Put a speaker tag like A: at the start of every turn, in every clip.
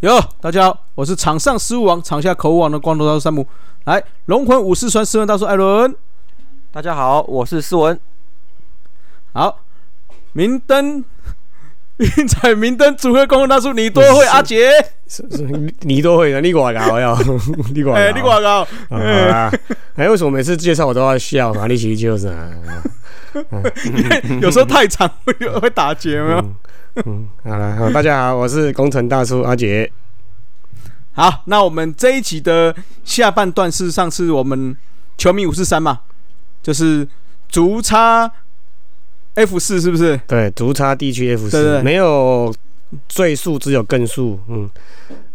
A: 哟，大家好，我是场上失误王、场下口误王的光头大叔山姆。来，龙魂武士传斯文大叔艾伦。
B: 大家好，我是思文。
A: 好，明灯， 运彩明灯主会光头大叔，你多会阿杰？
C: 是是你 你都会的，你我搞呀， 你我
A: 哎，你嗯广告，
C: 好啦， 哎，为什么每次介绍我都要笑啊？你其实就是啊，
A: 有时候太长会会打 结，有没有？
C: 嗯，好了，好，大家好，我是工程大叔阿杰，
A: 好，那我们这一集的下半段，事实上是我们球迷五四三嘛，就是足差 F 四，是不是？
C: 对，竹差地区 F
A: 对对
C: 四没有赘述，只有更数，嗯，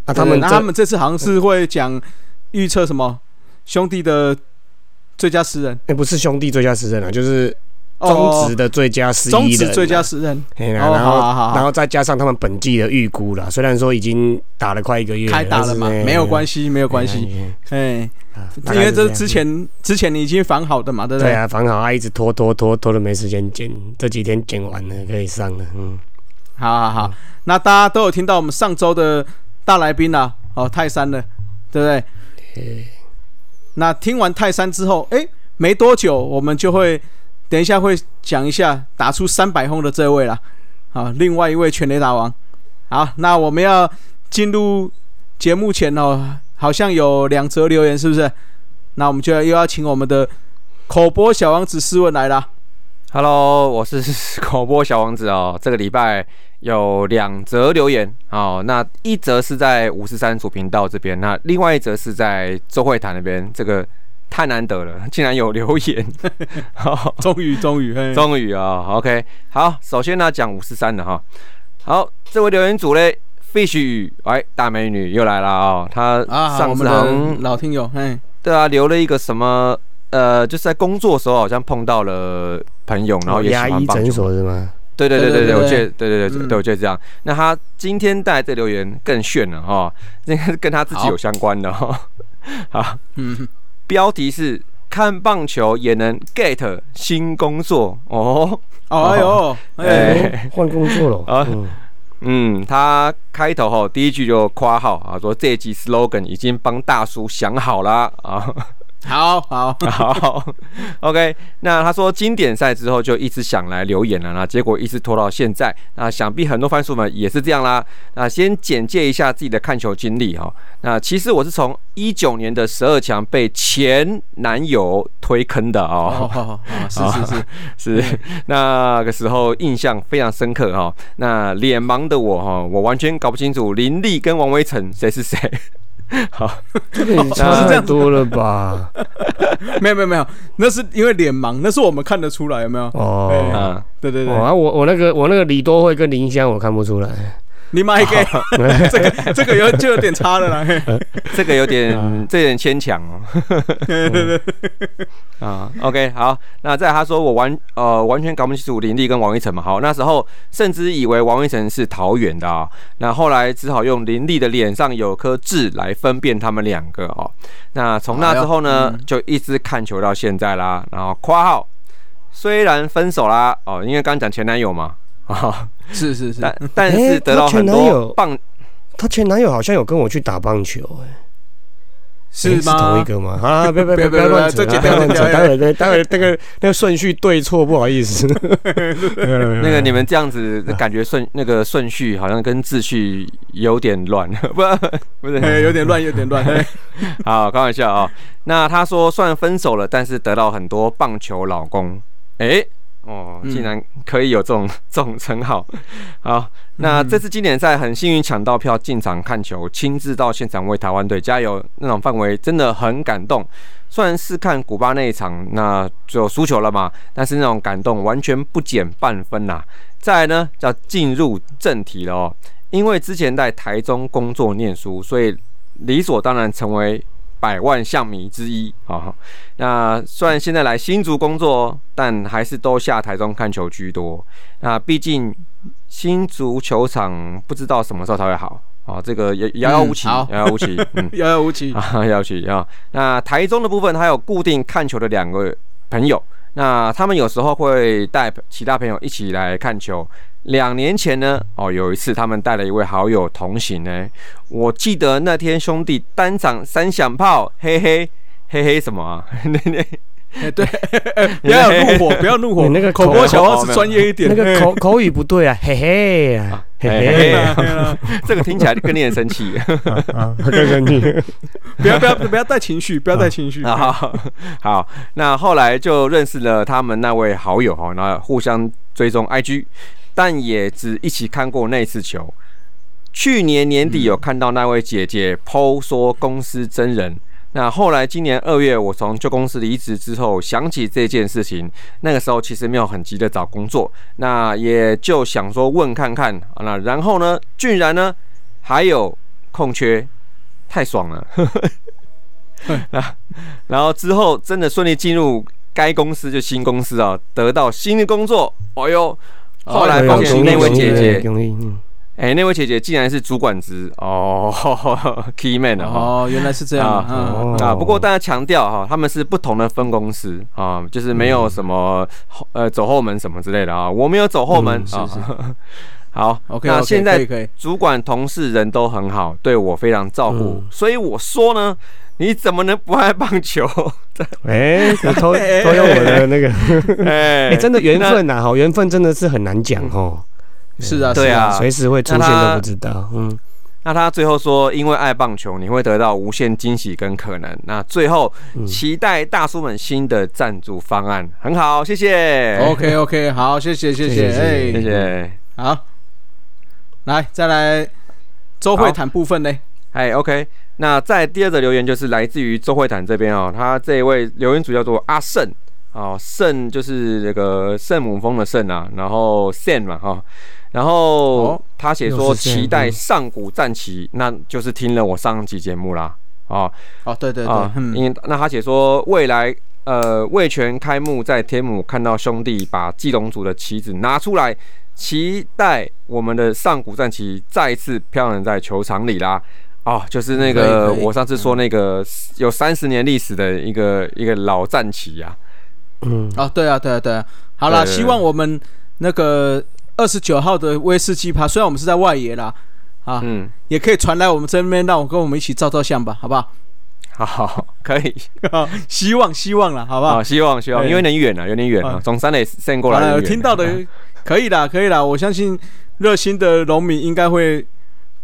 C: 啊，他
A: 对
C: 们
A: 那他
C: 这
A: 们这次好像是会讲预测什么兄弟的最佳十人，
C: 哎不是兄弟最佳十人啊，就是
A: 哦
C: 中职的最佳十
A: 中
C: 一
A: 职
C: 人啊，
A: 最佳十人，
C: 嘿啦，
A: 哦
C: 然
A: 好好好
C: 后
A: 好
C: 然后再加上他们本季的预估啦，虽然说已经打了快一个月，
A: 开打了嘛，没有关
C: 系，
A: 系，没有
C: 没
A: 关系，，哎，
C: 啊大
A: 因为
C: 概是
A: 这
C: 样
A: 之前之前你已经防好的嘛，对不
C: 对
A: 对？
C: 啊，防好啊，一直拖拖拖拖的没时间剪，这几天剪完了可以上了，嗯，
A: 好好好，那大家都有听到我们上周的大来宾啦、哦，泰山了，对不对？那听完泰山之后，诶，没多久我们就会等一下会讲一下打出三百轰的这位啦，啊，另外一位全垒打王。好，那我们要进入节目前哦，好像有两则留言，是不是？那我们就要又要请我们的口播小王子斯文来啦。
B: Hello，我是 口播小王子哦。这个礼拜有两则留言哦，那一则是在五十三主频道这边，那另外一则是在周会谈那边，这个太难得了，竟然有留言。 好
A: 终于，终于，嘿，
B: 终于啊、o k 好，首先呢讲五四三的哈，好，这位留言组嘞，fish 雨，哎，大美女又来了啊、她
A: 啊，我
B: 上次
A: 们
B: 好像、
A: 的老听友，嘿。
B: 对啊，留了一个什么，呃，就是在工作的时候好像碰到了朋
A: 哦
B: 友，然后也喜
C: 哦牙
B: 欢
C: 医
B: 棒
C: 诊
B: 球，
C: 所是吗？
B: 对对对
A: 对
B: 对
A: 对
B: 对，我
A: 对
B: 记得，对对对
A: 嗯
B: 对对，我觉得这样。那他今天带来这留言更炫了哈， 这个是跟他自己
A: 好
B: 有相关的哈，好。
A: 嗯，
B: 标题是看棒球也能 get 新工作哦。
A: 哦，哎呦，哎
B: 哎，
C: 哎，换工作了
B: 啊
C: 嗯
B: 嗯，他开头哈第一句就夸号啊，说这一集 slogan 已经帮大叔想好啦啊，
A: 好好，
B: 好，OK。那他说经典赛之后就一直想来留言了，那结果一直拖到现在，那想必很多番薯们也是这样啦。那先简介一下自己的看球经历哈。那其实我是从一九年的十二强被前男友推坑的
A: 哦，
B: 哦
A: 好好，好是是是，
B: 是那个时候印象非常深刻哈、哦。那脸盲的我哈、哦，我完全搞不清楚林立跟王威成谁是谁。好，
C: 这个也差太多了吧？
A: 没有没有没有，那是因为脸盲，那是我们看得出来，有没有？
C: 哦。
A: 哎
B: 嗯，
A: 对对
C: 哦
A: 对，
C: 啊，我我那个我那个李多惠跟林香我看不出来，
A: 你妈一
C: 哦
A: 个，这个这个有就有点差了啦，嘿
B: 这个有点
C: 啊，
B: 这有点牵强 哦。
A: 对
B: 嗯
A: 对对，
B: 啊、o k 好，那再来他说我完呃完全搞不清楚林立跟王一晨嘛，好，那时候甚至以为王一晨是桃园的啊、那后来只好用林立的脸上有颗痣来分辨他们两个哦。那从那之后呢，
A: 哎呦嗯
B: 就一直看球到现在啦。然后括号虽然分手啦，哦，因为刚讲前男友嘛，啊、
A: 是是是，
B: 但但是得到
C: 哎他前
B: 很
C: 男
B: 多
C: 友
B: 棒，
C: 她前男友好像有跟我去打棒球，哎哎是同一
A: 吗？
C: 个吗？啊，不要不
A: 不要
C: 要不
A: 不要
C: 要乱
A: 这
C: 扯啊，
A: 剪
C: 不
A: 掉
C: 要乱扯，
A: 剪掉
C: 待会待待会那个那个顺序对错，不好意思。
B: 那
C: 那
B: 个你们这样子感觉顺那个顺序好像跟秩序有点乱，不不是
A: 哎，有点乱，有点乱，嘿
B: 好，开玩笑啊、那他说虽然分手了，但是得到很多棒球老公。诶，哦，
A: 嗯
B: 竟然可以有这种 这种称号。好，那这次经典赛很幸运抢到票进场看球，亲自到现场为台湾队加油，那种氛围真的很感动。虽然是看古巴那一场，那就输球了嘛，但是那种感动完全不减半分呐、再来呢，要进入正题了哦，因为之前在台中工作念书，所以理所当然成为百万象迷之一啊。那虽然现在来新竹工作，但还是都下台中看球居多。那毕竟新足球场不知道什么时候才会好啊，这个也遥遥无期，
A: 嗯好
B: 遥遥无期。嗯，
A: 遥 遥无期，
B: 啊啊，要去啊。那台中的部分，他有固定看球的两个朋友，那他们有时候会带其他朋友一起来看球。两年前呢，哦，有一次他们带了一位好友同行呢。我记得那天兄弟单场三响炮，嘿嘿嘿嘿什么啊？ 那那
A: 哎、 对，不要有怒火，不要怒火。
C: 哎你那个
A: 口播
C: 口
A: 小王是专业一点，
C: 那个
A: 嘿
C: 口口语不对啊，嘿嘿啊，嘿
B: 嘿
A: 对
C: 嘿
A: 啦对啦
B: 这个听起来跟你很生气
C: 啊，看看你，
A: 不要不要不要带情绪，不要带情绪。
B: 啊。好 好，那后来就认识了他们那位好友哈，那互相追踪 IG，但也只一起看过那次球。去年年
A: 嗯
B: 底有看到那位姐姐 PO 说公司真人。那后来今年二月，我从旧公司离职之后，想起这件事情。那个时候其实没有很急的找工作，那也就想说问看看。啊那然后呢，居然呢还有空缺，太爽了。 那然后之后真的顺利进入该公司，就新公司啊，得到新的工作。哎呦，后来发
A: 恭
C: 哎
B: 现
A: 喜
B: 那位姐姐
C: 容易，嗯
B: 哎、那位姐姐竟然是主管职哦 ，key man 啊、哦。
A: 哦，原来是这样
B: 啊
A: 啊。
C: 哦
B: 啊，不过大家强调哈，他们是不同的分公司啊，就是没有什么后呃走后门什么之类的啊，我没有走后门
A: 嗯
B: 啊
A: 是。
B: 好
A: OK，
B: 那现在
A: 可以可以，
B: 主管同事人都很好，对我非常照顾，
C: 嗯
B: 所以我说呢，你怎么能不爱棒 球？
C: 哎，你偷偷用我的那个，
B: 哎、
C: 哎，真的缘分呐，好缘分真的是很难讲哦，
A: 是啊，
B: 对啊
C: 随时会出现都不知道，嗯，
B: 那他最后说，因为爱棒球，你会得到无限惊喜跟可能。那最后
C: 嗯
B: 期待大叔们新的赞助方案，很好，谢
A: 是
B: 谢
A: 啊。OK OK，好，谢谢谢
C: 哎谢谢
A: 谢，
B: 谢
A: 哎，
B: 谢。
A: 好，来再来周会谈部分呢。
B: 哎，OK。那在第二则留言就是来自于周会坦这边哦，他这一位留言主叫做阿胜哦，胜就是那个圣母峰的圣啊，然后 Sam 嘛哈、哦，然后
A: 哦
B: 他写
C: 又
B: 说
C: 是 Sam，
B: 期待
C: 嗯
B: 上古战旗，那就是听了我上集节目啦哦，
A: 哦，对对对
B: 啊，，因
A: 嗯，
B: 为那他写说未来呃魏权开幕在天母看到兄弟把基隆组的旗子拿出来，期待我们的上古战旗再次飘扬在球场里啦。哦，就是那个
A: 可以嗯可以
B: 我上次说那个有三十年历史的一个一个老战旗啊，
C: 嗯，
A: 哦，对啊对啊对啊。好啦，
B: 对对对
A: 希望我们那个二十九号的威士忌趴，虽然我们是在外野啦，啊，
B: 嗯，
A: 也可以传来我们这边，让我跟我们一起照照相吧，好不好？
B: 好，可以，啊
A: 希望希望了，好不好？
B: 嗯好，希望希望，
A: 对
B: 因为有点远了，有点远了
A: 啊，
B: 从三垒 send 过
A: 好
B: 来有
A: 了，
B: 点
A: 有
B: 远，啊
A: 听到 的可以啦，可以啦，我相信热心的农民应该会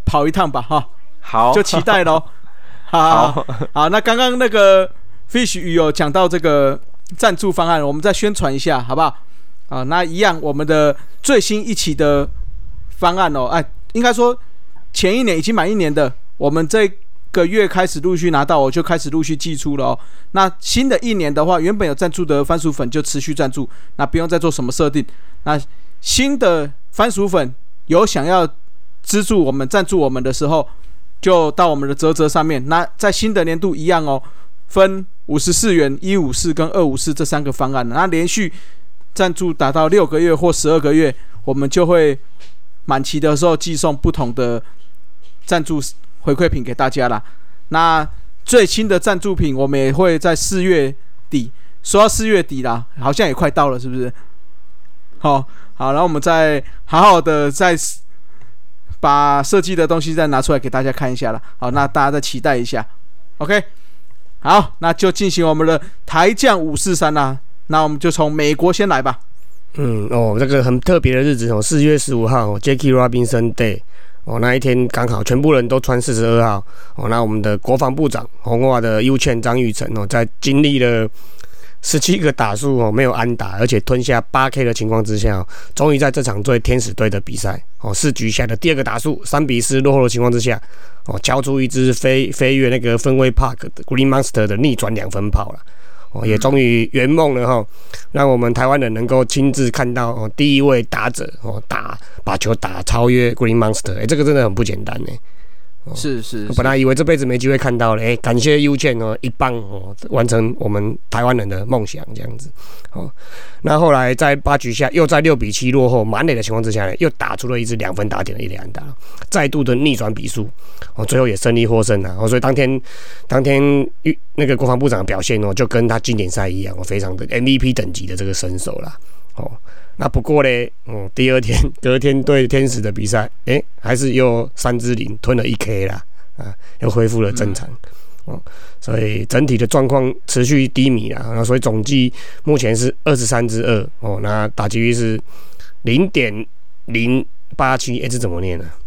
A: 跑一趟吧，哈，
B: 好，
A: 就期待 喽。好好
B: 好，
A: 好，那刚刚那个 Fish 鱼有讲到这个赞助方案，我们再宣传一下，好不好？啊，那一样，我们的最新一期的方案哦，哎，应该说前一年已经满一年的，我们这个月开始陆续拿到，我就开始陆续寄出了哦。那新的一年的话，原本有赞助的番薯粉就持续赞助，那不用再做什么设定。那新的番薯粉有想要资助我们、赞助我们的时候，就到我们的泽泽上面。那在新的年度一样哦，分五十四元、一五四跟二五四这三个方案，那连续赞助达到六个月或十二个月，我们就会满期的时候寄送不同的赞助回馈品给大家啦。那最新的赞助品，我们也会在四月底，说到四月底啦，好像也快到了，是不是？好、好，然后我们再好好的再把设计的东西再拿出来给大家看一下了。好，那大家再期待一下。OK，好，那就进行我们的台将五四三啦。那我们就从美国先来吧。
C: 嗯哦，这个很特别的日子哦，四月十五号、哦、，Jackie Robinson Day。哦，那一天刚好全部人都穿四十二号。哦，那我们的国防部长红袜的 U 券张玉成哦，在经历了十七个打数哦没有安打，而且吞下八 K 的情况之下、哦，终于在这场对天使队的比赛哦四局下的第二个打数三比四落后的情况之下，哦交出一支飞飞越那个分位 Park 的 Green Monster 的逆转两分炮了。哦，也终于圆梦了哈、哦。让我们台湾人能够亲自看到哦，第一欸位打者哦打把球打超越 Green Monster，哎、这个真的很不简单呢。哦
A: 是是
C: 我，本来以为这辈子没机会看到了，哎、感谢 U 券哦，一棒哦，完成我们台湾人的梦想这样子。哦，那后来在八局下又在六比七落后满垒的情况之下呢，又打出了一支两分打点的一垒安打，再度的逆转比数，哦，最后也胜利获胜了、哦，所以当天当天玉那个国防部长的表现哦，就跟他经典赛一样，哦，非常的 MVP 等级的这个身手啦。哦。那不过呢，嗯，第二天 隔天对天使的比赛，哎、还是又三支零吞了一 K 啦。啊又恢复了正常。哦，所以整体的状况持续低迷啦。那所以总计目前是二十三支二哦，那打击率是零点零八七，哎，这怎么念呢、啊？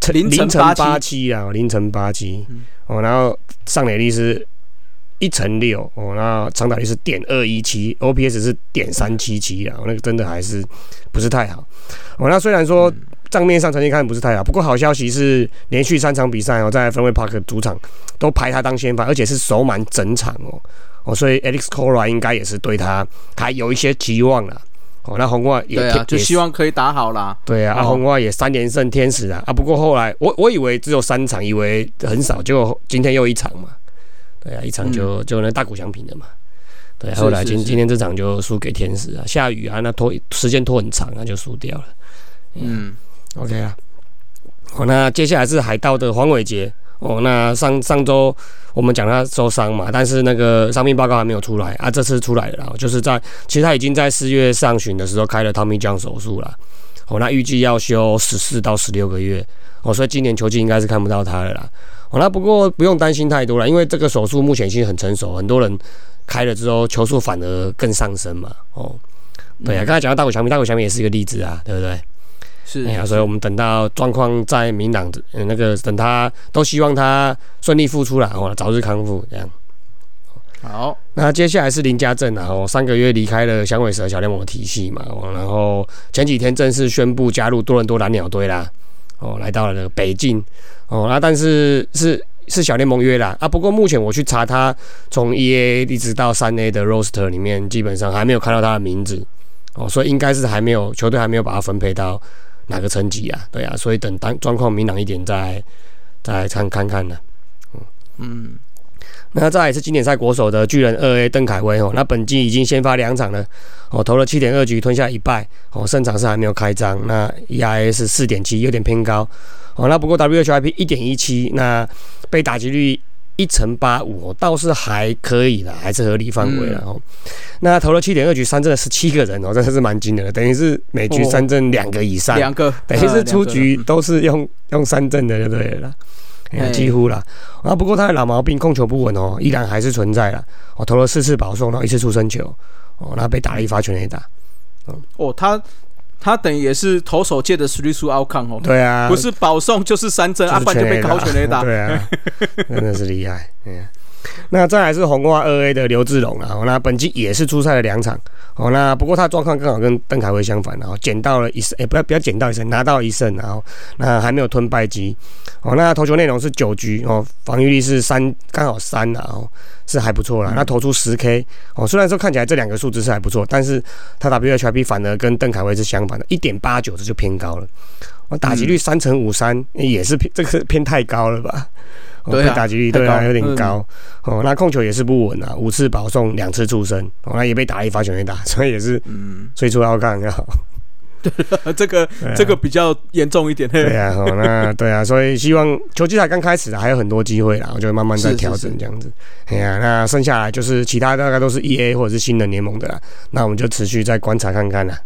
C: 乘
A: 凌晨
C: 凌晨
A: 87
C: 八七啊，凌晨八七
A: 嗯
C: 哦，然后上垒率是一乘六哦，那长打率是点二一七，OPS 是点三七七啦，哦那个真的还是不是太好哦。那虽然说
A: 嗯
C: 账面上成绩看不是太好，不过好消息是连续三场比赛哦，在分位 Park 主场都排他当先发，而且是首满整场哦哦，所以 Alex Cora 应该也是对他还有一些期望啦。哦，那红袜也
A: 对啊，就
C: 也是
A: 希望可以打好啦。
C: 对啊，
A: 哦
C: 阿红蛙也三连胜天使啊啊！不过后来我我以为只有三场，以为很少，结果今天又一场嘛。对啊，一场就、就那大谷翔平的嘛。对、啊，
A: 嗯是
C: 后来今
A: 是是
C: 今天这场就输给天使啊，下雨啊，那拖时间拖很长，啊那就输掉了。
A: 嗯，
C: OK 啊，好，那接下来是海盗的黄伟杰哦。那上上周我们讲他受伤嘛，但是那个伤病报告还没有出来啊，这次出来了啦，就是在其实他已经在四月上旬的时候开了 Tommy John 手术了。哦，那预计要休十四到十六个月哦，所以今年球季应该是看不到他了啦。哦，那不过不用担心太多了，因为这个手术目前已经很成熟，很多人开了之后球速反而更上升嘛。哦，对啊，
A: 嗯
C: 刚才讲到大谷翔平，大谷翔平也是一个例子啊，对不对？
A: 是
C: 哎呀，所以我们等到状况再明朗，呃，那个等他都希望他顺利复出啦，哦，早日康复这样。
A: 好，
C: 那接下来是林家正啊，哦，三个月离开了响尾蛇小联盟的体系嘛，哦，然后前几天正式宣布加入多伦多蓝鸟队啦，哦，来到了那个北境，哦，那、但是是是小联盟约啦，啊，不过目前我去查他从一 A 一直到三 A 的 roster 里面，基本上还没有看到他的名字，哦，所以应该是还没有球队还没有把他分配到哪个层级啊，对啊，所以等当状况明朗一点再再看看看呢、
A: 嗯，
C: 那再来是经典赛国手的巨人二 A 邓凯威哦，那本季已经先发两场了，哦，投了七点二局，吞下一败，哦，胜场是还没有开张，那 ERA 是四点七，有点偏高，哦，那不过 WHIP 一点一七，那被打击率一乘八五，哦倒是还可以啦，还是合理范围了哦。那投了七点二局，三振了十七个人哦，真的是蛮惊人的，等于是每局
A: 哦
C: 三振两个以上，
A: 两个
C: 等于
A: 呃
C: 是哎出局
A: 两个
C: 都是用用三振的就对了啦，哎呀
A: 哎
C: 几乎啦。啊，不过他的老毛病控球不稳哦，依然还是存在啦。我、投了四次保送，然后一次出生球，哦，然后被打了一发全垒打。
A: 哦，他他等于也是投手界的 three s outcome 哦，
C: 对啊，
A: 不是保送就是三振，阿
C: 就是
A: 半就被高全垒打。
C: 对啊，真的是厉害。嗯，那再来是红袜二 A 的刘志龙啊，哦那本季也是出赛了两场哦，那不过他状况刚好跟邓凯威相反，然后捡到了一胜，哎、不要不要捡到一胜，拿到一胜，然后那还没有吞败绩哦，那投球内容是九局哦，防御率是三，刚好三啊，哦，是还不错啦。
A: 嗯
C: 那投出十 K 哦，虽然说看起来这两个数字是还不错，但是他 WHIP 反而跟邓凯威是相反的，一点八九这就偏高了。我打击率
A: 嗯
C: 三乘五三也是偏这个偏太高了吧？哦
A: 对啊
C: 被打击率对
A: 太
C: 啊
A: 高嗯
C: 有点高、哦。那控球也是不稳啊，五次保送，两次触身，哦那也被打了一发全垒打，所以也是
A: 嗯，
C: 最初要啊看 要。
A: 这个
C: 对啊
A: 这个比较严重一点。
C: 对啊，哦，那对啊，所以希望球季才刚开始啊，还有很多机会啦，我就会慢慢再
A: 是是
C: 调整
A: 是
C: 这样子。哎呀、那剩下来就是其他大概都是 E A 或者是新人联盟的啦，那我们就持续再观察看看啦。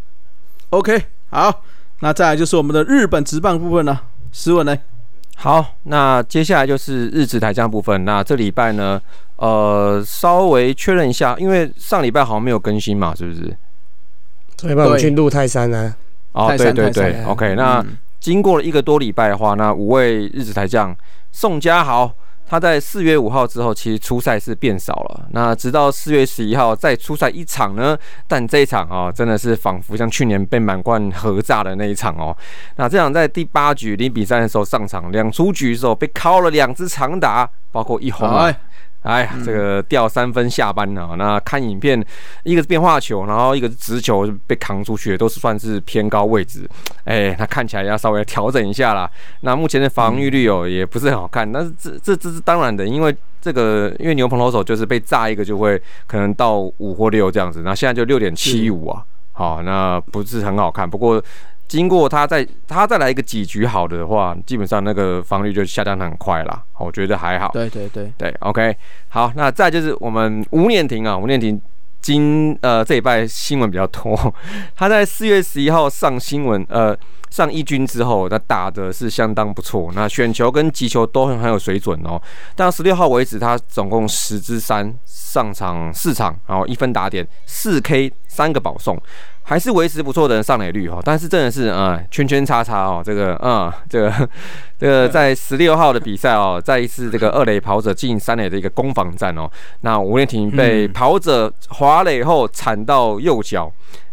A: OK，好，那再来就是我们的日本职棒部分了。斯文呢？
B: 好，那接下来就是日职台将部分。那这礼拜呢，呃，稍微确认一下，因为上礼拜好像没有更新嘛，是不是？
C: 所以帮我们
A: 对
C: 去录泰山啊，
B: 哦，
A: 泰
B: 对
A: 山
B: 对
A: 泰山
B: 对，OK。那
A: 嗯
B: 经过了一个多礼拜的话，那五位日职台将宋家豪，他在四月五号之后，其实出赛是变少了。那直到四月十一号再出赛一场呢，但这一场哦，真的是仿佛像去年被满贯核炸的那一场哦。那这场在第八局零比三的时候上场，两出局的时候被敲了两支长打。包括一红
A: 好
B: 啊，
A: 哎，
B: 哎呀，这个掉三分下班了、那看影片，一个是变化球，然后一个是直球被扛出去，都是算是偏高位置。哎，那看起来要稍微调整一下啦。那目前的防御率哦也不是很好看，但是这这这是当然的，因为这个因为牛棚投手就是被炸一个就会可能到五或六这样子，那现在就六点七五啊，好、那不是很好看。不过经过他再他再来一个几局好的话，基本上那个防率就下降得很快啦。我觉得还好。
A: 对对对，
B: 对，OK，好，那再就是我们吴念婷啊，吴念婷今呃这礼拜新闻比较多， 她在四月十一号上新闻，呃上一军之后，她打的是相当不错，那选球跟击球都很很有水准哦。到十六号为止，她总共十支三上场四场，然后一分打点，四 K 三个保送。还是维持不错的上垒率哈，但是真的是啊、呃圈圈叉叉哦，这个啊、嗯这个这个在十六号的比赛哦，再一次这个二垒跑者进三垒的一个攻防战哦，那吴念婷被跑者滑垒后铲到右脚，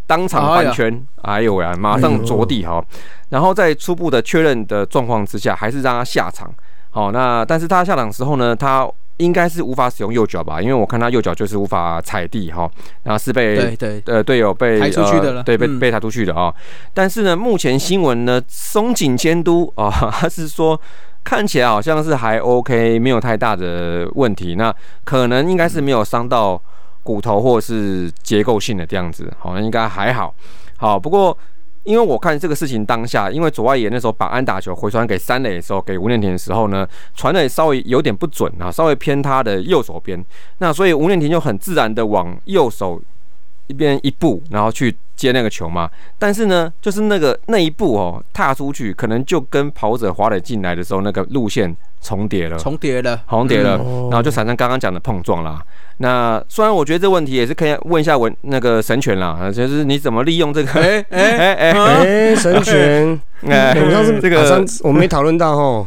B: 当场翻圈，哎呦喂、马上着地
A: 哎
B: 哈、然后在初步的确认的状况之下，还是让他下场。好、那但是他下场时候呢，他应该是无法使用右脚吧，因为我看他右脚就是无法踩地哈、然后是
A: 对
B: 被
A: 对，
B: 呃队友被
A: 抬出去的了
B: 呃、对，被
A: 嗯
B: 被抬出去的啊、哦。但是呢，目前新闻呢，松井监督啊、 他是说看起来好像是还 OK，没有太大的问题。那可能应该是没有伤到骨头或是结构性的这样子，好像应该还好。好，不过。因为我看这个事情当下，因为左外野那时候把安打球回传给三垒的时候，给吴念婷的时候呢，传的稍微有点不准啊，稍微偏他的右手边，那所以吴念婷就很自然的往右手一边一步，然后去接那个球嘛。但是呢， 就是那个那一步哦，踏出去可能就跟跑者滑垒进来的时候那个路线重叠了，
A: 重叠了， 嗯
B: 重叠了，
D: 哦
B: 然后就产生刚刚讲的碰撞啦。那虽然我觉得这问题也是可以问一下文那个神权啦，呃就是你怎么利用这个？
A: 哎 哎
B: 哎哎
A: 啊
D: 哎，神权，
B: 哎，
D: 我们上次
B: 这
D: 啊
B: 个
D: 上次我们没讨论到 吼，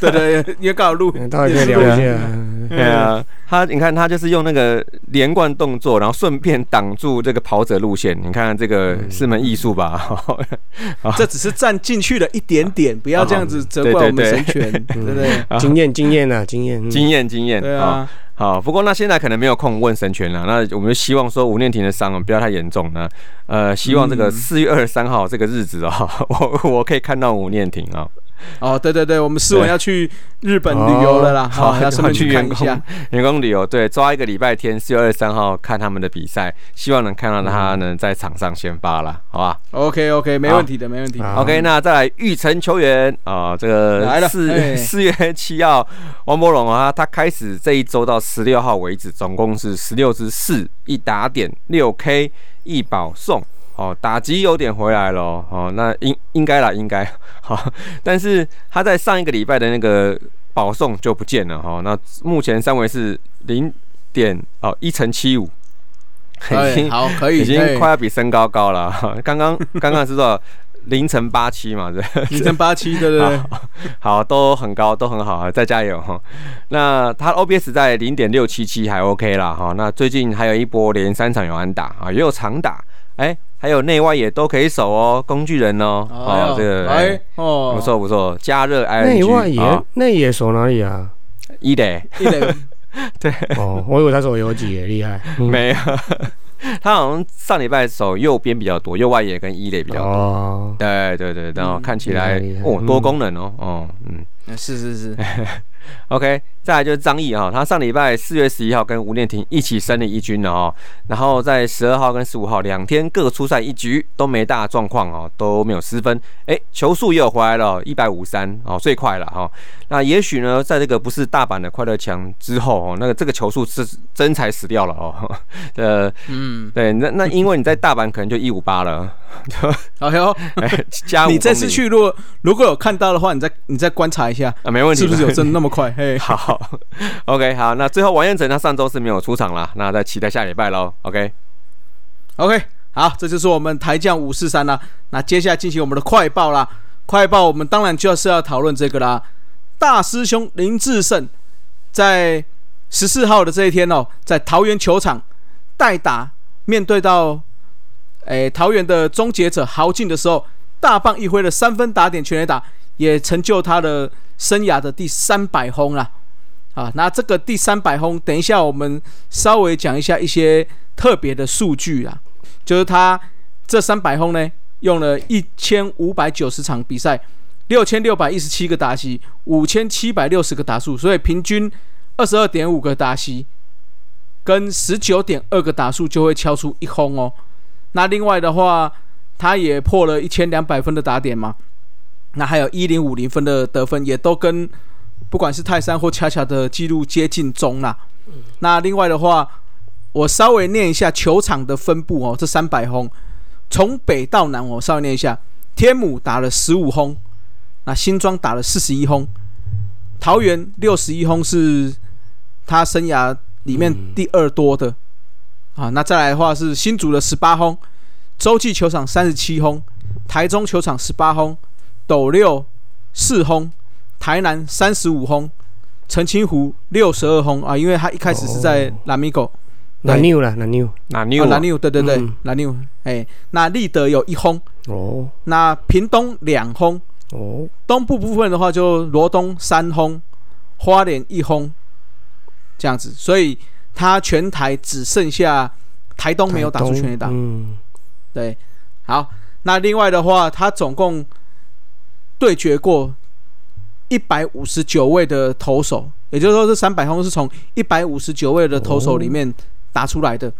A: 对对，对也搞
C: 哎
A: 录，
D: 大家可以 聊嗯一下。
B: 对
A: 嗯
B: 啊，他你看他就是用那个连贯动作，然后顺便挡住这个跑者路线。你看这个
A: 嗯
B: 是门艺术吧？ 哦
A: 这只是站进去了一点点，不要这样子责怪我们神权， 对不对？
D: 经验经验啊，经验。嗯
B: 经验经验
A: 对
B: 啊。
A: 啊，
B: 好，不过那现在可能没有空问神权了。那我们就希望说吴念婷的伤啊不要太严重呢。呃，希望这个
A: 嗯
B: 四月二十三号这个日子啊、 我我可以看到吴念婷啊、
A: 哦，对对对，我们思文
B: 对哦
A: 要去日本旅游了啦，啊好，要顺便去
B: 去
A: 看
B: 员
A: 一
B: 工
A: 下，
B: 员工旅游，对，抓一个礼拜天，四月二十三号看他们的比赛，希望能看到他
A: 嗯
B: 能在场上先发啦，好吧
A: OK OK，没
B: 好
A: 问题的，没问题。
D: 好
B: ？OK，那再来玉成球员啊、这
A: 来
B: 个
A: 了
B: 四
A: 哎
B: 四月七号，王博龙啊，他开始这一周到十六号为止，总共是十六支四一打点六 K 一保送。哦，打击有点回来了哦，哦那应应该啦，应该 好、但是他在上一个礼拜的那个保送就不见了哈、哦，那目前三围是零点哦一乘七五，已
A: 哎，
B: 经
A: 好，可以，
B: 已经
A: 哎
B: 快要比身高高了。 哈刚刚刚刚是多少？零乘八七嘛，对，
A: 零乘八七，对对对，
B: 好，都很高，都很好啊，再加油 哈。那他 OBS 在零点六七七还 OK 啦哈。那最近还有一波连三场有安打啊，也有长打，哎、还有内外也都可以守哦，工具人哦，
A: 哎
B: 哦
A: 呦，
B: 这个哎
A: 哎哦，
B: 不，错不错，加热 ING
D: 内外野
B: 啊，
D: 内野手哪里啊？
B: 一垒
A: 一垒
D: 哦，我以为他手游几耶，厉 害。嗯
B: 没有，他好像上礼拜手右边比较多，右外野跟一垒比较多。
D: 哦，
B: 对对对，然后
A: 嗯
B: 看起来
D: 厉害厉害
B: 哦
D: 嗯
B: 多功能哦，哦嗯
A: 是是是，
B: 哎，OK，再来就是张毅哈，他上礼拜四月十一号跟吴念婷一起升了一军了哦，然后在十二号跟十五号两天各出赛一局，都没大状况哦，都没有失分，哎，球速也有回来了，一百五三哦，最快了哈、哦。那也许呢，在这个不是大阪的快乐墙之后哦，那个这个球速是真才死掉了哦， 呃，
A: 嗯，
B: 对，那那因为你在大阪可能就一五八了，
A: 哎呦，
B: 哎，加五
A: 你这
B: 公
A: 次
B: 里
A: 去如果如果有看到的话，你再你再观察一下，
B: 啊，没问题，
A: 是不是有真的那么快？嘿，
B: 好，OK，好，那最后王彦辰他上周是没有出场啦，那再期待下礼拜喽。OK，
A: OK，好，这就是我们台将五四三啦。那接下来进行我们的快报啦，快报我们当然就是要讨论这个啦。大师兄林志胜在十四号的这一天哦，在桃园球场代打，面对到诶桃园的终结者豪进的时候，大棒一挥的三分打点全垒打，也成就他的生涯的第三百轰啦。啊，那这个第三百轰，等一下我们稍微讲一下一些特别的数据啊啦，就是他这三百轰呢，用了一千五百九十场比赛，六千六百一十七个达西，五千七百六十个达数，所以平均二十二点五个达西，跟十九点二个达数就会敲出一轰哦。那另外的话，他也破了一千两百分的打点嘛，那还有一零五零分的得分，也都跟不管是泰山或恰恰的记录接近中啦。那另外的话，我稍微念一下球场的分布哦，这三百轰从北到南，哦我稍微念一下：天母打了十五轰，那新庄打了四十一轰，桃园六十一轰是他生涯里面第二多的、啊。那再来的话是新竹的十八轰，洲际球场三十七轰，台中球场十八轰，斗六四轰，台南三十五轰，澄清湖六十二轰啊，因为他一开始是在拉米狗。
D: 那 new 了，那 new
B: 啊那
A: 哦
B: 你有
A: 蓝六，对对对
D: 嗯，
A: 蓝六，哎，那立德有一轰，
D: 哦
A: 那屏东两轰，
D: 哦，
A: 东部部分的话就罗东三轰，花莲一轰，这样子，所以他全台只剩下台东没有打出全垒打
D: 台，东嗯，
A: 对，好，那另外的话，他总共对决过一百五十九位的投手，也就是说，这三百轰是从一百五十九位的投手里面打出来的，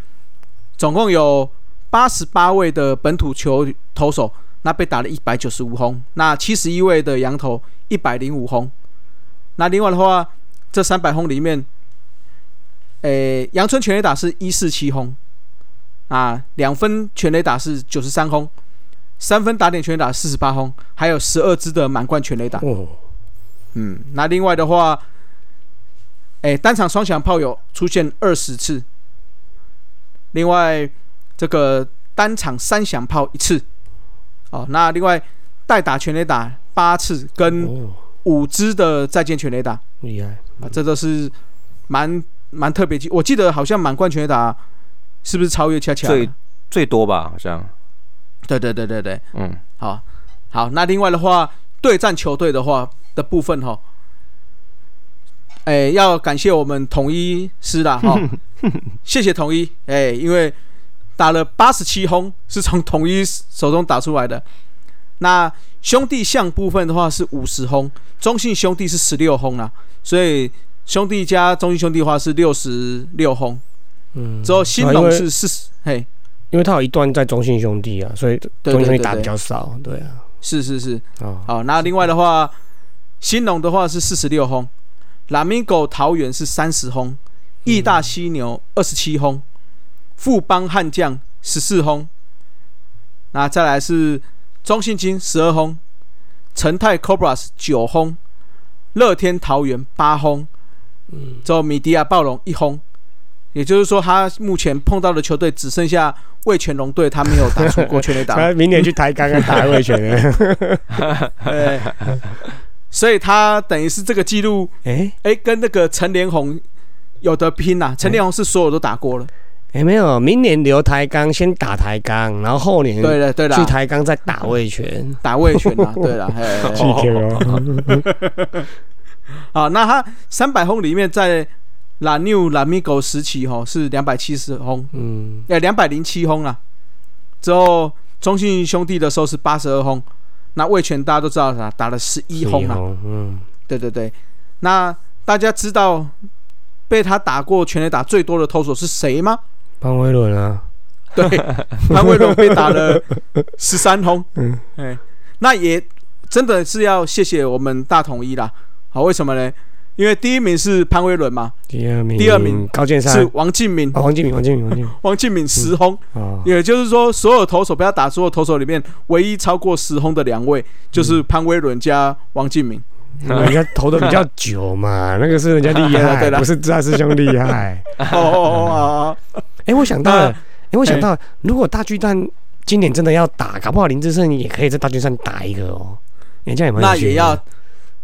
A: 总共有八十八位的本土球投手，那被打了一百九十五轰，那七十一位的洋投一百零五轰，那另外的话，这三百轰里面，诶、阳春全垒打是一四七轰，啊，两分全垒打是九十三轰，三分打点全垒打四十八轰，还有十二支的满贯全垒打。
D: 哦，
A: 嗯，那另外的话，哎、单场双响炮有出现二十次，另外这个单场三响炮一次，哦，那另外代打全垒打八次，跟
D: 哦，
A: 五支的再见全垒打。
D: 厉害，
A: 啊，这都是蛮蛮特别记。我记得好像满贯全垒打是不是超越恰恰了？
B: 最最多吧，好像，
A: 对对对对对，
B: 嗯，
A: 好，好。那另外的话，对战球队的话的部分哈，哎，要感谢我们统一师啦哈，谢谢统一，哎，因为打了八十七轰是从统一手中打出来的。那兄弟象部分的话是五十轰，中信兄弟是十六轰啦，所以兄弟加中信兄弟的话是六十六轰，
D: 嗯，
A: 之后新
D: 啊因
A: 龙
D: 为
A: 是四十，嘿，
D: 因为他有一段在中信兄弟啊，所以
A: 对
D: 中
A: 对
D: 信兄
A: 对
D: 弟打比
A: 对，
D: 较少，对啊，
A: 是是是，
D: 哦，
A: 好，那另外的话，新农的话是四十六轰，拉米狗桃园是三十轰，义大犀牛二十七轰，富邦悍将十四轰，那再来是中信金十二轰，成泰 Cobras 九轰，乐天桃园八轰，之后米迪亚暴龙一轰。也就是说，他目前碰到的球队只剩下味全龙队，他没有打出过全 垒打。
D: 他明年去抬杠跟打啊卫权了，
A: 对，哎所以他等于是这个记录，
D: 哎
A: 哎、跟那个陈连红有得拼呐、啊陈连红是所有都打过了，
D: 哎没有，明年留抬杠先打抬杠，然后后年
A: 对了对
D: 去
A: 了，
D: 抬杠再打卫权，
A: 打卫权 呐、对了，
D: 气
A: 哎，
B: 哦
D: 球哦，
A: 好，那他三百轰里面在拉纽拉米狗时期吼是两百七十轰，
D: 嗯，
A: 呃，两百零七轰啦。之后中信兄弟的时候是八十二轰，那卫权大家都知道打打了十一轰啊啦，
D: 红，嗯，
A: 对对对，那大家知道被他打过全垒打最多的投手是谁吗？
D: 潘威伦啊，
A: 对， 潘卫龙被打了十三轰，嗯，哎，那也真的是要谢谢我们大统一啦。好，为什么呢？因为第一名是潘威伦嘛，
D: 第二名，
A: 第二名
D: 高建山，
A: 是
D: 啊，
A: 王敬敏，
D: 王建民，王建民，王建民，
A: 王敬敏十轰，
D: 啊，
A: 也就是说，所有投手被他打所有投手里面，唯一超过十轰的两位就是潘威伦加王 敬敏。
D: 人家投的比较久嘛， 那个是人家厉
A: 对
D: 害，
A: 啦
D: 不是大师兄厉 害。
A: 哦哦哦哦哦，
D: 哎，我想到了，哎，我想
A: 哎
D: 到了，如果大巨蛋今年真的要打，搞不好林志胜也可以在大巨蛋打一个哦。人家有没有
A: 那
D: 趣
A: 也
D: 的
A: 要，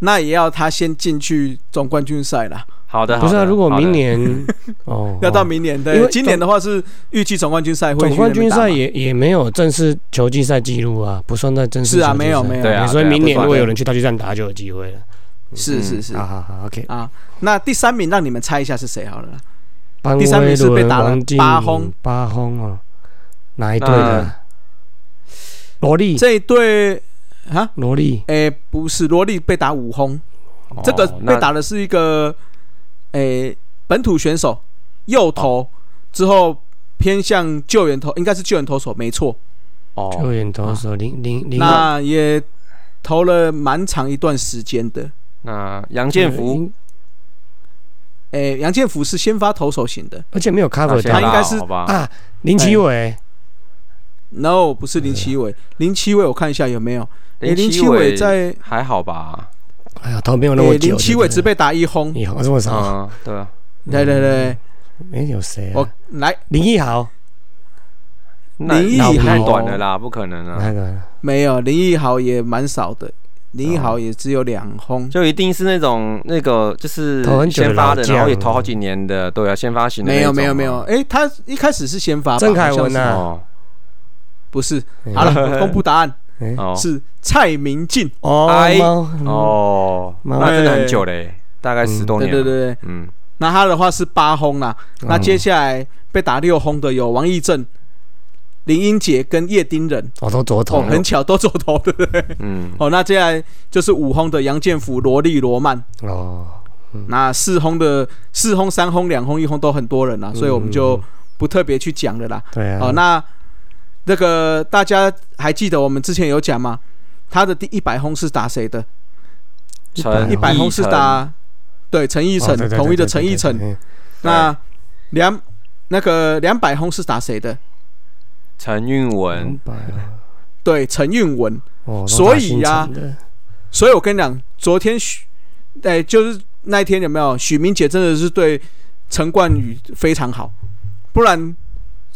A: 那也要他先进去总冠军赛啦，
B: 好的，
D: 不是啊？
B: 好的
D: 如果
B: 好的
D: 明 年哦，
A: 要到
D: 哦
A: 明年
D: 因
A: 对
D: 为，
A: 今年的话是预计总冠军赛会
D: 总
A: 去
D: 冠
A: 那边
D: 军
A: 打嘛。
D: 赛也也没有正式球季赛记录啊，不算在正式
A: 是啊
D: 球季
A: 没有
D: 赛
A: 没有
B: 对啊
D: 所以
B: 对啊
D: 明
B: 不
D: 年
B: 算
D: 如果有人去大巨蛋打，就有机会了。
A: 是是
D: 嗯
A: 是
C: 好好好，OK。
A: 啊。那第三名让你们猜一下是谁好了啦。
C: 班
A: 第三名是被
C: 威伦
A: 打了
C: 王靖
A: 八
C: 宇
A: 轰，
C: 八轰
D: 啊
C: 哦，哪一队的？萝莉，
A: 这一队啊，
C: 萝莉，
A: 诶、不是罗莉被打五轰，这个
B: 哦
A: 被打的是一个诶、本土选手右投、之后偏向救援投，应该是救援投手没错。
B: 那
C: 球
B: 哦，
C: 员投手林林林，
A: 啊那也投了蛮长一段时间的。
B: 那杨建福，
A: 诶、杨建福是先发投手型的
C: 而且没有
B: 那
C: cover
B: 先拉
A: 他应
C: 到
A: 该是
B: 好吧？
C: 啊，林奇
A: 哎
C: 伟，
A: ，no，不是林奇伟，林奇伟我看一下有没有，诶、林
B: 奇
A: 奇伟在，
B: 还好吧？
C: 哎呀，投没有那么
A: 诶，
C: 久，
A: 林奇伟只被打一轰，
C: 你好这么少，
B: 嗯，对啊，
A: 对对对，
C: 没有谁啊
A: 我？来
C: 林奕豪，
B: 那
A: 林
B: 那
A: 奕
B: 太
A: 豪
B: 短了啦，不可能啊，
C: 那个
A: 没有林奕豪也蛮少的，林奕豪也只有两轰，
B: 哦就一定是那种那个就是
C: 投很久的
B: 先发的，
C: 老将
B: 然后也投好几年的，对啊，先发型的那
A: 没有
B: 种
A: 没有没有，
B: 啊，
A: 诶，他一开始是先发吧，
C: 郑凯文啊
A: 好像是
C: 啊
B: 哦
A: 不是？
C: 嗯
A: 好了，我公布答案
B: 哎 哦
A: 是蔡明进，
C: 哦
B: 哎
C: 猫，
B: 哦，
C: 嗯
B: 那真的很久嘞，大概十多
A: 对
B: 年，
A: 对对，对，
B: 嗯，
A: 那他的话是八轰啦，
B: 哦
A: 那接下来被打六轰的有王义正、林英杰跟叶丁人，
C: 我都左
A: 哦，
C: 投，
A: 很巧都走头，对不对？
B: 嗯，
A: 哦，那接下来就是五轰的杨建福、罗莉、罗曼，
C: 哦，
B: 嗯
A: 那四轰的四轰、三轰、两轰、一轰都很多人啦，所以我们就不特别去讲了啦。
C: 对啊，
A: 哦，那那个大家还记得我们之前有讲吗？他的第一百轰是打谁的？
B: 陈
A: 一百
B: 奕
A: 轰是
B: 晨
A: 打对陈奕
C: 哦
A: 晨，
C: 对对
A: 统一的
C: 对对
A: 陈奕
C: 对
A: 晨。
C: 对
A: 那两那个两百轰是打谁的？
B: 陈韵文
C: 两，百啊
A: 对，陈韵文。
C: 哦都
A: 嗯所
C: 打
A: 以
C: 新
A: 呀
C: 城的
A: 所以我跟你讲，昨天许，哎、就是那一天有没有？许明杰真的是对陈冠宇非常好，不然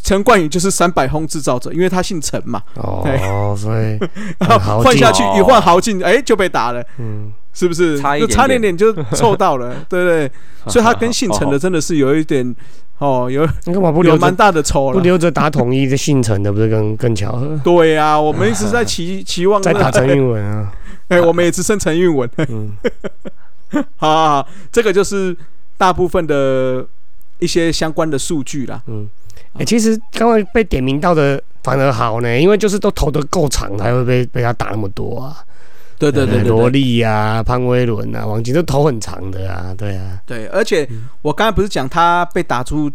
A: 陈冠宇就是三百轰制造者，因为他姓陈嘛，
C: 哦，所以很豪
A: 换
C: 进
A: 下去
B: 哦
A: 一换豪进，哎、就被打了，
C: 嗯，
A: 是不是？
B: 差一
A: 就
B: 点
A: 差点点就凑到了，对不对？所以他跟姓陈的真的是有一点，哦，有
C: 你干嘛不
A: 有
C: 留
A: 蛮
C: 着
A: 大的仇
C: 不
A: 了。
C: 留着打统一的姓陈的，不是更更巧 合？
A: 对呀、我们一直在期期望
C: 再
A: 那
C: 打陈韵文啊，
A: 哎、我们也只剩陈韵文。
C: 嗯，
A: 好好好，这个就是大部分的一些相关的数据啦。
C: 哎，其实刚刚被点名到的反而好呢，因为就是都投的够长，才会被被他打那么多啊。
A: 对对对对对
C: 萝莉啊，潘威伦啊，王晶都投很长的啊，对啊，
A: 对，而且我刚才不是讲他被打出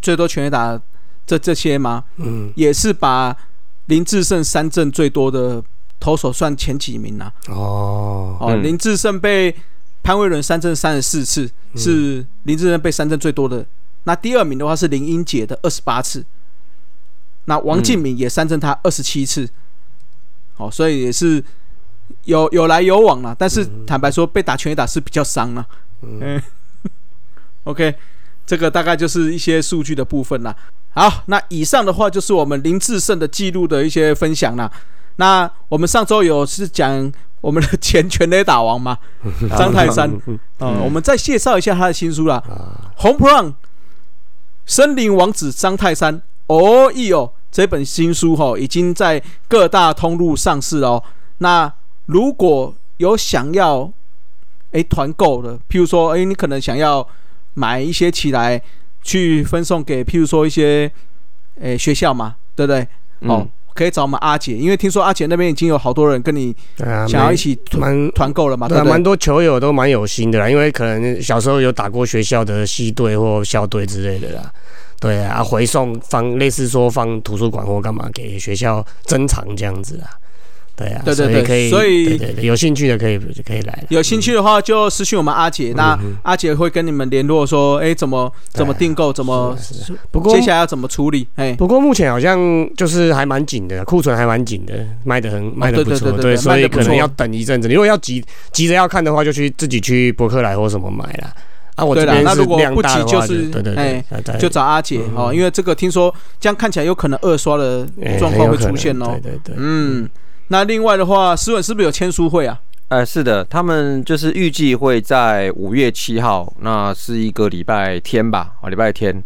A: 最多全垒打这这些吗？
C: 嗯，
A: 也是把林志胜三振最多的投手算前几名啊啦、
C: 哦，
A: 哦，
B: 嗯
A: 林志胜被潘威伦三振三十四次，
C: 嗯
A: 是林志胜被三振最多的。那第二名的话是林英杰的二十八次，那王敬明也三振他二十七次，哦，所以也是有有来有往啦。但是坦白说，被打全垒打是比较伤啦。嗯 ，OK，这个大概就是一些数据的部分啦。好，那以上的话就是我们林志胜的记录的一些分享啦。那我们上周有是讲我们的前全垒打王嘛，
B: 哦
A: 张泰山
C: 嗯，嗯
A: 啊、
B: 嗯
A: 我们再介绍一下他的新书啦，
C: 啊，
A: 红 p r o n 森林王子张泰山》哦咦哦，这本新书哈、已经在各大通路上市了哦。那如果有想要诶团购的，譬如说诶你可能想要买一些起来去分送给譬如说一些诶学校嘛，对不对？哦
B: 嗯，
A: 可以找我们阿姐，因为听说阿姐那边已经有好多人跟你
C: 对啊，
A: 想要
C: 蛮
A: 一起团
C: 蛮
A: 团购了嘛，
C: 对
A: 对
C: 啊，
A: 不对
C: 蛮？多球友都蛮有心的啦，因为可能小时候有打过学校的系队或校队之类的啦。对啊，啊回送放类似说放图书馆或干嘛给学校珍藏这样子啦。对啊，
A: 对对对
C: 所以可以，
A: 所以
C: 对对对有兴趣的可以可以来啦。
A: 有兴趣的话就私信我们阿姐，那
C: 嗯
A: 阿姐会跟你们联络说，哎、怎么怎么订购，怎么
C: 是啊是啊不过
A: 哦接下来要怎么处理？哎、
C: 不过目前好像就是还蛮紧的，库存还蛮紧的，卖的很卖的
A: 对
C: 不
A: 哦对
C: 错，
A: 对对对
C: 所
A: 卖
C: 以
A: 得不
C: 可能
A: 错
C: 要等一阵子。如果要急急着要看的话，就去自己去博客来或什么买啦。啊，我
A: 对
C: 这
A: 啦
C: 边
A: 那
C: 是
A: 如果
C: 量
A: 不
C: 大
A: 急
C: 的
A: 就
C: 话，
A: 是
C: 对对
A: 哎
C: 对，再再
A: 就找阿姐、
C: 嗯
A: 哦，因为这个听说这样看起来有可能二刷的
C: 哎
A: 状
C: 很
A: 况
C: 有
A: 会
C: 可
A: 出
C: 能
A: 现哦。
C: 对对对，
A: 嗯，那另外的话，思文是不是有签书会啊？
B: 呃，是的，他们就是预计会在五月七号，那是一个礼拜天吧，哦，礼拜天。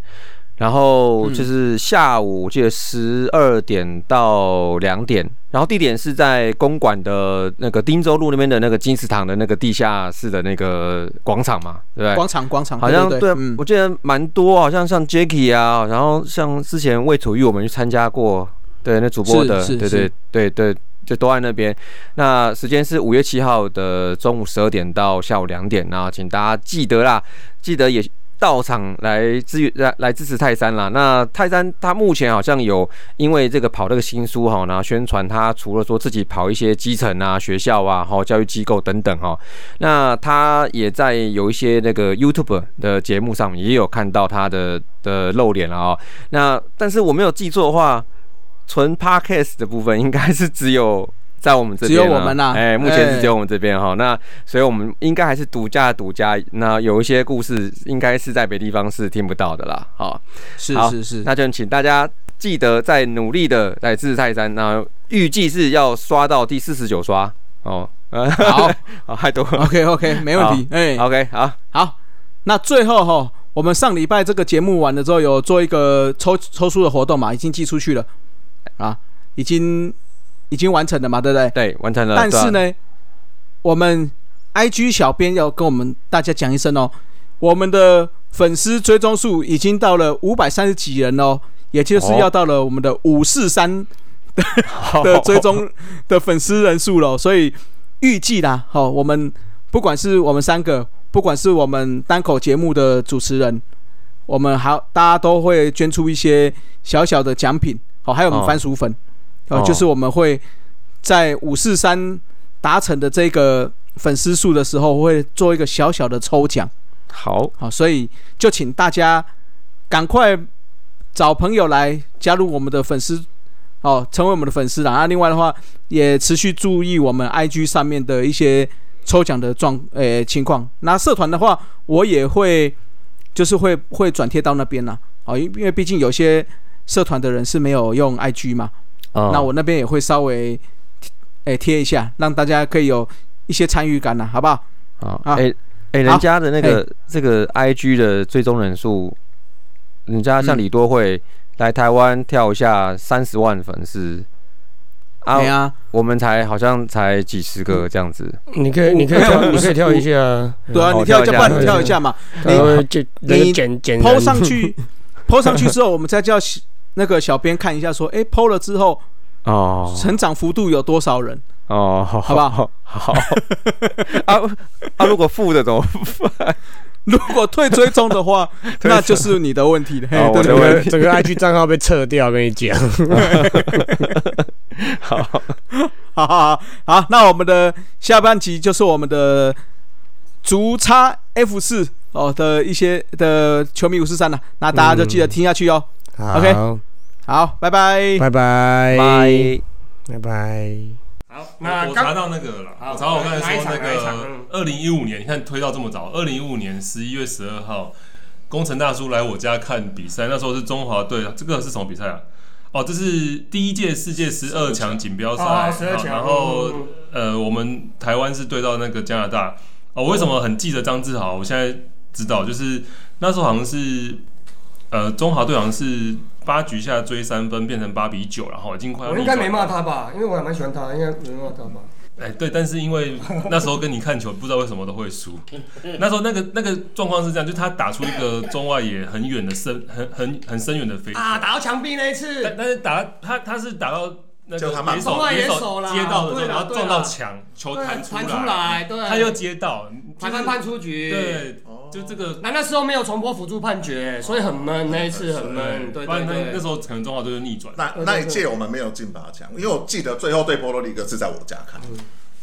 B: 然
A: 嗯
B: 后就是下午我记得十二点到两点，然后地点是在公馆的那个汀州路那边的那个金石堂的那个地下室的那个广场嘛，对不对？
A: 广场广场，
B: 好像
A: 对
B: 对啊
A: 对，嗯，
B: 我记得蛮多，好像像 Jacky 啊，然后像之前魏楚玉我们去参加过，对，那主播
A: 是
B: 的，
A: 是
B: 对
A: 是
B: 对对对，就都在那边。那时间是五月七号的中午十二点到下午两点，那请大家记得啦，记得也到场来支援来来支持泰山啦。那泰山他目前好像有因为这个跑这个新书哈，然后宣传他除了说自己跑一些基层啊、学校啊、哈教育机构等等哈，那他也在有一些那个 YouTube 的节目上面也有看到他的的露脸了哦。那但是我没有记错的话，纯 Podcast 的部分应该是只有。在我们这边啊、
A: 只有我们啊
B: 哎、目前是
A: 哎
B: 只有我们这边哈、那所以我们应该还是独家的独家，那有一些故事应该是在别地方是听不到的啦，好、
A: 是
B: 好
A: 是是，
B: 那就请大家记得再努力的来支持泰山，那预计是要刷到第四十九刷哦， 呃，
A: 好
B: 好，太多了。
A: ，OK OK，没问题， 哎，
B: OK，好，
A: 好，那最后哈，我们上礼拜这个节目完了之后，有做一个抽抽书的活动嘛，已经寄出去了啊，已经已经完成了嘛，对不对？
B: 对，完成了。
A: 但是
B: 呃对啊，
A: 呢，我们 IG 小编要跟我们大家讲一声哦，我们的粉丝追踪数已经到了五百三十几人哦，也就是要到了我们的五四三
B: 好
A: 的追 踪的粉丝人数了，所以预计啦，好、我们不管是我们三个，不管是我们单口节目的主持人，我们还大家都会捐出一些小小的奖品，好、还有我们
B: 哦
A: 番薯粉，
B: 哦
A: 哦，就是我们会在五四三达成的这个粉丝数的时候，会做一个小小的抽奖，
B: 好，
A: 好、所以就请大家赶快找朋友来加入我们的粉丝哦，成为我们的粉丝啦。那、另外的话，也持续注意我们 IG 上面的一些抽奖的状呃情况。那社团的话，我也会就是会会转贴到那边啦。哦，因因为毕竟有些社团的人是没有用 IG 嘛，
B: 嗯
A: 那我那边也会稍微诶贴一下，让大家可以有一些参与感啦，好不好？
B: 好，
A: 啊
B: 哎哎，
A: 好
B: 人家的那个这个 IG 的追踪人数，人家像
A: 嗯
B: 李多惠来台湾跳一下三十万粉丝啊
A: 对，啊，
B: 我们才好像才几十
A: 嗯
B: 个这样子，
D: 你可以，你可以 跳，你可以跳一下啊。
A: 对啊，
B: 好
A: 你跳一下，
B: 跳
A: 不
B: 一下
A: 然你跳一下嘛。
D: 他会就那个剪剪
A: 抛
D: 人
A: 上 去，抛上去之后，我们再叫小那个小编看一下，说，哎、抛了之后
B: 哦
A: 成长幅度有多少人？
B: 哦，好
A: 好不好？
B: 好 啊啊！如果负的怎么
A: 如果退追踪的 话，那就是你的问题了。嘿
B: 哦
A: 对
D: 整
A: 对
B: 我的
A: 对
B: 问
D: 个整个 IG 账号被撤掉，跟你 讲。
B: 好？
A: 好好好，好，那我们的下半集就是我们的足叉 F 四哦的一些的球迷五四三了，啊那大家就记得听下去哦。OK
D: 好，
A: 好，拜拜。
D: 拜拜，
B: 拜。
D: 拜拜。
E: 好，
C: 那
E: 我我
C: 刚
E: 查到那个了啦，
C: 好
E: 我查到我刚
C: 哪
E: 才
C: 一
E: 说
C: 场
E: 那
C: 哪一场嗯
E: 个二零一五年，你看推到这么早，二零一五年十一月十二号，工程大叔来我家看比赛，那时候是中华队，这个是什么比赛啊？哦，这是第一届世界十二强锦标赛，
C: 哦12
E: 好
C: 强
E: 然后
C: 嗯嗯
E: 呃，我们台湾是对到那个加拿大。哦，我为什么很记得张志豪？我现在知道，就是那时候好像是呃，中华队好像是八局下追三分变成八比九，然后已经快要
C: 我应该
E: 逆
C: 没
E: 转
C: 骂
E: 了
C: 他吧，因为我还蛮喜欢他，应该没骂他吧。
E: 哎，对，但是因为那时候跟你看球，不知道为什么都会输。那时候那个那个状况是这样，就他打出一个中外野很远的深很很很深远的飞球，
C: 啊，打到墙壁那一次，
E: 但但是打他他是打到那
F: 叫他
E: 个
F: 慢
E: 野
C: 中
E: 手
C: 外野手
E: 手
C: 啦
E: 接到的时
C: 对啦
E: 候，然后
C: 对
E: 撞到
C: 啦
E: 墙，球
C: 对
E: 弹
C: 传
E: 出
C: 出，来，对，
E: 他又接到，
C: 裁
E: 就是
C: 判判出局，。
E: 对，
F: 哦
E: 就这个
C: 那那时候没有重播辅助判决，所以很闷，那一次很闷，嗯对
E: 不然
C: 对
E: 那那
C: 对
E: 时。候可能中华队就逆转。
F: 那那一届我们没有进八强，因为我记得最后对波多黎各是在我家看，
C: 嗯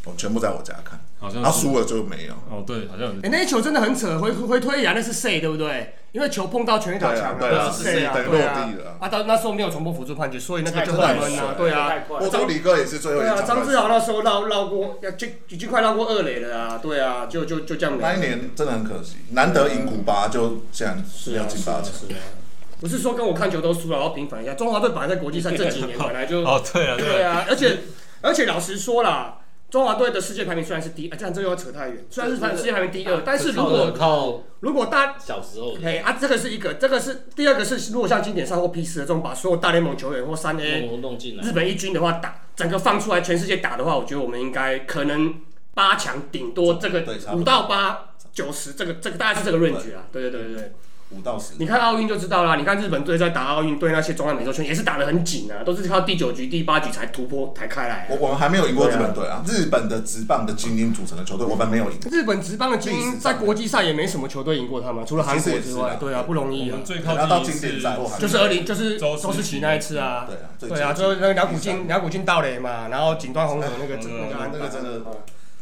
F: 我全部在我家看，
E: 好像
F: 然后
E: 是
F: 输了就没有。
E: 哦，对，好像有
C: 哎，那一球真的很扯，回回推演那是 C 对不对？因为球碰到全垒打墙
F: 对啊对啊
C: 是 C 啊，
F: 对
C: 对
F: 落地了
C: 啊，到那时候没有重播辅助判决，所以那个就很闷啊，对啊。
F: 波多黎各也是最后一
C: 对啊，
F: 场。
C: 张志豪那时候绕绕过，要就已经快绕过二垒了啊！对啊，就就就这样没了。
F: 那一年真的很可惜，难得赢古巴，就竟然
C: 是
F: 要
C: 啊，
F: 进
C: 是
F: 八
C: 啊，
F: 强。
C: 是啊。不是说跟我看球都输了，然后平反一下。中华队本来在国际赛这几年本来就
E: 哦，对啊，对
C: 对
E: 啊，
C: 啊，而且而且老实说啦，中华队的世界排名虽然是第一，啊，这样这又要扯太远。虽然是排世界排名第二，但是如
G: 靠
C: 果
G: 靠
C: 如果大
G: 小时候
C: 哎啊，这个是一个，这个是第二个是，如果像经典上或 P 四的这种把所有大联盟球员或三 A
G: 弄龙弄进来
C: 日，本一军的话打，整个放出来全世界打的话，我觉得我们应该可能八强顶多这个
F: 对差不多
C: 五到八九十，这个这个大概是这个 range 啊。对对对对，
F: 五到十，
C: 你看奥运就知道啦，你看日本队在打奥运对那些中南美洲圈也是打得很紧啊，都是靠第九局、第八局才突破才开来、啊
F: 我我们还没有赢过日本队啊，日本的职棒的精英组成的球队，我们没有赢。
C: 日本职棒的精英在国际赛也没什么球队赢过他们，除了韩国之外，对啊，不容易
E: 我
C: 啊
E: 们。最
F: 可能要到
E: 靠近
F: 经典
E: 是
F: 赛或韩
C: 就是二零，就是
E: 周
C: 周
E: 思
C: 思
E: 齐
C: 齐那一次啊，
F: 对啊最
C: 对啊，
F: 近
C: 最后那个鸟谷
F: 第
C: 进
F: 三
C: 鸟谷进盗垒嘛，然后锦端红河那个
E: 嗯
C: 那个安啊打
F: 哦那个真的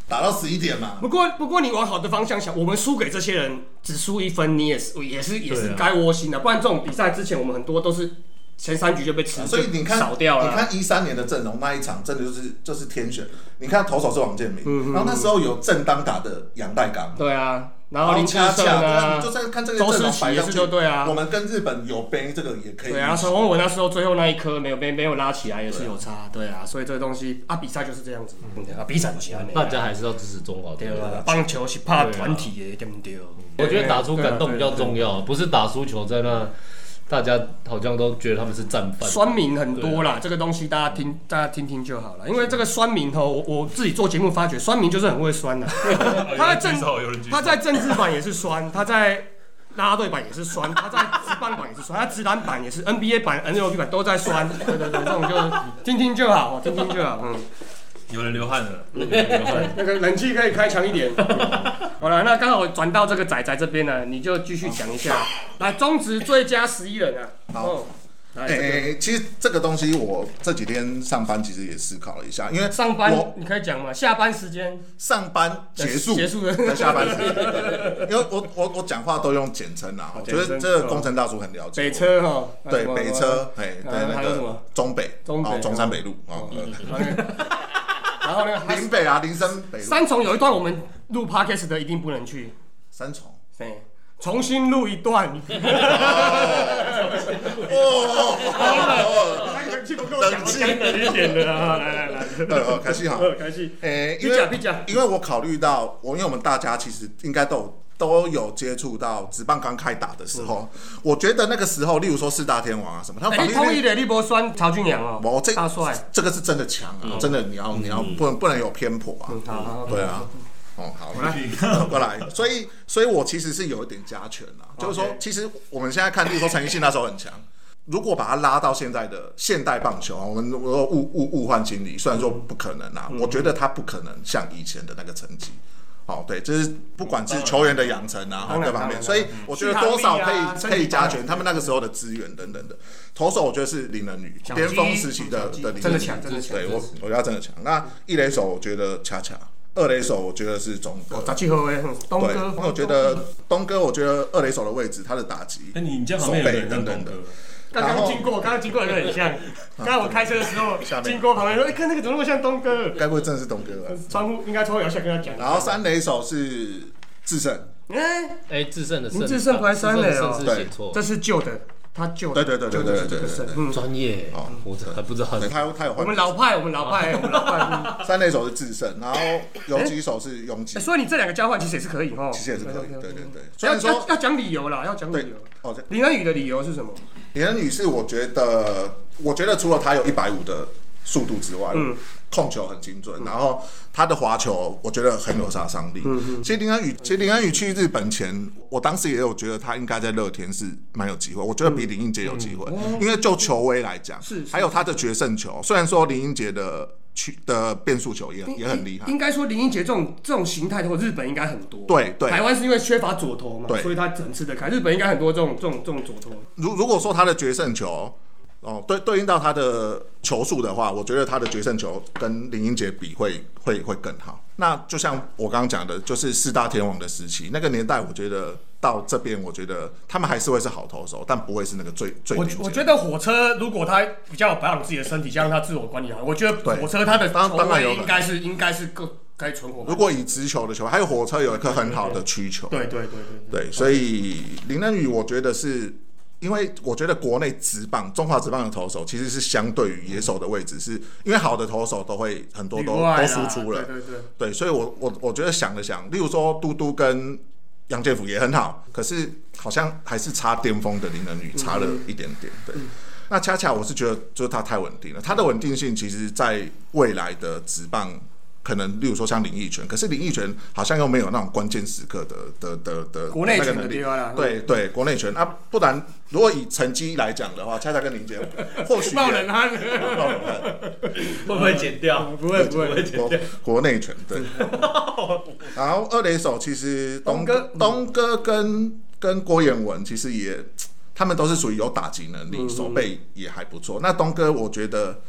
F: 打到十一点嘛，
C: 不过，不过你往好的方向想，我们输给这些人只输一分，你也是也是也是
E: 对啊
C: 该窝心的、不然这种比赛之前我们很多都是前三局就被吃，
F: 啊所以你看，
C: 少掉了。
F: 你看一三年的阵容那一场，真的就是就是天选。你看投手是王建民，然后那时候有正当打的杨代刚，
C: 嗯对啊，然后林志
F: 恰
C: 胜
F: 恰，
C: 啊
F: 你，就算看这个
C: 周
F: 阵
C: 思
F: 容
C: 齐
F: 摆
C: 也
F: 上
C: 是
F: 去，
C: 就对啊
F: 我，们跟日本有杯，这个也可以。
C: 对啊，陈文文那时候最后那一颗没有没没有拉起来也是有差，对啊，所以这个东西啊，比赛就是这样子，啊，比赛不行，
G: 大家还是要支持中华队
C: 对。啊，棒球是怕团体的，对不对？
G: 我觉得打出感动比较重要，不是打输球在那，大家好像都觉得他们是战犯。
C: 酸民很多啦，这个东西大家听，大家听听就好了。因为这个酸民吼，我我自己做节目发觉，酸民就是很会酸 的。他在政
E: 有人举手有人举手
C: 他在政治版也是酸，他在啦啦队版也是酸，他在职棒版也是酸，他直男版也是 NBA 版、NLB 版都在酸。对对对，这种就听听就好，听听就好。嗯，
E: 有人流汗了，有人流汗了。
C: 那个冷气可以开强一点。 好了，那刚好转到这个仔仔这边了，你就继续讲一下。来，中职最佳十一人啊。
F: 好
C: 哦，来
F: 哎、
C: 这个
F: 其实这个东西我这几天上班其实也思考了一下，因为
C: 上班
F: 我
C: 你可以讲嘛，下班时间
F: 上班结束
C: 结束了
F: 在下 班时间，因为我我我讲话都用简称啊啦，我觉
C: 哦简
F: 得
C: 称
F: 这个工程大叔很了解我。
C: 北车哈，
F: 对
C: 什么
F: 北车，哎，
C: 啊
F: 在那
C: 还有什么
F: 个中北，
C: 中北嗯
F: 哦中山北路哦，
C: 然后那个然后那个
F: 林北啊，林森北路，
C: 三重有一段我们录 podcast 的一定不能去，
F: 三重。
C: 对，重新录一段。
F: 哦哦哦
C: 气不够强，我讲冷一点的啊，来来来，
F: 哦，呃，开 心好。
C: 呃开始。
F: 诶，
C: 比
F: 因
C: 较
F: 为
C: 比较
F: 因为我考虑到，我因为我们大家其实应该都有都有接触到职棒刚开打的时候，我觉得那个时候，例如说四大天王啊什么，他
C: 嗯
F: 们
C: 哎
F: 防
C: 你同
F: 御
C: 意
F: 力，
C: 的，立波酸曹俊阳哦，
F: 我这
C: 大帅。嗯
F: 这个是真的强啊，真的你要你要不能不能有偏颇啊，
C: 好好，好
F: 对啊。哦，好，我 来，我来。所以，所以我其实是有一点加权啦，就是说，其实我们现在看，例如说陈奕迅那时候很强，如果把它拉到现在的现代棒球啊，我们如果物物物换经理，虽然说不可能
C: 嗯
F: 啊，我觉得他不可能像以前的那个成绩。哦，对，就是不管是球员的养成啊，
C: 当然
F: 各
C: 当
F: 方
C: 然
F: 面，所以我觉得多少
C: 啊
F: 可以可以加权，他们那个时候的资源等等的。投手我觉得是林人宇
C: 小鸡
F: 巅峰时期的的林人宇，
C: 真的强，真的强。
F: 对我，我觉得他真的强。那一垒手我觉得恰恰，二垒手我觉得是中哥。
C: 杂七合威，东
F: 对，
C: 哥，
F: 我觉得东哥，我觉得二垒手的位置，他的打击
E: 哎，你你家旁边有人在动歌，
C: 刚刚经过，刚刚经过的人很像。刚刚我开车的时候，经过旁边说，哎，看那个怎么那么像东哥？
F: 该不会真的是东哥吧？
C: 窗户应该窗户摇下跟他讲。
F: 然后，三垒手是智胜，
C: 哎，
G: 哎，智胜的胜，
C: 林智胜不还三垒哦
G: 智胜的胜是写错
C: 这，是旧的，他旧的，
F: 对对对对
C: 旧的
F: 对对对
C: 旧的
F: 对
C: 嗯，
G: 专业
F: 哦，
G: 我
F: 对
G: 还不知道。
F: 对，他他有
C: 哎我们
F: 换
C: 老派，我们老派，我们老派。
F: 三垒手是智胜，然后游击手是拥挤
C: 欸，所以你这两个交换其实也是可以哦。
F: 其实也是可以。对对对，虽
C: 要
F: 然
C: 要
F: 说
C: 要讲理由啦，要讲理
F: 对
C: 由。
F: 哦，这
C: 林恩宇的理由是什么？
F: 林恩宇是我觉得，我觉得除了他有一百五的速度之外，
C: 嗯
F: 控球很精准，然后他的滑球我觉得很有杀伤力。
C: 嗯
F: 其实林恩宇，其实林恩宇去日本前，我当时也有觉得他应该在乐天是蛮有机会，我觉得比林英杰有机会，因为就球威来讲，
C: 嗯哦是是
F: 还有他的决胜球，虽然说林英杰的去的变速球也也很厉害
C: 应，该说林英杰这种这种形态的话，日本应该很多。
F: 对对
C: 台湾是因为缺乏左投嘛，
F: 对
C: 所以他整吃得开。日本应该很多这种这种这种左投。
F: 如如果说他的决胜球，哦，对对应到他的球数的话，我觉得他的决胜球跟林英杰比会会会更好。那就像我刚刚讲的，就是四大天王的时期，那个年代，我觉得到这边，我觉得他们还是会是好投手，但不会是那个最最
C: 我
F: 顶尖的
C: 我觉得火车如果他比较有保养自己的身体，加上他自我管理好，我觉得
F: 对
C: 火车他的
F: 当
C: 球
F: 当然有
C: 位
F: 可能
C: 应该是应该是够该存活。
F: 如果以直球的球，还有火车有一颗很好的曲球，
C: 哦对对对对对。
F: 对，所以林恩宇我觉得是因为我觉得国内职棒、中华职棒的投手其实是相对于野手的位置，是因为好的投手都会很多都
C: 里外
F: 都
C: 啦
F: 输出了，
C: 对对对，
F: 对，所以我我我觉得想了想，例如说嘟嘟跟杨建福也很好，可是好像还是差巅峰的林人宇差了一点点。对，那恰恰我是觉得就是他太稳定了，他的稳定性其实在未来的职棒。可能，例如说像林奕泉，可是林奕泉好像又没有那种关键时刻的的的的
C: 国内
F: 那个
C: 拳
F: 能
C: 的
F: 力
C: 地方啦，
F: 对对，国内拳啊，不然如果以成绩来讲的话，恰恰跟林杰或 许也
C: 爆冷汗，
F: 爆 冷汗
G: 会不会剪掉？
C: 不会不会，
F: 国国内拳 对。然后二垒手其实
C: 东
F: 东
C: 哥
F: 东哥跟跟郭彦文其实也，他们都是属于有打击能力，手背也还不错。那东哥我觉得，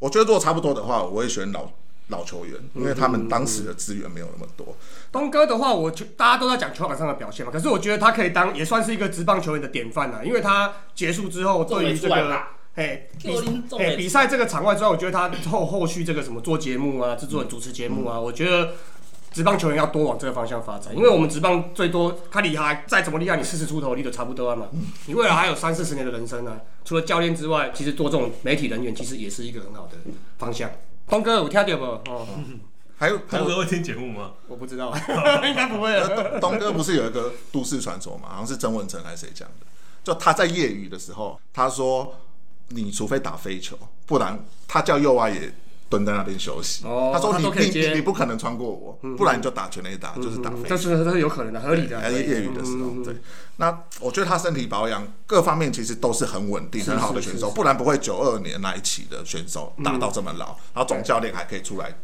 F: 我觉得如果差不多的话，我会选老老球员，因为他们当时的资源没有那么多。
C: 东哥的话，我就大家都在讲球场上的表现嘛，可是我觉得他可以当也算是一个职棒球员的典范啊了，因为他结束之后对于这
G: 重美出来
C: 个
G: 吧。
C: 哎，比
G: 就林重美
C: 哎比赛这个场外之外，我觉得他后后续这个什么做节目啊、制作主持节目
G: 嗯
C: 啊，我觉得职棒球员要多往这个方向发展，因为我们职棒最多他厉害，再怎么厉害，你四十出头你都差不多了啊
G: 嗯
C: 嘛。你未来还有三四十年的人生啊，除了教练之外，其实做这种媒体人员其实也是一个很好的方向。东哥，有听到不？哦，
F: 还有还
E: 东
F: 有
E: 哥会听节目吗？
C: 我不知道， 应该不会了。
F: 呃， 东哥不是有一个都市传说嘛？好像是曾文成还是谁讲的？就他在业余的时候，他说：“你除非打飞球，不然他叫右外野蹲在那边休息。
C: 哦
F: 他说
C: 他
F: 你：“
C: 都可以
F: 你
C: 接嗯
F: 你你不可能穿过我，不然你就打全垒打，就是打飞球。
C: 这嗯是嗯这是有可能的，合理的。
F: 还是业余的时候，对。那我觉得他身体保养各方面其实都是很稳定、很好的选手，不然不会九二年那一期的选手打到这么老，然后总教练还可以出来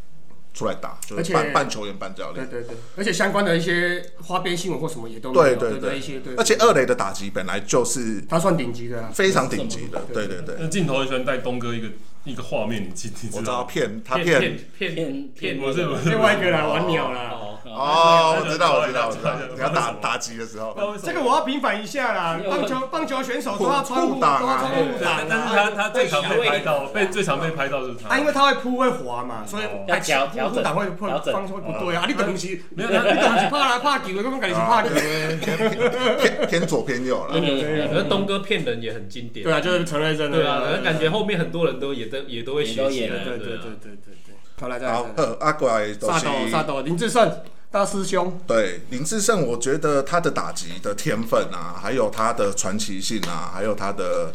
F: 出来打，就
C: 嗯而
F: 是
C: 且
F: 半半球员半教
C: 对
F: 练。
C: 对对，而且相关的一些花边新闻或什么也都没有
F: 对
C: 对
F: 对
C: 一些对，
F: 而且二垒的打击本来就是
C: 他算顶级的啊。
F: 非常顶级的，对对对。
E: 那镜头很喜欢带东哥一个一个画面，你记你
F: 我
E: 知
F: 知道
E: 道吗？
F: 骗他
G: 骗
F: 骗
G: 骗骗
E: 不是不 是
C: 另外一个啦，玩鸟啦，
G: 哦，好
F: 哦，
E: 那
F: 我
E: 个
F: 知道我
E: 那个
F: 知道我知道哦
E: 那个那，个
F: 你要
E: 那
F: 打
E: 个
F: 打击的时候，
C: 这个我要平反一下啦。
G: 没有
C: 棒球棒球选手都要穿护
F: 护
C: 都
F: 挡
C: 要
F: 啊
C: 穿护
E: 对
C: 挡
E: 但但是
C: 啊。
E: 他他最常被拍到，被最常被拍到就是
C: 啊，
E: 他
C: 因。为他会扑会滑嘛，所以
G: 要调调整
C: 护挡会会
G: 调整
C: 方式会不对啊。啊，你东西没
E: 没有
C: 有，
E: 他
C: 你东西怕来怕球的，根本感觉是怕球 的。
F: 偏偏左偏右
G: 对
F: 了。
G: 对对，可是东哥骗人也很经典。
C: 对啊，就是承认真的。
G: 对啊，可是感觉后面很多人都也都也都会学
C: 对
G: 习啊。
C: 对对对
G: 啊
C: 对对对。好，来再来
F: 好，
C: 再来。
F: 呃，阿怪都
C: 萨
F: 是
C: 斗萨斗林志胜大师兄，
F: 对林志胜，我觉得他的打击的天分啊，还有他的传奇性啊，还有他的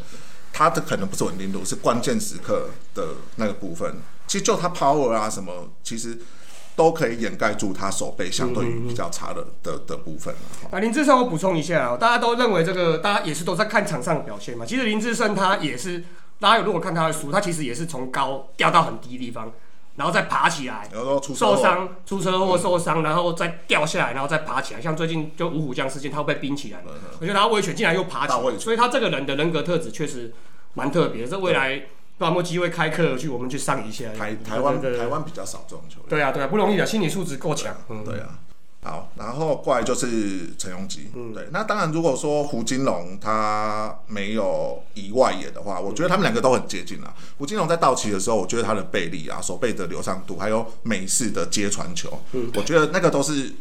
F: 他的可能不是稳定度，是关键时刻的那个部分。其实就他 power 啊什么，其实都可以掩盖住他手背相对于比较差的的的部分啊。
C: 啊，林志胜，我补充一下啊、大家都认为这个，大家也是都在看场上的表现嘛。其实林志胜他也是，大家有如果看他的书，他其实也是从高掉到很低的地方，然后再爬起来，
F: 然后出车祸
C: 受伤出车祸受伤，然后再掉下来，然后再爬起来。像最近就五虎将事件，他又被冰起
F: 呃
C: 来嘛，我觉得他威权竟然又爬起
F: 嗯大威
C: 来，
F: 权
C: 所以他这个人的人格特质确实蛮特别的。这未来不然有没有机会开课去我们去上一下
F: 台台湾
C: 对对对
F: 台湾比较少这种球员。
C: 对啊对啊，不容易啊，心理素质够强。嗯，
F: 对啊。好，然后过来就是陈永吉，对。那当然，如果说胡金龙他没有意外野的话，我觉得他们两个都很接近啊。胡金龙在道奇的时候，我觉得他的背力啊、手背的流畅度，还有美式的接传球，我觉得那个都是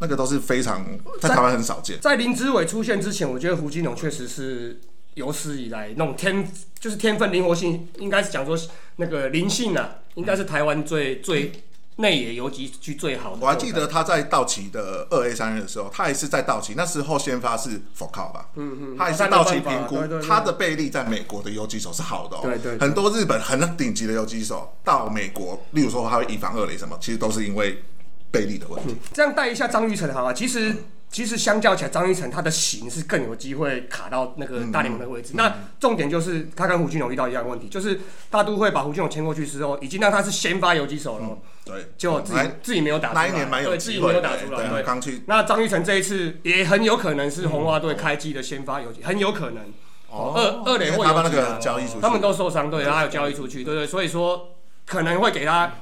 F: 那个都是非常在台湾很少见。
C: 在林志伟出现之前，我觉得胡金龙确实是有史以来那种天，就是天分灵活性，应该是讲说那个灵性啊，应该是台湾最最内野游击区最好的。
F: 我还记得他在道奇的二 A 三 A 的时候，他也是在道奇那时候先发是否靠吧，嗯嗯，他也是道奇评估
C: 对对对
F: 他的背力在美国的游击手是好的哦，
C: 对对对
F: 很多日本很顶级的游击手到美国，例如说他会以防二垒什么，其实都是因为背力的问题。
C: 这样带一下张玉成好了。其实
F: 嗯
C: 其实相较起来，张玉成他的型是更有机会卡到那个大联盟的
F: 嗯
C: 位置。那重点就是他跟胡金龙遇到一样的问题，就是大都会把胡金龙签过去之后，已经让他是先发游击手了，
F: 对，
C: 结果自己
F: 来
C: 自己没有打出来，
F: 嗯那一年蛮有
C: 对自己
F: 机
C: 没
F: 会
C: 有
F: 的，
C: 打出来，
F: 对，刚去
C: 那张玉成这一次也很有可能是红袜队开季的先发游击，很有可能。
F: 哦
C: 二二垒
F: 因为
C: 或
F: 他把
C: 游
F: 那
C: 击
F: 个
C: 啊
F: 交易出去，
C: 他们都受伤，对，然后有交易出去，对对，所以说可能会给他
F: 嗯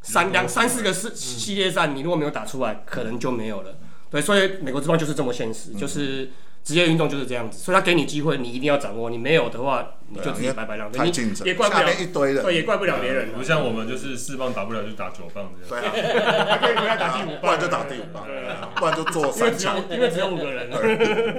C: 三两三四个系系列赛，你如果没有打出来，可能就没有了。对，所以美国之棒就是这么现实，就是。职业运动就是这样子，所以他给你机会，你一定要掌握，你没有的话，你就自己白白浪费，
F: 啊太
C: 你
F: 竞争，
C: 也怪不
F: 下
C: 了，
F: 面一堆人，
C: 对，也怪不了别 人啊。
E: 不像我们就是四棒打不了就打九棒这样。
F: 对啊，
C: 还可以回来打第五
F: 不
C: 棒，
F: 然就打第五棒
C: 对啊，
F: 不然就做
C: 因为
F: 三
C: 只
F: 强。
C: 有因为只有五个人。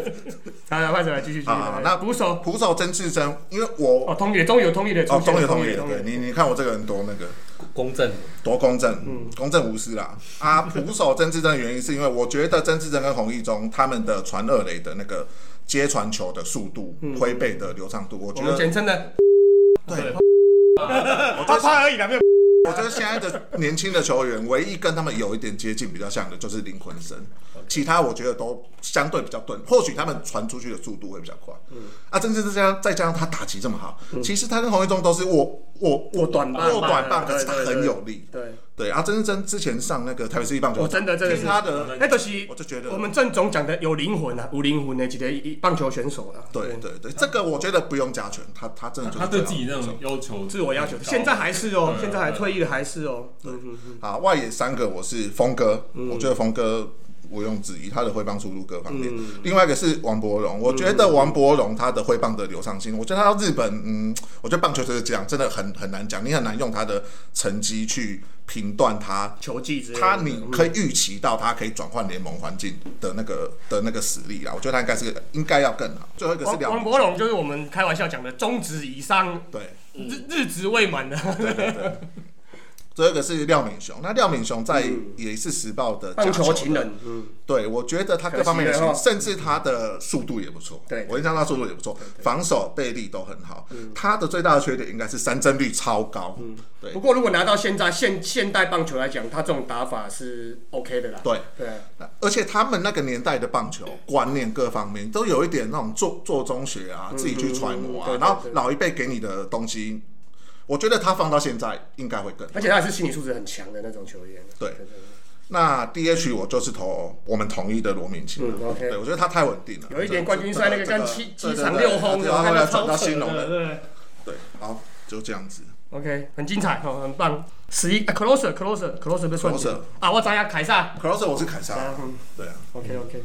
C: 好了，快手来继续继续。
F: 啊，那
C: 捕手
F: 捕手曾志珍，因为我
C: 哦，通野终于有通野的出
F: 哦，
C: 现，
F: 同意
C: 通
F: 同意，
C: 通
F: 对你你看我这个人多那个
H: 公正
F: 多公正，公正无私啦。啊，捕手曾志珍的原因是因为我觉得曾志珍跟洪一中他们的传二垒的那个接传球的速度、挥背的流畅度，
C: 嗯
F: 我
C: 我
F: 觉
C: 们
F: 得
C: 简称的
F: 对。我
C: 啪
F: 觉得
C: 啪而已啦，没有。
F: 我觉得现在的年轻的球员，唯一跟他们有一点接近比较像的就是林坤生，其他我觉得都相对比较钝，或许他们传出去的速度会比较快。
C: 嗯
F: 啊，甚至再加上再加上他打击这么好，其实他跟洪一中都是我我
C: 握嗯短棒
F: 握短棒，
C: 对
F: 可是他
C: 对对
F: 很有力。
C: 对，
F: 对啊，曾志珍之前上那个台北市立棒球
C: 我哦
F: 场，
C: 真的真的是
F: 听他的，
C: 那都是
F: 我就觉得
C: 我们郑总讲的有灵魂啊，无灵魂的几个一棒球选手啊。
F: 对对对，这个我觉得不用加权，他他真的就是
E: 他对
F: 这样
E: 自己那种要求，
C: 自我要求，现在还是哦，
E: 对
C: 现在还退役的还是哦。嗯嗯嗯，
F: 啊，外野三个我是峰哥，我觉得峰哥毋庸置疑，他的挥棒速度各方面。另外一个是王柏荣，我觉得王柏荣他的挥棒的流畅性，我觉得他到日本，嗯，我觉得棒球就是这样，真的很很难讲，你很难用他的成绩去评断他。
C: 球技之类的。
F: 他你可以预期到他可以转换联盟环境的那个的那个实力啦，我觉得他应该是应该要更好。最后一个是
C: 王
F: 廖
C: 王
F: 明，
C: 伯龙就是我们开玩笑讲的中职以上，
F: 对，
C: 日日职未满的。
F: 最后一个是廖敏雄。那廖敏雄在也是时报的
C: 嗯棒
F: 假
C: 球
F: 的
C: 情人，嗯，
F: 对，我觉得他各方面的
C: 可惜了
F: 球，
C: 哦
F: 甚至他的速度也不错。
C: 对嗯
F: 我印象他速度也不错，防守背力都很好。他的最大的缺点应该是三振率超高。对
C: 不过如果拿到现在现现代棒球来讲，他这种打法是 OK 的啦。
F: 对，
C: 对，
F: 而且他们那个年代的棒球观念各方面都有一点那种做做中学
C: 嗯
F: 啊，自己去揣摩
C: 对对，
F: 啊然后
C: 嗯对
F: 老一辈给你的东西，我觉得他放到现在应该会更好。
C: 而且他也是心理素质很强的那种球员。
F: 对那 DH 我就是投我们同意的罗明清啊。
C: 嗯，OK
F: 对，我觉得他太稳定了。
C: 有一点
F: 这
C: 冠军赛那个干七
F: 这个
C: 七场
F: 对对对
C: 六轰啊
F: 然
C: 的，我看
F: 后
C: 到
F: 来转
C: 超
F: 到
C: 扯
F: 新农
C: 的
F: 的。
C: 对
F: 对，好，就这样子。
C: ，OK，很精彩哦，很棒。十一啊，closer closer closer 被算
F: Closer
C: 啊，我找一下凯撒。
F: Cross 我是凯撒，
C: 嗯
F: 对啊，
C: ，OK OK，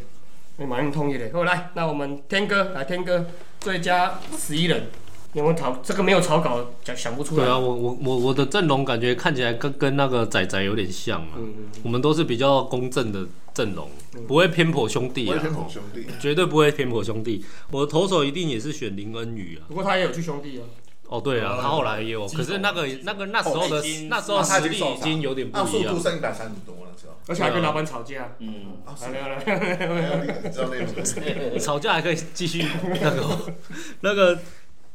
C: 你马上通一嘞。后来，那我们天哥来，天哥最佳十一人，有没有草？这个没有草稿，想想不出来。
H: 对啊，我我我我的阵容感觉看起来跟跟那个仔仔有点像啊，我们都是比较公正的阵容，不会偏颇兄弟
F: 我
H: 啊
F: 也，偏捧兄弟。
H: 绝对不会偏颇兄弟。我的投手一定也是选林恩宇啊。
C: 不过他也有去兄弟啊。
H: 哦，对啊，他后来也有，可是那个那个那时候
F: 哦
H: 的
F: 已经
H: 那时候
F: 他
H: 实
F: 已经
H: 力
F: 受
H: 已经有点不
F: 那啊速
H: 一样
F: 度。剩一百三十多了，知道？
C: 而且还跟老板吵架。嗯，来来来，
F: 知道 那种
H: 吵架还可以继续那个 那个，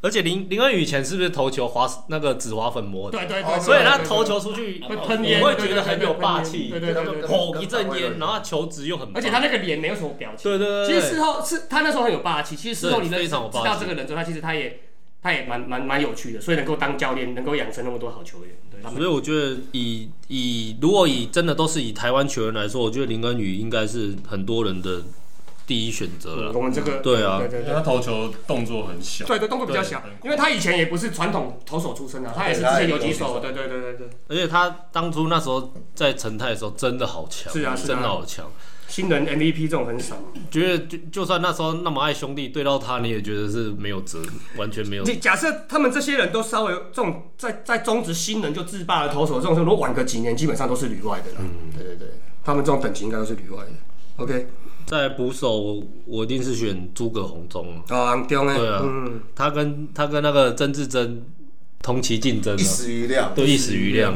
H: 而且林林恩宇以前是不是投球滑那个紫滑粉末的？
C: 对对
F: 哦
C: 对，
H: 所以他投球出去
C: 会喷
H: 你
C: 烟，
H: 会觉得很有霸
C: 对
H: 气，
C: 对对对对，
H: 吼一阵烟，然后球质又很棒，
C: 而且他那个脸没有什么表情。
H: 对对对，
C: 其实事后是他那时候很有霸气，其实事后你认识
H: 对非常有霸
C: 知
H: 气
C: 道这个人之后，他其实他也他也蛮蛮蛮有趣的，所以能够当教练，能够养成那么多好球员。对，他
H: 所
C: 们
H: 以我觉得以以如果以真的都是以台湾球员来说，我觉得林恩宇应该是很多人的第一选择了
C: 我。们这个
H: 对啊
C: 对对
E: 因
C: 对
E: 为他投球动作很小，
C: 对对动作比较小，因为他以前也不是传统投手出身啊，他也是之前游击手。对对对对对，
H: 而且他当初那时候在成泰的时候真的好强，
C: 是啊是啊
H: 真的好强。
C: 新人 MVP 这种很少。
H: 觉得就就算那时候那么爱兄弟，对到他你也觉得是没有辙，完全没有。
C: 你假设他们这些人都稍微这种在在中职新人就自霸的投手，这种如果晚个几年，基本上都是旅外的啦。
H: 嗯
C: 对对对，他们这种等级应该都是旅外的。OK，
H: 在捕手，我我一定是选诸葛红中了。
C: 啊，昂中哎，
H: 对啊
C: 嗯，
H: 他跟他跟那个曾志珍同期竞争
F: 一
H: 了，
F: 时余亮，
H: 啊对一时余亮。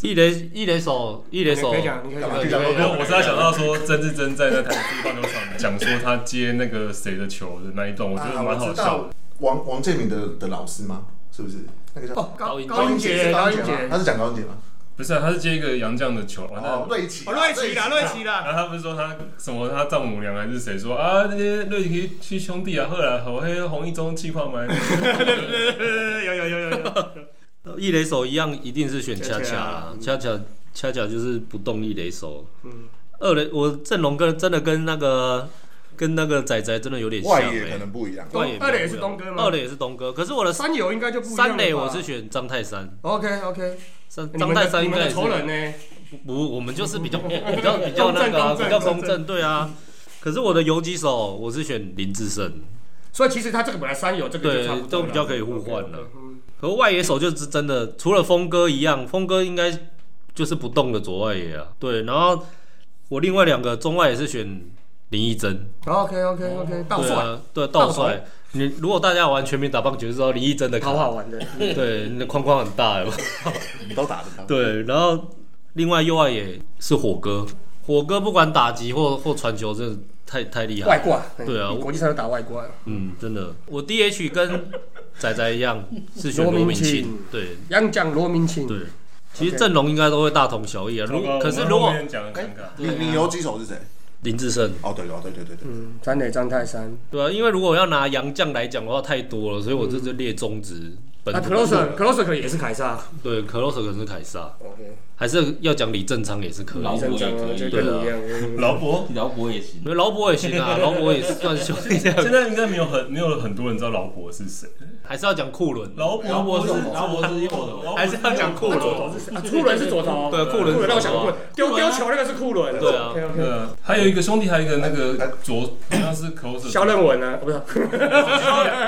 H: 一垒一垒手一垒
C: 嗯你
H: 手
C: 可以讲，你哦可以
F: 干嘛
C: 讲
F: 去。讲
E: 没有，我是在想到说曾志珍在那台北市棒球场讲说他接那个谁的球的那一段，我觉
F: 啊，
E: 得蛮
F: 我
E: 好
F: 知
E: 笑
F: 道
E: 的。
F: 王王建民的的老师吗？是不是？那个叫
C: 哦，高
H: 高音
C: 高英杰，
F: 是
C: 高
F: 高
C: 英
F: 英杰吗
C: 杰，
F: 他是讲高英杰吗？
E: 不是啊，他是接一个洋将的球，完蛋
F: 哦
E: 了，。
F: 瑞奇啊，
C: 哦，瑞奇啦，瑞奇啦，
E: 然后他不是说他什么他丈母娘还是谁说啊那些瑞奇去兄弟啊，后来我黑红一中气泡买，
C: 呃 有有有有有，
H: 一垒手一样一定是选恰
C: 恰恰
H: 恰啦，恰恰恰恰就是不动一垒手。
C: 嗯
H: 二垒我阵容跟真的跟那个跟那个仔仔真的有点像
F: 外野可
H: 欸。
F: 能不一样。
C: 东
H: 外野没有
C: 二垒也是
H: 不一样
C: 东哥吗
H: 二垒也是东哥，可是我的
C: 三友应该就不一样了吧
H: 三垒我是选张泰山，
C: OK OK，
H: 三
C: 你
H: 张
C: 们
H: 泰
C: 的
H: 山
C: 你
H: 应
C: 们
H: 该
C: 的
H: 也是
C: 仇人呢？
H: 不，我们就是比较比较比较那个啊、
C: 公正
H: 比较
C: 公正
H: 公正，对啊。可是我的游击手我是选林志胜，
C: 所以其实他这个本来三有这个就差不
H: 对，
C: 多
H: 都
C: 了
H: 比较可以互换了
C: OK，OK，。嗯
H: 可外野手就是真的，除了峰哥一样，峰哥应该就是不动的左外野啊。对，然后我另外两个中外也是选林义珍，
C: OK OK OK，倒
H: 对
C: 算
H: 啊，对，
C: 道
H: 道
C: 帅
H: 帅。你如果大家玩全民打棒球，就知道林义珍的
C: 好
H: 卡，
C: 好玩的。
H: 对，啊那框框很大 有没有
F: 你都打得到。
H: 对，然后另外右外野是火哥，火哥不管打击或或传球，真的太太厉害
C: 外
H: 了。
C: 挂，
H: 对啊
C: 嗯
H: 我
C: 国际上都打外挂。
H: 嗯，真的，我 DH 跟仔仔一 样是选罗
C: 罗
H: 明
C: 明
H: 庆
C: 庆，
H: 对
C: 杨将罗明清，
H: 对。其实
C: OK
H: 阵容应该都会大同小异啊，如
E: 糟糕
H: 可是
E: 我们
H: 如
E: 后
H: 果
E: 面讲的尴尬，
F: 你你游击手是谁？
H: 林志胜，
F: 哦，对哦，对对对对，
C: 嗯，张磊、张泰山，
H: 对啊，因为如果要拿洋将来讲的话，太多了，所以我这就列中职本
C: 那
H: 土
C: closer closer 可能也是凯撒。
H: 对 close 可能是凯撒，
C: OK，
H: 还是要讲李正昌也是可以。啊
I: 老
C: 张张啊，就跟你一样。嗯
E: 劳勃。
I: 劳勃也行，
H: 因为劳勃也行啊，劳勃也是算兄弟，
E: 现在应该没有很没有很多人知道劳勃是谁。
H: 还是要讲库伦。
E: 劳勃
I: 劳勃
E: 不
I: 是
E: 是
I: 劳勃是右的，
H: 还是要讲库
C: 那左
H: 伦。
C: 投是谁？啊，库伦是左投。
H: 对库伦
C: 库伦，那我想
H: 左
C: 库
H: 投
C: 伦丢丢球那个是库伦。
H: 啊对啊
C: OK OK。
E: 呃，还有一个兄弟，还有一个那个左好像是 close，
C: 肖任文呢？哦不是，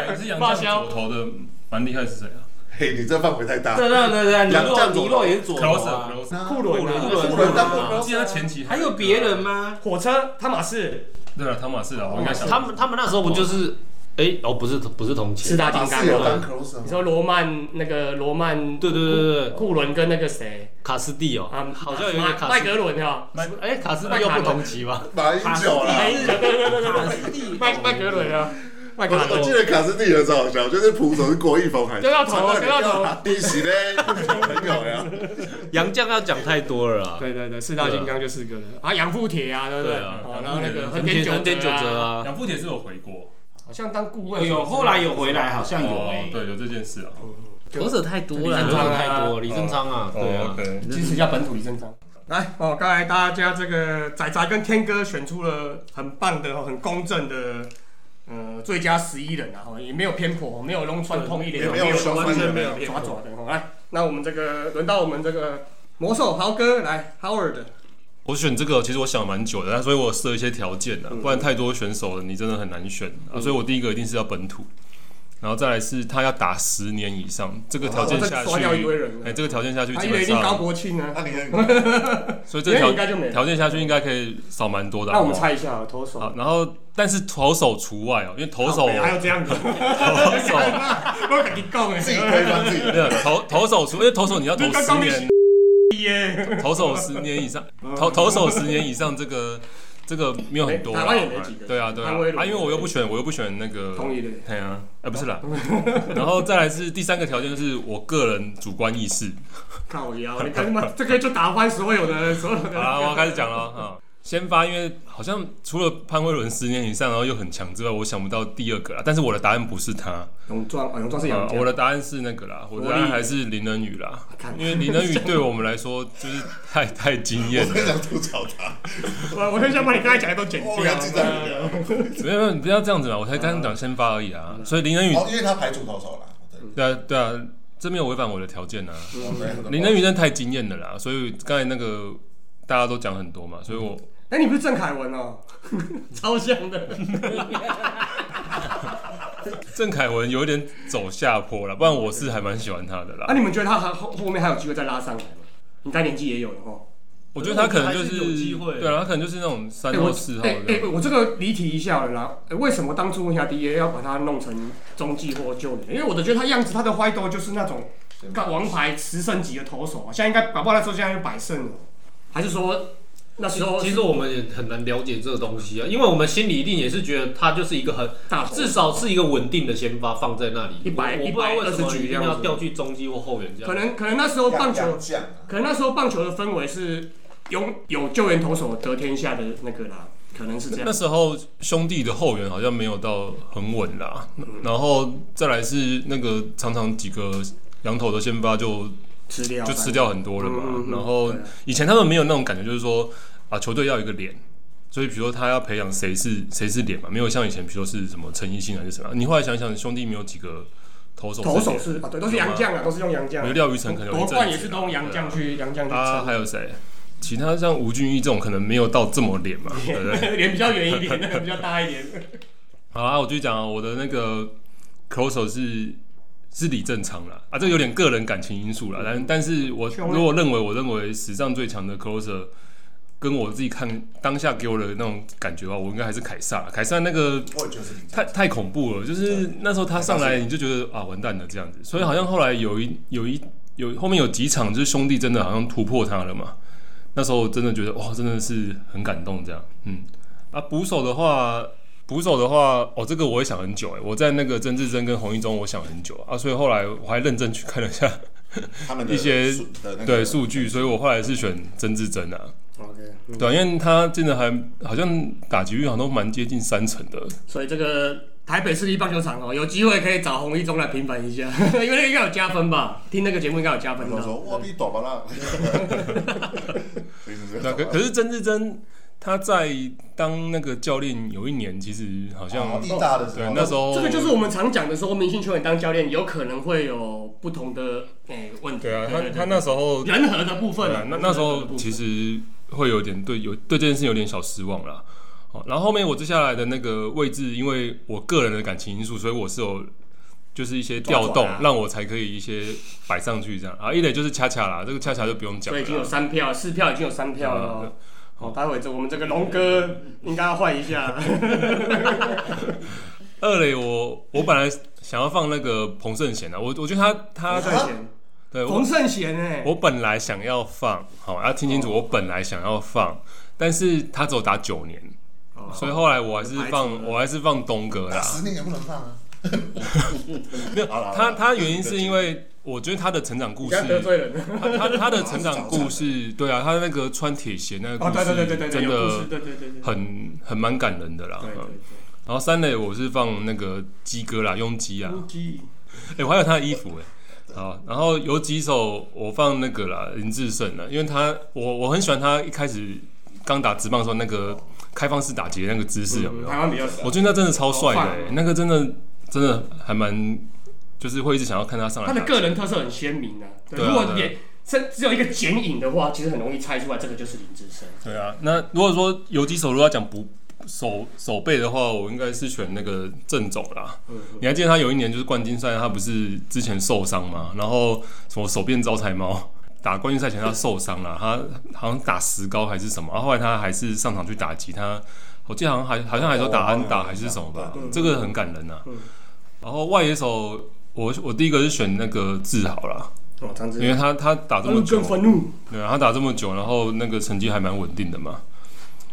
E: 也是杨将左投的，蛮厉害是谁啊
F: 嘿，你这范围太大。
I: 对对对对，
F: 洋将
I: 尼洛
F: 左
I: 尼洛也是左投啊，
E: ？close，close。
C: 库伦啊
I: 库伦
F: 库伦当
E: 我记得他前期
I: 还有别人吗？
C: 火车汤马士，
E: 对了，哦汤马士啊劳勃，我应该想
H: 他们他们那时候不就是，哎，哦，不是不是同
C: 四
H: 期，
C: 大
F: 打
C: 金
F: 是有当
C: 刚。
F: close
C: 你
F: 吗？
C: 说罗曼那个罗曼，
H: 对对对对对
C: 库伦跟那个谁
H: 卡斯蒂哦
C: 啊，，
H: 好像有点
C: 麦
H: 卡
C: 麦
H: 斯。
C: 格伦啊，
H: 哎，卡斯蒂又不同期吧？
F: 马英九啦。
C: 麦格对对对对对
I: 蒂
C: 麦麦格伦啊，麦格
F: 我
H: 哦
F: 我
C: 伦
F: 记。得卡斯蒂很好笑，就是捕手是郭一峰还是
C: 丢到头丢到头
F: 利息嘞，朋友呀，
H: 杨将要讲太多了啊。
C: 对对对，四大金刚就四个人啊，杨富铁啊，对不对？
H: 对啊
C: 哦然后那个横
H: 横
C: 田
H: 田
C: 九
H: 横田九折，啊，
E: 杨富铁是有回国，
C: 好像当顾
I: 有
C: 问
I: 有，后来有回来，好
H: 欸
I: 像有
E: 哦
C: 欸
I: 哎，，
E: 对，有这件事啊。
H: 投手太多
C: 了
H: 投手太多，李正昌啊，对
E: 哦
H: 啊，
E: ，OK，
C: 支持一下本土李正昌。来哦，刚才大家这个仔仔跟天哥选出了很棒的、很公正的，呃，最佳十一人啊，哦也没有偏颇，没有弄穿痛一点，
F: 也没有双
C: 完
F: 分
C: 全
F: 人
C: 没有抓抓的。哦来，那我们这个轮到我们这个魔兽豪哥来，Howard，
E: 我选这个，其实我想蛮久的，那所以我设一些条件
C: 嗯
E: 啊，不然太多选手了，你真的很难选啊。所以我第一个一定是要本土，然后再来是他要打十年以上，这个条件
C: 哦这
E: 下去
C: 刷掉一堆人，了
E: 哎，这个条件下去
C: 他
E: 基
C: 一
E: 本
C: 定高
E: 上，
C: 国庆呢
F: 那。你很
E: 所以这条
C: 应该就没了
E: 条件下去应该可以少蛮多的。
C: 那我们
E: 好不好
C: 猜一下啊，投手哎
E: 好，然后但是投手除外哦，因为投手
C: 还有这样子，
E: 投手
C: 我跟你讲
F: 自己
C: 诶，
F: 推翻自己，
E: 没有投投手除，因为投手你要投
C: 你刚
E: 十
C: 刚
E: 年，
C: 耶，
E: 投手十年 以上，
C: 哦
E: 投投手十年以上这个这个没有很多啦，
C: 哎台湾也没几个
E: 对啊对啊，
C: 安威罗
E: 啊因为我又不选我又不选那个
C: 同意的
E: 对啊，哎不是啦， 然后再来是第三个条件就是我个人主观意 识，
C: 靠腰，你看他妈这个就打翻所有的所有
E: 好
C: 的。
E: 啦，我要开始讲了哈。先发，因为好像除了潘威伦十年以上，然后又很强之外，我想不到第二个啦。但是我的答案不是他，
C: 泳装啊，泳装是
E: 啊
C: 洋，
E: 我
C: 将，
E: 的答案是那个啦，我的答案还是林能宇啦，
C: 看
E: 因为林能宇对我们来说就是太太惊艳
F: 我
E: 了。
F: 很想吐槽他，
C: 我我很想把你刚才讲的都剪掉。
F: 我要紧张一点。
E: 没有没有，你不要这样子啦，我才刚讲先发而已啊。所以林能宇，
F: 哦，因为他排除投手啦，对
E: 对啊对啊，这没有违反我的条件啊。
F: ，OK，
E: 林能宇真的太惊艳了啦，所以刚才那个大家都讲很多嘛，所以我
C: 哎，你不是郑凯文哦， 超像的。
E: 郑凯文有一点走下坡了，不然我是还蛮喜欢他的
C: 那
E: 啦。
C: 啊你们觉得他还后后面还有机会再拉上来吗？你该年纪也有了哦。
E: 我觉得他可能就
I: 还是有机会
E: 对啊，他可能就是那种三
C: 哎，
E: 号
C: 我
E: 四号
C: 哎哎，
E: 的。
C: 我这个离题一下了啦。哎为什么当初问下 DA 要把他弄成中继或救援？因为我的觉得他样子，他的歪斗就是那种干王牌十胜级的投手啊，现在应该搞不好那时候现在就百胜了，还是说那时候
H: 其实我们也很难了解这个东西啊，因为我们心里一定也是觉得他就是一个很
C: 大啊投
H: 至少是一个稳定的先发放在那里。
C: 100
H: 我我不知道为什
C: 120
H: 么一
C: 局这
H: 定
C: 样子
H: 要调去中继或后援这
C: 可
H: 样。
C: 能可能那时候棒球
F: 洋将啊，
C: 可能那时候棒球的氛围是有有救援投手得天下的那个啦，可能是这
E: 那
C: 样。
E: 时候兄弟的后援好像没有到很稳啦，
C: 嗯
E: 然后再来是那个常常几个羊头的先发就
C: 吃掉
E: 就吃掉很多了嘛。
C: 嗯嗯嗯
E: 然后
C: 对啊
E: 以前他们没有那种感觉，就是说啊，球队要有一个脸，所以比如说他要培养谁是谁是脸嘛，没有像以前比如说是什么陈奕迅还是什么。你后来想想，兄弟没有几个投手
C: 投手
E: 脸
C: 是啊，对，都是洋将啊，都是用洋
E: 有
C: 将
E: 吗。廖宇成可能有一
C: 夺
E: 阵子啊
C: 冠也是都用洋将去洋将去
E: 啊，还
C: 撑。
E: 有谁？其他像吴俊义这种可能没有到这么脸 嘛，对不对？
C: 脸比较圆一点，那个比较大一点。
E: 好啦，我就讲啊我的那个 closer 是是李正昌啦，啊，这个有点个人感情因素啦，但但是我
C: 权威
E: 如果认为我认为史上最强的 closer，跟我自己看当下给我的那种感觉的话，我应该还是凯撒，凯撒那个
F: 我也觉得是林
E: 太太恐怖了，就是那时候他上来你就觉得啊完蛋了这样子，所以好像后来有一有一有后面有几场就是兄弟真的好像突破他了嘛，那时候真的觉得哇真的是很感动这样，嗯啊捕手的话捕手的话哦这个我也想很久哎，我在那个曾志珍跟洪一中我想很久啊，所以后来我还认真去看了一下
F: 他们的
E: 一些
F: 数的那个
E: 对数据，所以我后来是选曾志珍啊，
C: OK，
E: 对啊，因为他真的还好像打击率好像都蛮接近三成的，
C: 所以这个台北市立棒球场哦，有机会可以找洪一中来平反一下， 因为那个应该有加分吧？听那个节目应该有加分
F: 我
C: 的。
F: 说我比短 吧啦， 所以是这
E: 那
F: 样
E: 可可是曾志珍他在当那个教练有一年，其实好像、
F: 哦义大的时
E: 对
F: 候，
E: 那时候
C: 这个就是我们常讲的说，明星球员当教练有可能会有不同的诶、问题。
E: 对啊，
C: 对
E: 他他那时候
C: 人和的部分
E: 对啊
C: 啊，
E: 那那时
C: 人和的
E: 候
C: 部分
E: 其实会有点对有对这件事有点小失望啦。哦，然后后面我接下来的那个位置，因为我个人的感情因素，所以我是有就是一些调
F: 抓
E: 动
F: 转啊，
E: 让我才可以一些摆上去这样啊。一垒就是恰恰啦，这个恰恰就不用讲
C: 所
E: 啊了
C: 以已经有
E: 啦。
C: 三票，四票已经有三票了哦。好，待会这我们这个龙哥应该要换一下。
E: 二垒我我本来想要放那个彭圣贤啊，我我觉得他他
C: 圣贤，
E: 对我
C: 冯啊圣贤哎，
E: 我本来想要放，好，要听清楚，我本来想要放，但是他只有打九年，
C: 哦
E: 所以后来我还是
C: 排除
E: 放，
C: 了
E: 我还是放东哥啦
F: 打。十年也不能放啊。
E: 没有
F: 好啦
E: 他他原因是因为我觉得他的成长故
C: 不要得
E: 事，
C: 罪人。
E: 他他他的成长 故事，对啊，他那个穿铁鞋那个
C: 哦，
E: 故
C: 对对对对对
E: 事，
C: 对，
E: 真
C: 有故事，
E: 的
C: 对对对对，
E: 很很蛮感人的啦。
C: 对对
E: 嗯
C: 对，
E: 然后三垒我是放那个鸡哥啦，庸鸡啊，
C: 乌鸡
E: 哎、我还有他的衣服哎、好，然后有几首我放那个啦，林志胜啊啦，因为他我我很喜欢他一开始刚打直棒的时候那个开放式打劫那个姿势有没有？
C: 台湾比较少。
E: 啊我觉得那真的超帅的、
C: 嗯好棒
E: 欸
C: 哦，
E: 那个真的真的还蛮，就是会一直想要看他上来
C: 他
E: 打。
C: 的个人特色很鲜明啊。对，
E: 啊对啊
C: 如果
E: 对啊
C: 也甚只有一个剪影的话，其实很容易猜出来这个就是林志胜。
E: 对啊，那如果说有几首如果要讲不手手背的话，我应该是选那个郑总啦。你还记得他有一年就是冠军赛，他不是之前受伤吗？然后什么手变招财猫，打冠军赛前他受伤了，他好像打石膏还是什么，然后后来他还是上场去打击他，我记得好像还好像还说打安打还是什么吧，这个很感人呐、然后外野手，我我第一个是选那个志豪啦，
C: 哦，张
E: 因为他他打这
C: 愤
E: 么
C: 怒
E: 久
C: 更，愤怒，
E: 对啊，他打这么久，然后那个成绩还蛮稳定的嘛。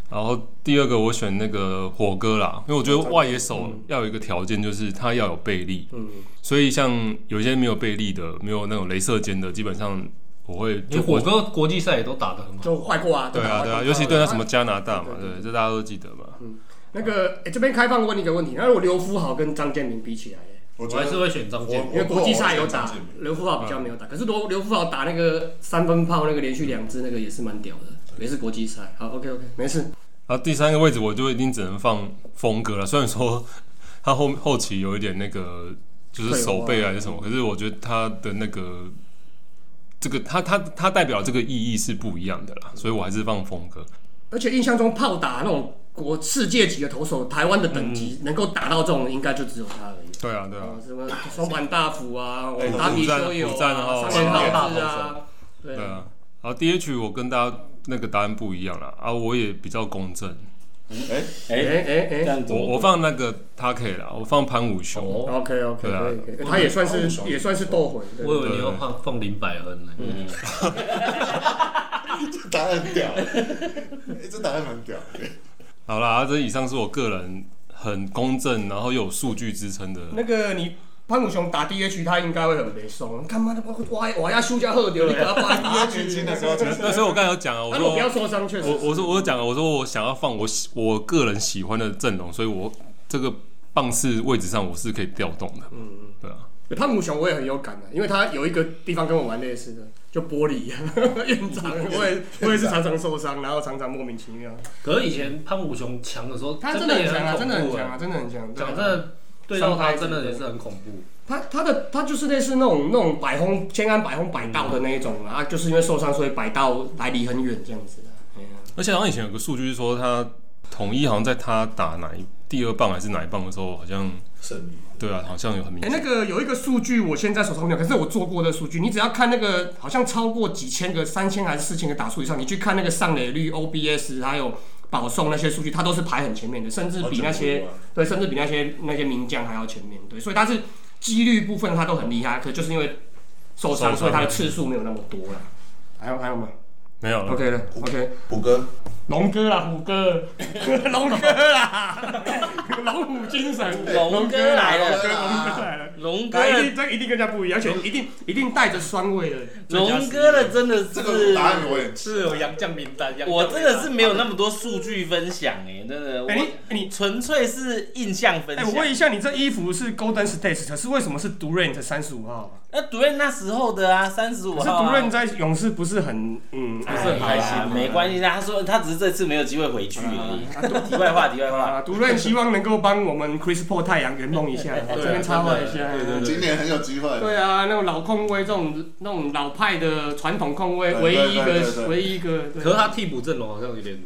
E: 然后第二个我选那个火哥啦，因为我觉得外野手要有一个条件，就是他要有背力。嗯，所以像有些没有背力的，没有那种镭射尖的，基本上我会
G: 因为
E: 就
G: 火
E: 我
G: 哥国际赛也都打得很好，
C: 就坏过啊。
E: 对啊
C: 吧
E: 对
C: 坏
E: 啊，
C: 过
E: 尤其对他什么加拿大嘛，对，嗯这大家都记得嘛。
C: 那个，哎，这边开放问一个问题，那如果刘夫好跟张建民比起来，
F: 我
G: 我
F: 觉
G: 还是
F: 得
G: 会选张健。
C: 因为哦国际赛有打
F: 我我我
C: 刘富豪比较没有打，可是刘刘富豪打那个三分炮那个连续两支那个也是蛮屌的，也是国际赛。好，OK OK，没事。
E: 然后啊第三个位置我就一定只能放峰哥了，虽然说他后后期有一点那个就是手背啊还是什么，可是我觉得他的那个这个他他他代表这个意义是不一样的啦，所以我还是放峰哥。
C: 而且印象中炮打那种国世界级的投手，台湾的等级能够打到这种，应该就只有他而已。
E: 对啊，对啊，
C: 哦，什么双板大斧啊，
E: 哎
C: 达比修友
E: 虎战哦
C: 啊，三连
G: 哇
C: 大字啊，对
E: 对
C: 啊，
E: 啊。然后 DH 我跟大家那个答案不一样啦，啊，我也比较公正，
F: 哎，
C: 哎
J: 哎，这
C: 哎哎
H: 啊
J: 样子
E: 我我放那个 t a k 啦，我放潘武雄。
C: ，OK OK，
E: 对啊
C: 可以可以，他也算是也算是斗魂，对嗯
G: 我以为你要放放林百恩呢。
F: 答案很屌， 哎，这答案蛮屌。
E: 好啦，啊这以上是我个人很公正，然后又有数据支撑的
C: 那个你潘武雄打 DH，他应该会很悲松。他妈的，我我我要休假喝掉，你给他放 DH。
F: 的时候就是
E: 那所以我刚才有讲啊，我
C: 他啊
E: 说
C: 说不要受伤，确实
E: 我我说我有讲了，我说我想要放我喜我个人喜欢的阵容，所以我这个棒次位置上我是可以调动的。嗯，对啊，
C: 潘武雄我也很有感的，啊因为他有一个地方跟我玩类似的，就玻璃 院长，我也我也是常常受伤，然后常常莫名其妙。
G: 可是以前潘武雄强的时候，
C: 他
G: 真
C: 的
G: 也
C: 很强啊，
G: 很
C: 真的
G: 恐
C: 很
G: 怖
C: 强啊，
G: 哎。
C: 真的很强。对啊
G: 讲真的，对到他真的也是很恐怖。
C: 他他的他就是类似那种那种百轰千安百轰百道的那一种啊，就是因为受伤所以百道来离很远这样子的。哎呀
E: 而且好像以前有个数据是说，他统一好像在他打哪一第二棒还是哪一棒的时候，好像
J: 胜利。
E: 对啊，好像有很明
C: 哎、
E: 显。
C: 那个有一个数据，我现在手上没有，可是我做过的数据，你只要看那个好像超过几千个、三千还是四千个打数以上，你去看那个上垒率、OBS 还有保送那些数据，它都是排很前哦面的，甚至比那些对，甚至比那些那些名将还要前面对，所以它是几率部分它都很厉害，可就是因为受
E: 受
C: 伤，
E: 伤
C: 所以它的次数没有那么多啊嗯了。还有还有吗
E: 没有了。
C: ？OK 了，OK，
F: 虎哥，
C: 龙哥啦，虎哥， 龙哥啦，龙虎精神，
G: 龙哥来
F: 虎
G: 了，
F: 哥啊，
G: 龙哥
C: 他，一定这一定跟人家不一样，而且一定一定带着酸味的。
G: 龙哥的真的
F: 这个
G: 是
F: 答案我也
J: 是有杨将名单，
G: 我真的是没有那么多数据分享哎、真的，
C: 哎、
G: 我
C: 你你
G: 纯粹是印象分
C: 哎、
G: 享。
C: 我问一下，你这衣服是 Golden State，可是为什么是 Durant 三十五号？
G: 那独任那时候的啊，三十五
C: 可是
G: 号、啊，
C: Durant 在勇士不是很嗯，不
G: 不是很开心，没关系的。他说他只是这次没有机会回去而已。题外话，题外话，
C: 啊。Durant 希望能够帮我们 Chris Paul 太阳圆梦一下，这边插话一下。
F: 今年很有机会。
C: 对啊，那种老控卫，这种那种老派的传统控卫，
F: 对
C: 唯一一
F: 对对对
C: 个，
F: 对
C: 唯一一个。对
G: 可是
J: 他替补阵容好像有点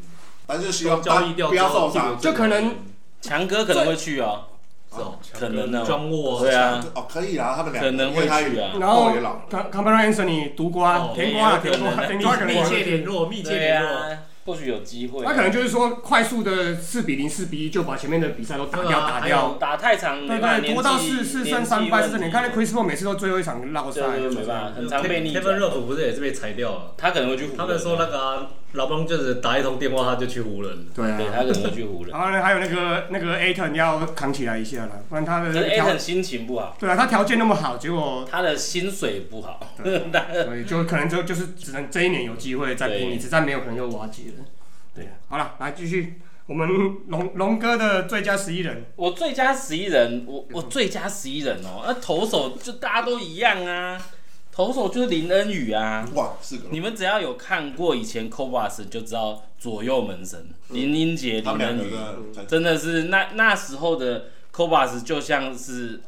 F: 反正就希望
J: 交易掉
F: 不
J: 之
F: 要
J: 后，
F: 受伤。
C: 就可能
G: 强哥可能会去哦，
J: 哦，
G: 可能哦
J: 庄沃
G: 对啊，
F: 哦，可以啦，他们两个
G: 可能
F: 因为
G: 会
F: 他
G: 去
F: 也
G: 啊。
C: 然后
F: 也老了
C: c a m p a r a Anthony 毒瓜
J: 哦，
C: 甜瓜，
G: 也
C: 甜
G: 有可
C: 瓜，
G: 能
C: 甜瓜可能
J: 密
C: 往
J: 切联络，密切
G: 啊对
J: 联络，
G: 啊，或许有机会。
C: 他可能就是说，快速的四比零、四比一就把前面的比赛都打
J: 对
C: 掉，
J: 啊
C: 打
J: 还有
C: 掉。
G: 打太长，
C: 对
G: 没办法
C: 对，多到四四胜三败，是你看那 Chris Paul 每次都最后一场绕赛，
G: 对对对没办法很常被逆转
J: Kevin Love 不是也是被裁掉了？
G: 他可能会去湖人。
J: 他们说那个啊老帮就是打一通电话他就去湖人，
C: 对
G: 对
C: 啊。
G: 他可能会 去湖人。
C: 然后呢，还有那个那个 Aton 要扛起来一下了，不然他
G: 可是
C: 的
G: A
C: 条
G: 很心情不好，
C: 对啊，他条件那么好，结果
G: 他的薪水不好，
C: 对
G: 他
C: 所以就可能就就是只能这一年有机会再拼一次，再没有可能又瓦解了。对啊，好了，来继续我们龙龙哥的最佳十一人，
G: 我最佳十一人，我我最佳十一人哦，那投手就大家都一样啊，投手就是林恩宇啊。
F: 哇，四个
G: 你们只要有看过以前 Cobas 就知道左右门神林英杰、
F: 嗯他
G: 林
F: 们两
G: 恩
F: 个真的
G: 宇，真的是那那时候的 Cobas 就像是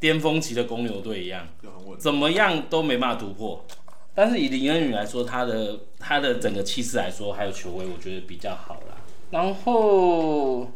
G: 巅峰期的公牛队一样，
F: 有很稳。
G: 怎么样都没办法突破。但是以林恩宇来说，他的他的整个气势来说，还有球威，我觉得比较好啦。然后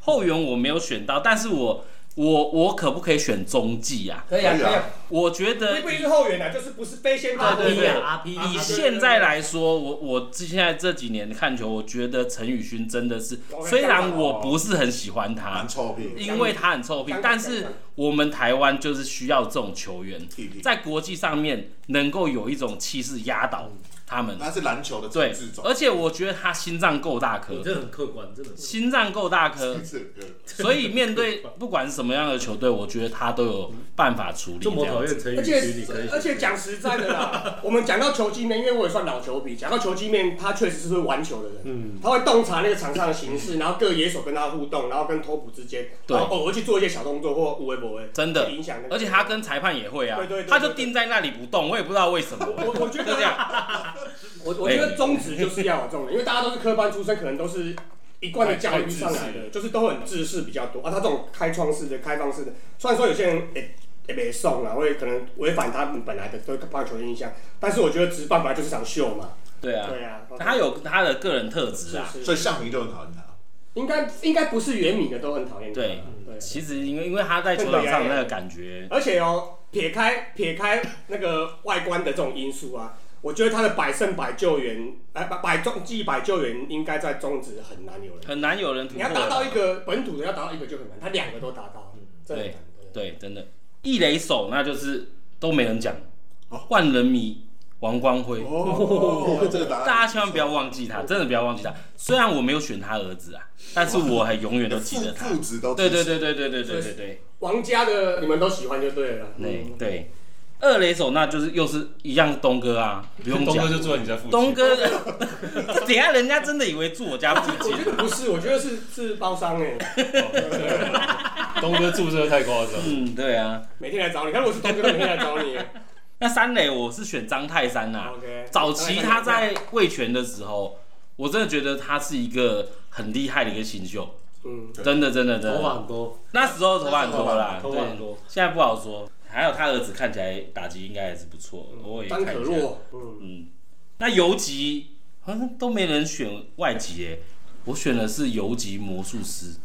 G: 后援我没有选到，但是我我我可不可以选中继啊？
C: 可
F: 以啊可以啊，
G: 我觉得
C: 定是后援啊，就是不是非先发
G: 呃对对对
J: ，RP
G: 以现在来说，我我现在这几年看球，我觉得陈宇勋真的是，虽然我不是很喜欢他
F: 蛮，臭屁，
G: 因为他很臭屁，但是我们台湾就是需要这种球员，
F: 屁屁，
G: 在国际上面能够有一种气势压倒他们。
F: 那是篮球的
G: 对呃
F: 自制，种，
G: 而且我觉得他心脏够大颗
J: 你，这很客观，真的是。
G: 心脏够大颗，
F: 是
G: 所以面嗯 对不管什么样的球队，我觉得他都有办法处理。
J: 这
G: 这
J: 么讨
G: 样
J: 厌陈宇
C: 而
J: 勋，你
C: 且
J: 可以
C: 而且讲实在的 啦，我们讲到球技面，因为我也算老球迷，讲到球技面，他确实是会玩球的人，
G: 嗯
C: 他会洞察那个场上的形势，然后各野手跟他互动，然后跟托普之间，
G: 对
C: 然后偶尔去做一些小动作或无为不为，
G: 真的
C: 哎去影响那个。
G: 而且他跟裁判也会啊
C: 对对对，对
G: 他就定在那里不动，我也不知道为什么。
C: 我我觉
G: 就
C: 得啊
G: 这样，
C: 我我
G: 哎
C: 觉得宗旨就是要有这种 人，因为大家都是科班出身，可能都是一贯的教育上来的，就是都很自视比较多啊。他这种开创式的、开放式的，虽然说有些人也也没送啊，会可能违反他们本来的对棒球的印象，但是我觉得职棒本来就是场秀嘛，
G: 对啊，
C: 对啊，
G: 他有他的个人特质啊。
C: 是
F: 所
C: 是
F: 以象迷就很讨厌他，
C: 应该应该不是原米的都很讨厌他，
G: 对
C: 对，
G: 其实因为因为他在球场上那个感觉，
C: 而且哦，撇开撇开那个外观的这种因素啊，我觉得他的百胜百救援，哎、百百中计百救援，应该在中职很难有人。
G: 很难有人突
C: 你要啊达到
G: 破。
C: 一个本土的，要达到一个就很难，他两个都达到，这很难的。
G: 嗯对，真的，一垒手那就是都没人讲
F: 哦，
G: 万人迷王光辉，
C: 哦
F: 哦，这个答案，
G: 大家千万不要忘记他，真的不要忘记他。虽然我没有选他儿子啊，但是我还永远都记得他
C: 哦
F: 父。父子都
G: 对对对对对对对对对。
C: 王家的你们都喜欢就对了。嗯
G: 对对，二垒手那就是又是一样东哥啊，不用
E: 东
G: 讲
E: 哥，就坐在你家附近。
G: 东哥， 等一下人家真的以为住我家附
C: 我
G: 近
C: 觉，得不是，我觉得是是包商 哎，
E: 东哥住这太夸张。
G: 嗯，对啊。
C: 每天来找你，看我是东哥，每天来找 你。
G: 那三垒我是选张泰山呐、
C: OK，
G: 早期他在卫权的时候，我真的觉得他是一个很厉害的一个新秀，
C: 嗯，
G: 真的真的真
J: 头发
G: 的，
J: 很多，
G: 那时候头发很多啦，
J: 头发很
G: 对，
J: 多，
G: 现在不好说。还有他儿子看起来打击应该还是不错，
J: 嗯
G: 我也看
C: 丹
G: 一
C: 可
G: 下。
C: 洛，嗯，
G: 嗯，那游击好像都没人选外籍诶，我选的是游击魔术师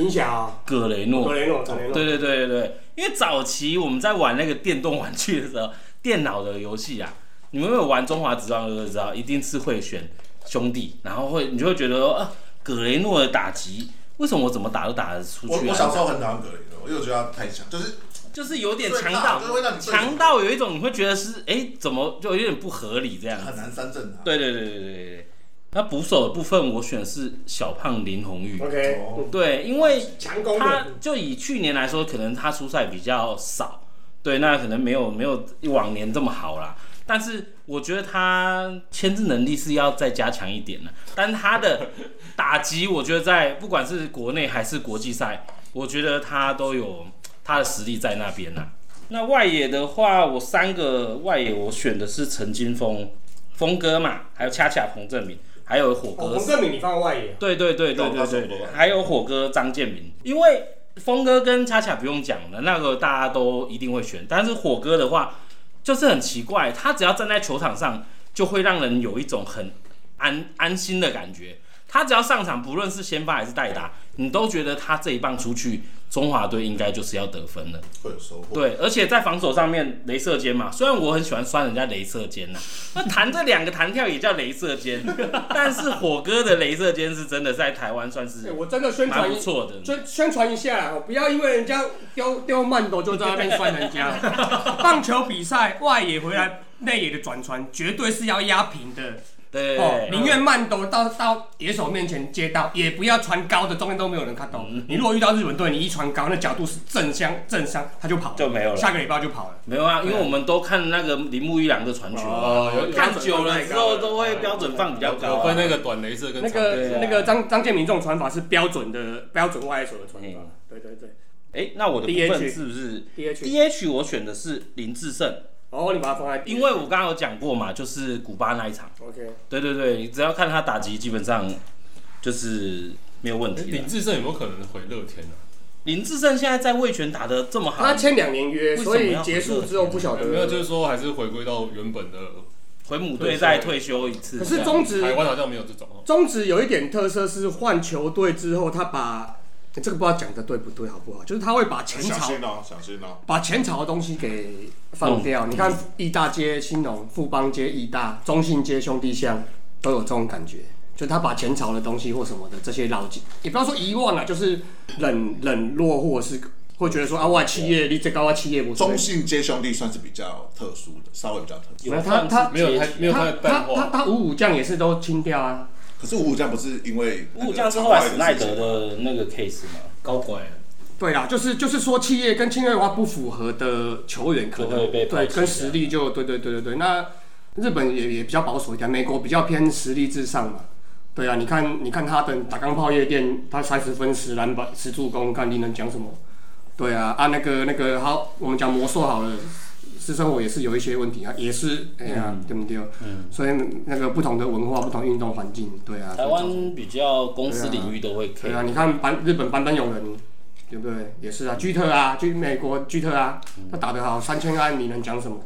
C: 影响
G: 葛雷诺
C: 格。雷诺，格雷诺，
G: 哦对对对对对，因为早期我们在玩那个电动玩具的时候，电脑的游戏啊，你们有玩《中华职棒》就知道，一定是会选兄弟，然后会你就会觉得说，啊，葛雷诺的打击，为什么我怎么打都打得出
F: 我
G: 去
F: 我小时
G: 啊？
F: 候很讨厌格林的，我因为我觉得他太强，就是
G: 就是有点
F: 最
G: 强
F: 大
G: 到
F: 就是会让你最
G: 强到有一种你会觉得是，哎，怎么就有点不合理这样
F: 很
G: 子？
F: 难三振他。啊
G: 对对对对对对。那捕手的部分，我选的是小胖林红玉。
C: ，OK，
F: 哦
G: 对，因为
C: 强攻
G: 他
C: 的，
G: 就以去年来说，可能他出赛比较少，对，那可能没有没有往年这么好啦。但是我觉得他牵制能力是要再加强一点的，但他的打击，我觉得在不管是国内还是国际赛，我觉得他都有他的实力在那边呐。那外野的话，我三个外野我选的是陈金峰、峰哥嘛，还有恰恰彭正明，还有火
C: 哦，
G: 哥
C: 洪正敏你放在外野，
G: 对对对对对对对，还有火哥张建民，因为峰哥跟恰恰不用讲了，那个大家都一定会选。但是火哥的话，就是很奇怪，他只要站在球场上，就会让人有一种很安安心的感觉。他只要上场，不论是先发还是代打，你都觉得他这一棒出去，中华队应该就是要得分了。
F: 会有收获。
G: 对，而且在防守上面，镭射肩嘛，虽然我很喜欢酸人家镭射肩呐、 那弹这两个弹跳也叫镭射肩， 但是火哥的镭射肩是真的在台湾算
C: 哎
G: 是
C: 我真的宣
G: 蛮
C: 传
G: 不错的。
C: 宣宣传一下，哦不要因为人家丢丢慢斗就在那边酸人 家。棒球比赛外野回来内野的转传绝对是要压平的，
G: 对，
C: 哦，宁愿慢斗到到野手面前接到，也不要传高的，中间都没有人看到。
G: 嗯
C: 你如果遇到日本队，你一传高，那角度是正相正相，他就跑了，
G: 就没有了
C: 下个礼拜就跑了。
G: 没有啊，因为我们都看那个铃木一郎的传球啊
J: 哦有，有
G: 看久了之后都会标准放比较高、
J: 有分
G: 啊。
J: 那个短雷射跟
C: 那
J: 长雷
C: 个、
G: 对啊
C: 那个张张建民这种传法是标准的标准外野手的传法
G: 嗯，
C: 对对对
G: 哎，那我的部分
C: DH
G: 是不是
C: ，DH，
G: DH？我选的是林志胜，
C: 哦，你把它放在 DH，
G: 因为我刚刚有讲过嘛，就是古巴那一场。
C: OK，
G: 对对对，你只要看他打击，基本上就是没有问
J: 射。
G: 题了
J: 林。志胜有没有可能回乐
E: 啊
J: 天呢？
G: 林志胜现在在卫权打得这么好，
C: 他签两年约，
G: 为什么
C: 所以
G: 要
C: 结束之后不晓得。
J: 没有，就是说还是回归到原本的。
G: 回母队再退休一次。
C: 可是
G: 这样
C: 中职
J: 台湾好像没有这种哦。
C: 中职有一点特色是换球队之后，他把、欸这个不知道讲的对不对好不好，就是他会把前
F: 小
C: 朝
F: 心哦，小心哦！
C: 把前朝的东西给放掉。你看义大街兴隆、富邦街义大、中信街兄弟巷都有这种感觉，就他把前朝的东西或什么的这些老记，也不要说遗忘了、就是冷冷落或者是会觉得说啊，我的企业你这高啊，企业不错
F: 中。信接兄弟算是比较特殊的，稍微比较特殊。
C: 没有他他
J: 没有他没有他
C: 他
J: 的淡
C: 他他
J: 化，
C: 他五五将也是都清掉啊。
F: 可是五五将不是因为那个
G: 五将是后来史奈
F: 场
G: 德
F: 外的事情
G: 的那个 case 嘛，
J: 高拐
C: 对啦，就是就是说，企业跟清锐化不符合的球员，可
G: 就会
C: 能
G: 被
C: 对
G: 排斥
C: 跟实力就对对对对对。那日本也也比较保守一点，美国比较偏实力至上嘛。对啊，你看你看哈登打钢炮夜店，他三十分十篮板十助攻，看你能讲什么？对啊啊那个那个好，我们讲魔兽好了，私生活也是有一些问题啊，也是哎呀、对不对？嗯，所以那个不同的文化、不同运动环境，对啊，
G: 台湾比较公司领域都会
C: 对啊，
G: care。
C: 你看版日本版本勇人，对不对？也是啊，居特啊，去美国居特啊，他打得好，三千安你能讲什么？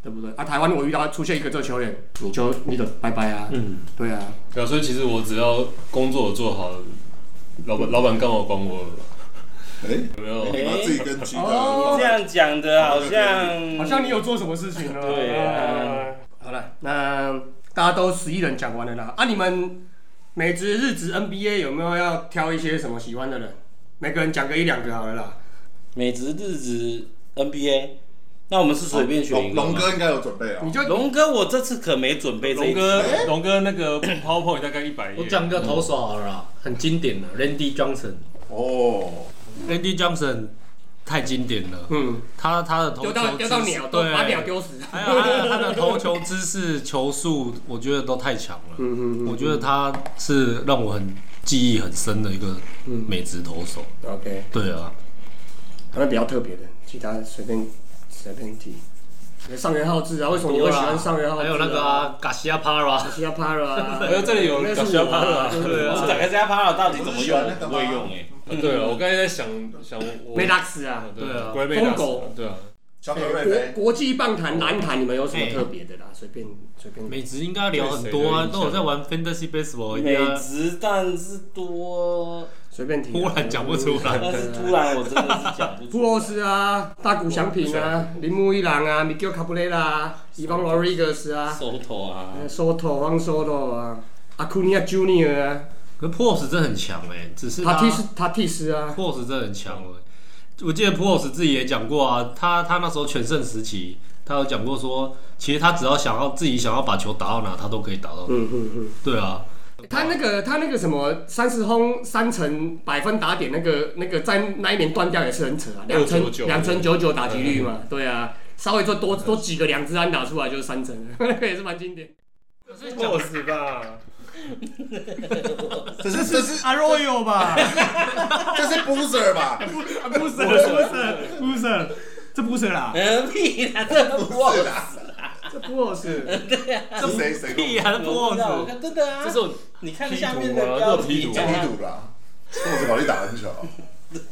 C: 对不对？啊，台湾我遇到出现一个这球员，你就你就拜拜啊。嗯，对啊，
J: 对啊，所以其实我只要工作做好，老板老板干嘛管我？
F: 哎
J: 有没
G: 哦
J: 有？
F: 你把自己跟鸡哦的
G: 这样讲的好像
C: 嗯好像你有做什么事 情了。
G: 对啊
C: 好了，那大家都十一人讲完了啦。啊，你们美职、日职、NBA 有没有要挑一些什么喜欢的人？每个人讲个一两个好了啦。
G: 美职、日职、NBA，那我们是随便选一
F: 龙龙
G: 个吗。
F: 哥应该有准备哦
C: 你。就
G: 龙哥，我这次可没准备这一
J: 龙
G: 个。
J: 哥，龙哥那个 PowerPoint 大概一百页
H: 我，讲个投手好了啦，很经典的 Randy Johnson，Randy
F: 哦，
H: Johnson 太经典了，
C: 嗯，
H: 他他的投球
C: 丢到丢到
H: 姿势
C: 鸟，都
H: 对，哎
C: 把鸟丢死。
H: 还有他的他的 投球姿势、球速，我觉得都太强了。
C: 嗯嗯
H: 我觉得他是让我很记忆很深的一个美职投手。
C: 嗯，OK。
H: 对啊，
C: 可能比较特别的，其他随便随便提。上元浩志啊，为什么你会喜欢上元浩志、啊？
H: 还有那个啊，嘎西亚帕 拉
C: 卡，西亚帕拉 啊，
E: 哎呦这里有
C: 那是
E: Garcia
C: 我啊
E: Parra，
C: 对
G: 我
C: 啊，
G: 整个加趴了，到底怎
F: 我
G: 么
F: 是喜
G: 用
F: 欢那？个
G: 不
F: 吗
G: 会用哎，
E: 啊对了，我刚才在想想我
C: 梅拉斯啊，
E: 对
H: 对啊
E: 啊，国梅达斯
C: 疯狗
E: 对啊，啊
F: 小可瑞
C: 国
F: 菲，
C: 国际棒坛、篮坛，你们有什么特别的啦？
H: 哎
C: 随便随便。
H: 美职应该聊很多
E: 对谁的印
H: 啊，
E: 象
H: 都有在玩 fantasy baseball，一定啊
G: 美
H: 要
G: 职但是多，
C: 随便提啊，
H: 忽然讲不出来
G: 但是突然我真的是讲不
C: 布洛
G: 出。
C: 斯啊，大谷翔平啊，铃木一朗啊，Miguel Cabrera 啊，Ivan Rodriguez 啊
G: 收头啊，
C: ，Soto 方 Soto 啊，Acuna Junior 啊
H: 可 Pose 真的很强哎，只是他
C: ，Tatis Tatis 啊，
H: Pose 真的很强哎。我记得 Pose 自己也讲过啊，他他那时候全盛时期，他有讲过说，其实他只要想要自己想要把球打到哪，他都可以打到哪。
C: 嗯嗯嗯，
H: 对啊，
C: 他那个他那个什么三十轰三成百分打点那个那个在那一年断掉也是很扯啊，两成
E: 299
C: 两成九九打击率
F: 嗯
C: 嘛，对啊，稍微就多多几个两支安打出来就是三成了， 那个也是蛮经典。
E: 莫斯吧，
F: 这是这是
C: Arroyo 吧，
F: 这是 Boozer 吧？
C: 不是不是不是，这不是
H: 哎
C: 啦，
G: 呃屁啦，这都不忘
F: 是啦，
C: 这不是。
F: 是谁谁
H: 屁啊
G: 我不知道我看真的啊，
H: 这种
G: 你看下面
E: 踢
G: 的
E: 赌啊
G: 标
E: 这种踢
G: 题
E: 赌啊
F: 踢赌 啦？我怎么力打篮球？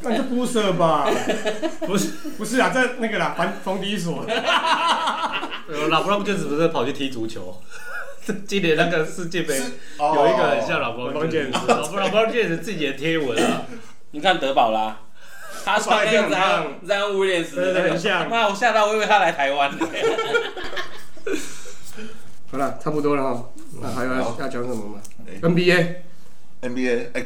C: 那就不是吧？ 不是，不是啊，在那个啦，凡逢迪所。
H: 呃老布朗就只是跑去踢足球。今年那个世界杯
F: 是哦
H: 有一个很像老布朗健士，老布朗布朗健士自己的贴文啊，
G: 你看德保啦，他穿那个让让威廉斯的那
C: 对对
G: 个，
C: 很像
G: 妈，我吓到，我以为他来台湾呢。
C: 好了，差不多了哈。那还有要
F: 嗯好
C: 要讲什么吗
F: 哎
C: ？NBA
F: NBA 哎，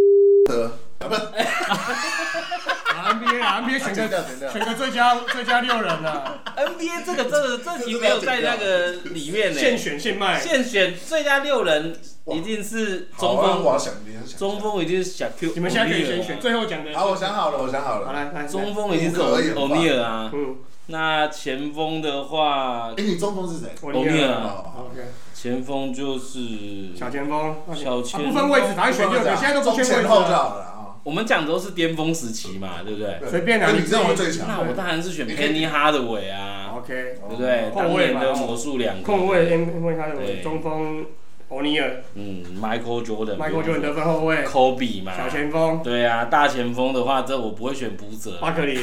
F: 的啊不是，
C: 啊，NBA 啊，NBA 选
F: 剪
C: 个
F: 掉剪掉，
C: 选个最佳最佳六人啊，
G: NBA 这个真的 这题没有在那个里
F: 哎
G: 面呢。
C: 现选现卖。
G: 现选最佳六人一定是
F: 好
G: 中
F: 啊，我
G: 锋，
F: 要想联想。
G: 中锋一定是小 Q。
C: 你们现在可以先选，最后讲的。
F: 好，我想好了，我想好
C: 好
F: 了。
C: 来来，
G: 中锋一定是
F: 不可以吧
G: 欧米尔啊。
C: 嗯，
G: 那前锋的话
F: 哎，，你中锋是谁？
C: 我
G: 欧米尔啊，
F: 哦，
C: OK，
G: 前锋就是
C: 小前锋，
G: 小
C: 啊
G: 前
C: 不分位置，反正选六
F: 中
C: 个，现在都不
F: 中
C: 限位
F: 前
C: 置
F: 后就
C: 啊，
F: 好了啊。哎
G: 我们讲的都是巅峰时期嘛，对不对？
C: 随便啊，
F: 那你认为
C: 自己
F: 最强？哦
G: 那我当然是选 Penny Hardaway 啊，
C: OK，
G: 对不对？
C: 哦后
G: 当
C: 卫
G: 年
C: 嘛
G: 的魔术两
C: 控
G: 个，
C: 卫 M 位他的
G: 对
C: 中锋，欧尼尔
G: 嗯，Michael Jordan、
C: ，Michael Jordan 得分后卫，
G: Kobe 嘛，
C: 小前锋，哦
G: 对啊，大前锋的话，这我不会选补者啊，
C: 巴克利。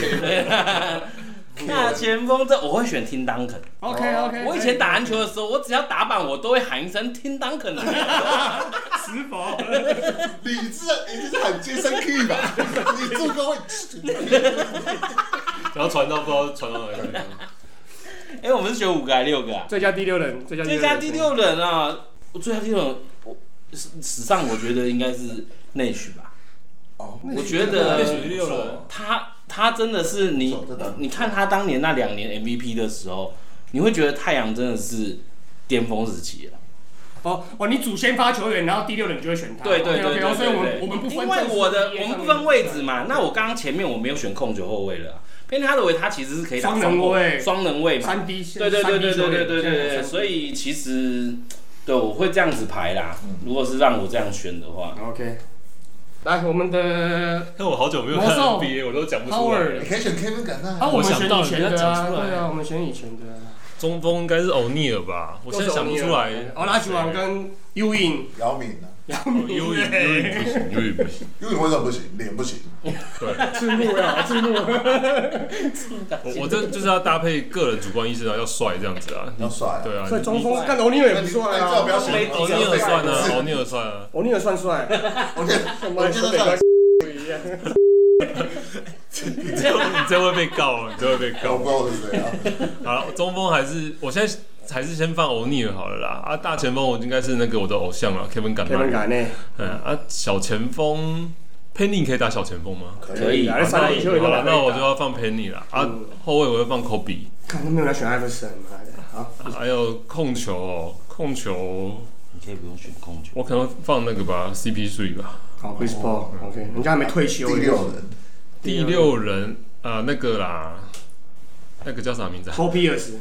G: 大前锋这我会选听当肯。
C: OK OK，
G: 哦我以前打篮球的时候，我只要打板，我都会喊一声听当肯啊。
C: 石佛，
F: 你这你这是很接生 key 吧？你助攻 会，
E: 然后传到不知道传到哪里，
G: 哎，我们是选五个还是六个啊？
C: 最佳第六人，最佳
G: 最佳第六人啊，我最佳第六人，我史史上我觉得应该是内许吧。
F: 哦
G: 我觉得
E: 内许第六人
G: 他他真的是你
F: 手真的，
G: 你看他当年那两年 MVP 的时候，你会觉得太阳真的是巅峰时期了。
C: 哦哦，你主先发球员，然后第六人就会选他。
G: 对对
C: OK，OK，
G: 对对
C: 哦所以我
G: 对
C: 们我
G: 对，
C: 们不分
G: 因为
C: 正式
G: 我的
C: 第一
G: 我们不
C: 上
G: 分位置嘛，那我刚刚前面我没有选控球后卫了啊，偏他的位他其实是可以打
C: 双
G: 上
C: 人
G: 后
C: 位
G: 双人位嘛，
C: 三 D 线
G: 对对对对对对对对对，所
C: 所以
G: 以其实对我会这样子排啦，如果是让我这样选的话，
C: OK，来我们的
E: 但我好久没有
C: 魔
E: 看
C: 兽
E: NBA，我都讲不出来。
C: Howard
F: 你。可以选 Kevin 感叹
C: 啊，我们选以前
E: 我想
C: 的啊，
E: 到了你不要讲出来
C: 对啊，我们选以前的啊。
E: 中锋应该是欧尼尔吧，我现在想不出来。
C: 哦，拉吉王跟 U In，
F: 姚明呢？
E: 优影，优影不行，优影不行。
F: 因为为什么不行？脸不行，
C: 赤木呀，赤 木。
E: 我我这就是要搭配个人主观意识啊，要帅这样子啊。
F: 要帅啊。
E: 对啊，
C: 所以中锋看欧尼尔也不帅
F: 那你最好不要
C: 啊，
F: 选
E: 欧尼尔算啊，欧尼尔算啊。
C: 欧尼尔算帅，
F: 我 觉得我觉得算
E: 你这你这会被告哦，你这会被
F: 搞
E: 告
F: 不。够是谁啊？
E: 好了，中锋还是我现在还是先放欧尼尔好了啦。啊，大前锋我应该是那个我的偶像了，Kevin 感
C: 台湾
E: 嘛。
C: 敢呢？
E: 嗯啊，小前锋 Penny 可以打小前锋吗？
G: 可以
C: 啊，那三
E: 那
C: 人球员都
E: 好了，
C: 来。
E: 那我就要放 Penny 了。啊，
C: 嗯
E: 后卫我会放 Kobe。啊
C: 看都没有来选艾弗森，妈的，好。
E: 还有控球哦，控球
G: 你可以不用选控球。
E: 我可能放那个吧，CP 3吧。
C: 好，Chris Paul，OK，、人家还没退
F: 第
C: 休。
F: 六人，
E: 第六人啊、那个啦，那个叫啥名字、啊？
C: ，Paul Pierce，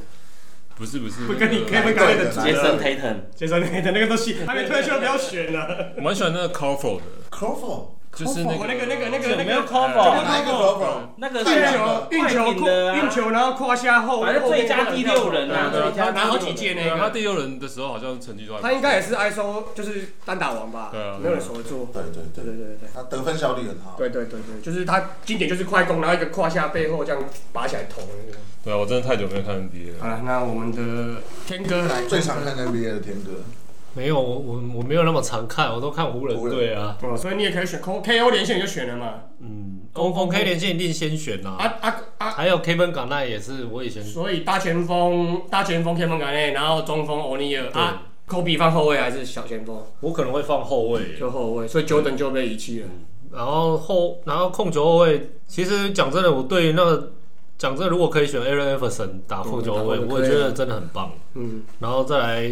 E: 不是不是，
C: 不 跟你
E: 那
C: 开
E: 个
C: 不开的
G: 杰森 Tatum，
C: 杰森那个那个都是还没退休，不要选了。
E: 我蛮喜欢那个 Crawford 的
F: Crawford
J: 就是那
C: 我
J: 个
C: 哦那个那个那个那
G: 没有
C: 个
G: cover，
F: 哪一个 cover？
G: 那个
C: 运
G: 是
C: 球运球
G: 快艇的啊
C: 运球，然后胯下后，
G: 反正最佳第六人啊，
C: 对
G: 最
C: 啊
G: 佳
C: 他拿好
G: 第
C: 几
G: 六人
C: 届
J: 对啊，
C: 那
J: 他
C: 个，
J: 第六人的时候好像成绩都还不错
C: 他应该也是 ISO 就是单打王吧，
J: 对啊
C: 没有人守得住。
F: 对对
C: 对对对
F: 对，
C: 对对。
F: 他得分效率很好。
C: 对对对对，就是他经典就是快攻，然后一个胯下背后这样拔起来投的那个。
J: 对啊，我真的太久没有看 NBA 了。
C: 好了，那我们的天哥来
F: 最常看 NBA 的天哥，
H: 没有，我我我没有那么常看，我都看湖人
F: 湖人
H: 队啊。
C: 哦，所以你也可以选 K K O 连线你就选了嘛。
H: 嗯，O O K 连线一定先选啦、
C: 啊啊啊！
H: 还有 Kevin 港奈也是，我以前
C: 所以大前锋大前锋 k e v i 然后中锋 o n e 啊，科比放后卫还是小前锋？
H: 我可能会放后卫，
C: 就后卫，所以 Jordan 就被遗弃了。
H: 然后后然后控球后卫。其实讲真的，我对那个讲真的，如果可以选 Aaron Everson 打控球后卫，啊
C: 嗯打控球
H: 我也觉得真的很棒。
C: 嗯，
H: 然后再来，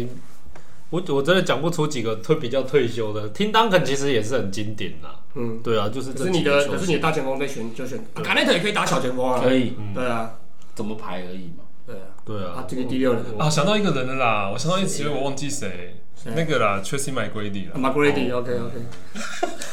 H: 我我真的讲不出几个退比较退休的。听 Duncan 其实也是很经典啦，
C: 嗯，
H: 对啊，就是
C: 可
H: 这
C: 是你
H: 几个
C: 的
H: 球
C: 可是你
H: 星
C: 的大前锋被选就选，卡内特也可以打小前锋啊。
G: 可以
C: 对啊，
G: 怎么排而已嘛。
C: 对啊，
H: 对啊
C: 啊，，这个第六人
J: 啊，想到一个人了啦，我想到一直我忘记谁，那个啦，Tracy McGrady 啦。
C: m a g r a d y o k OK。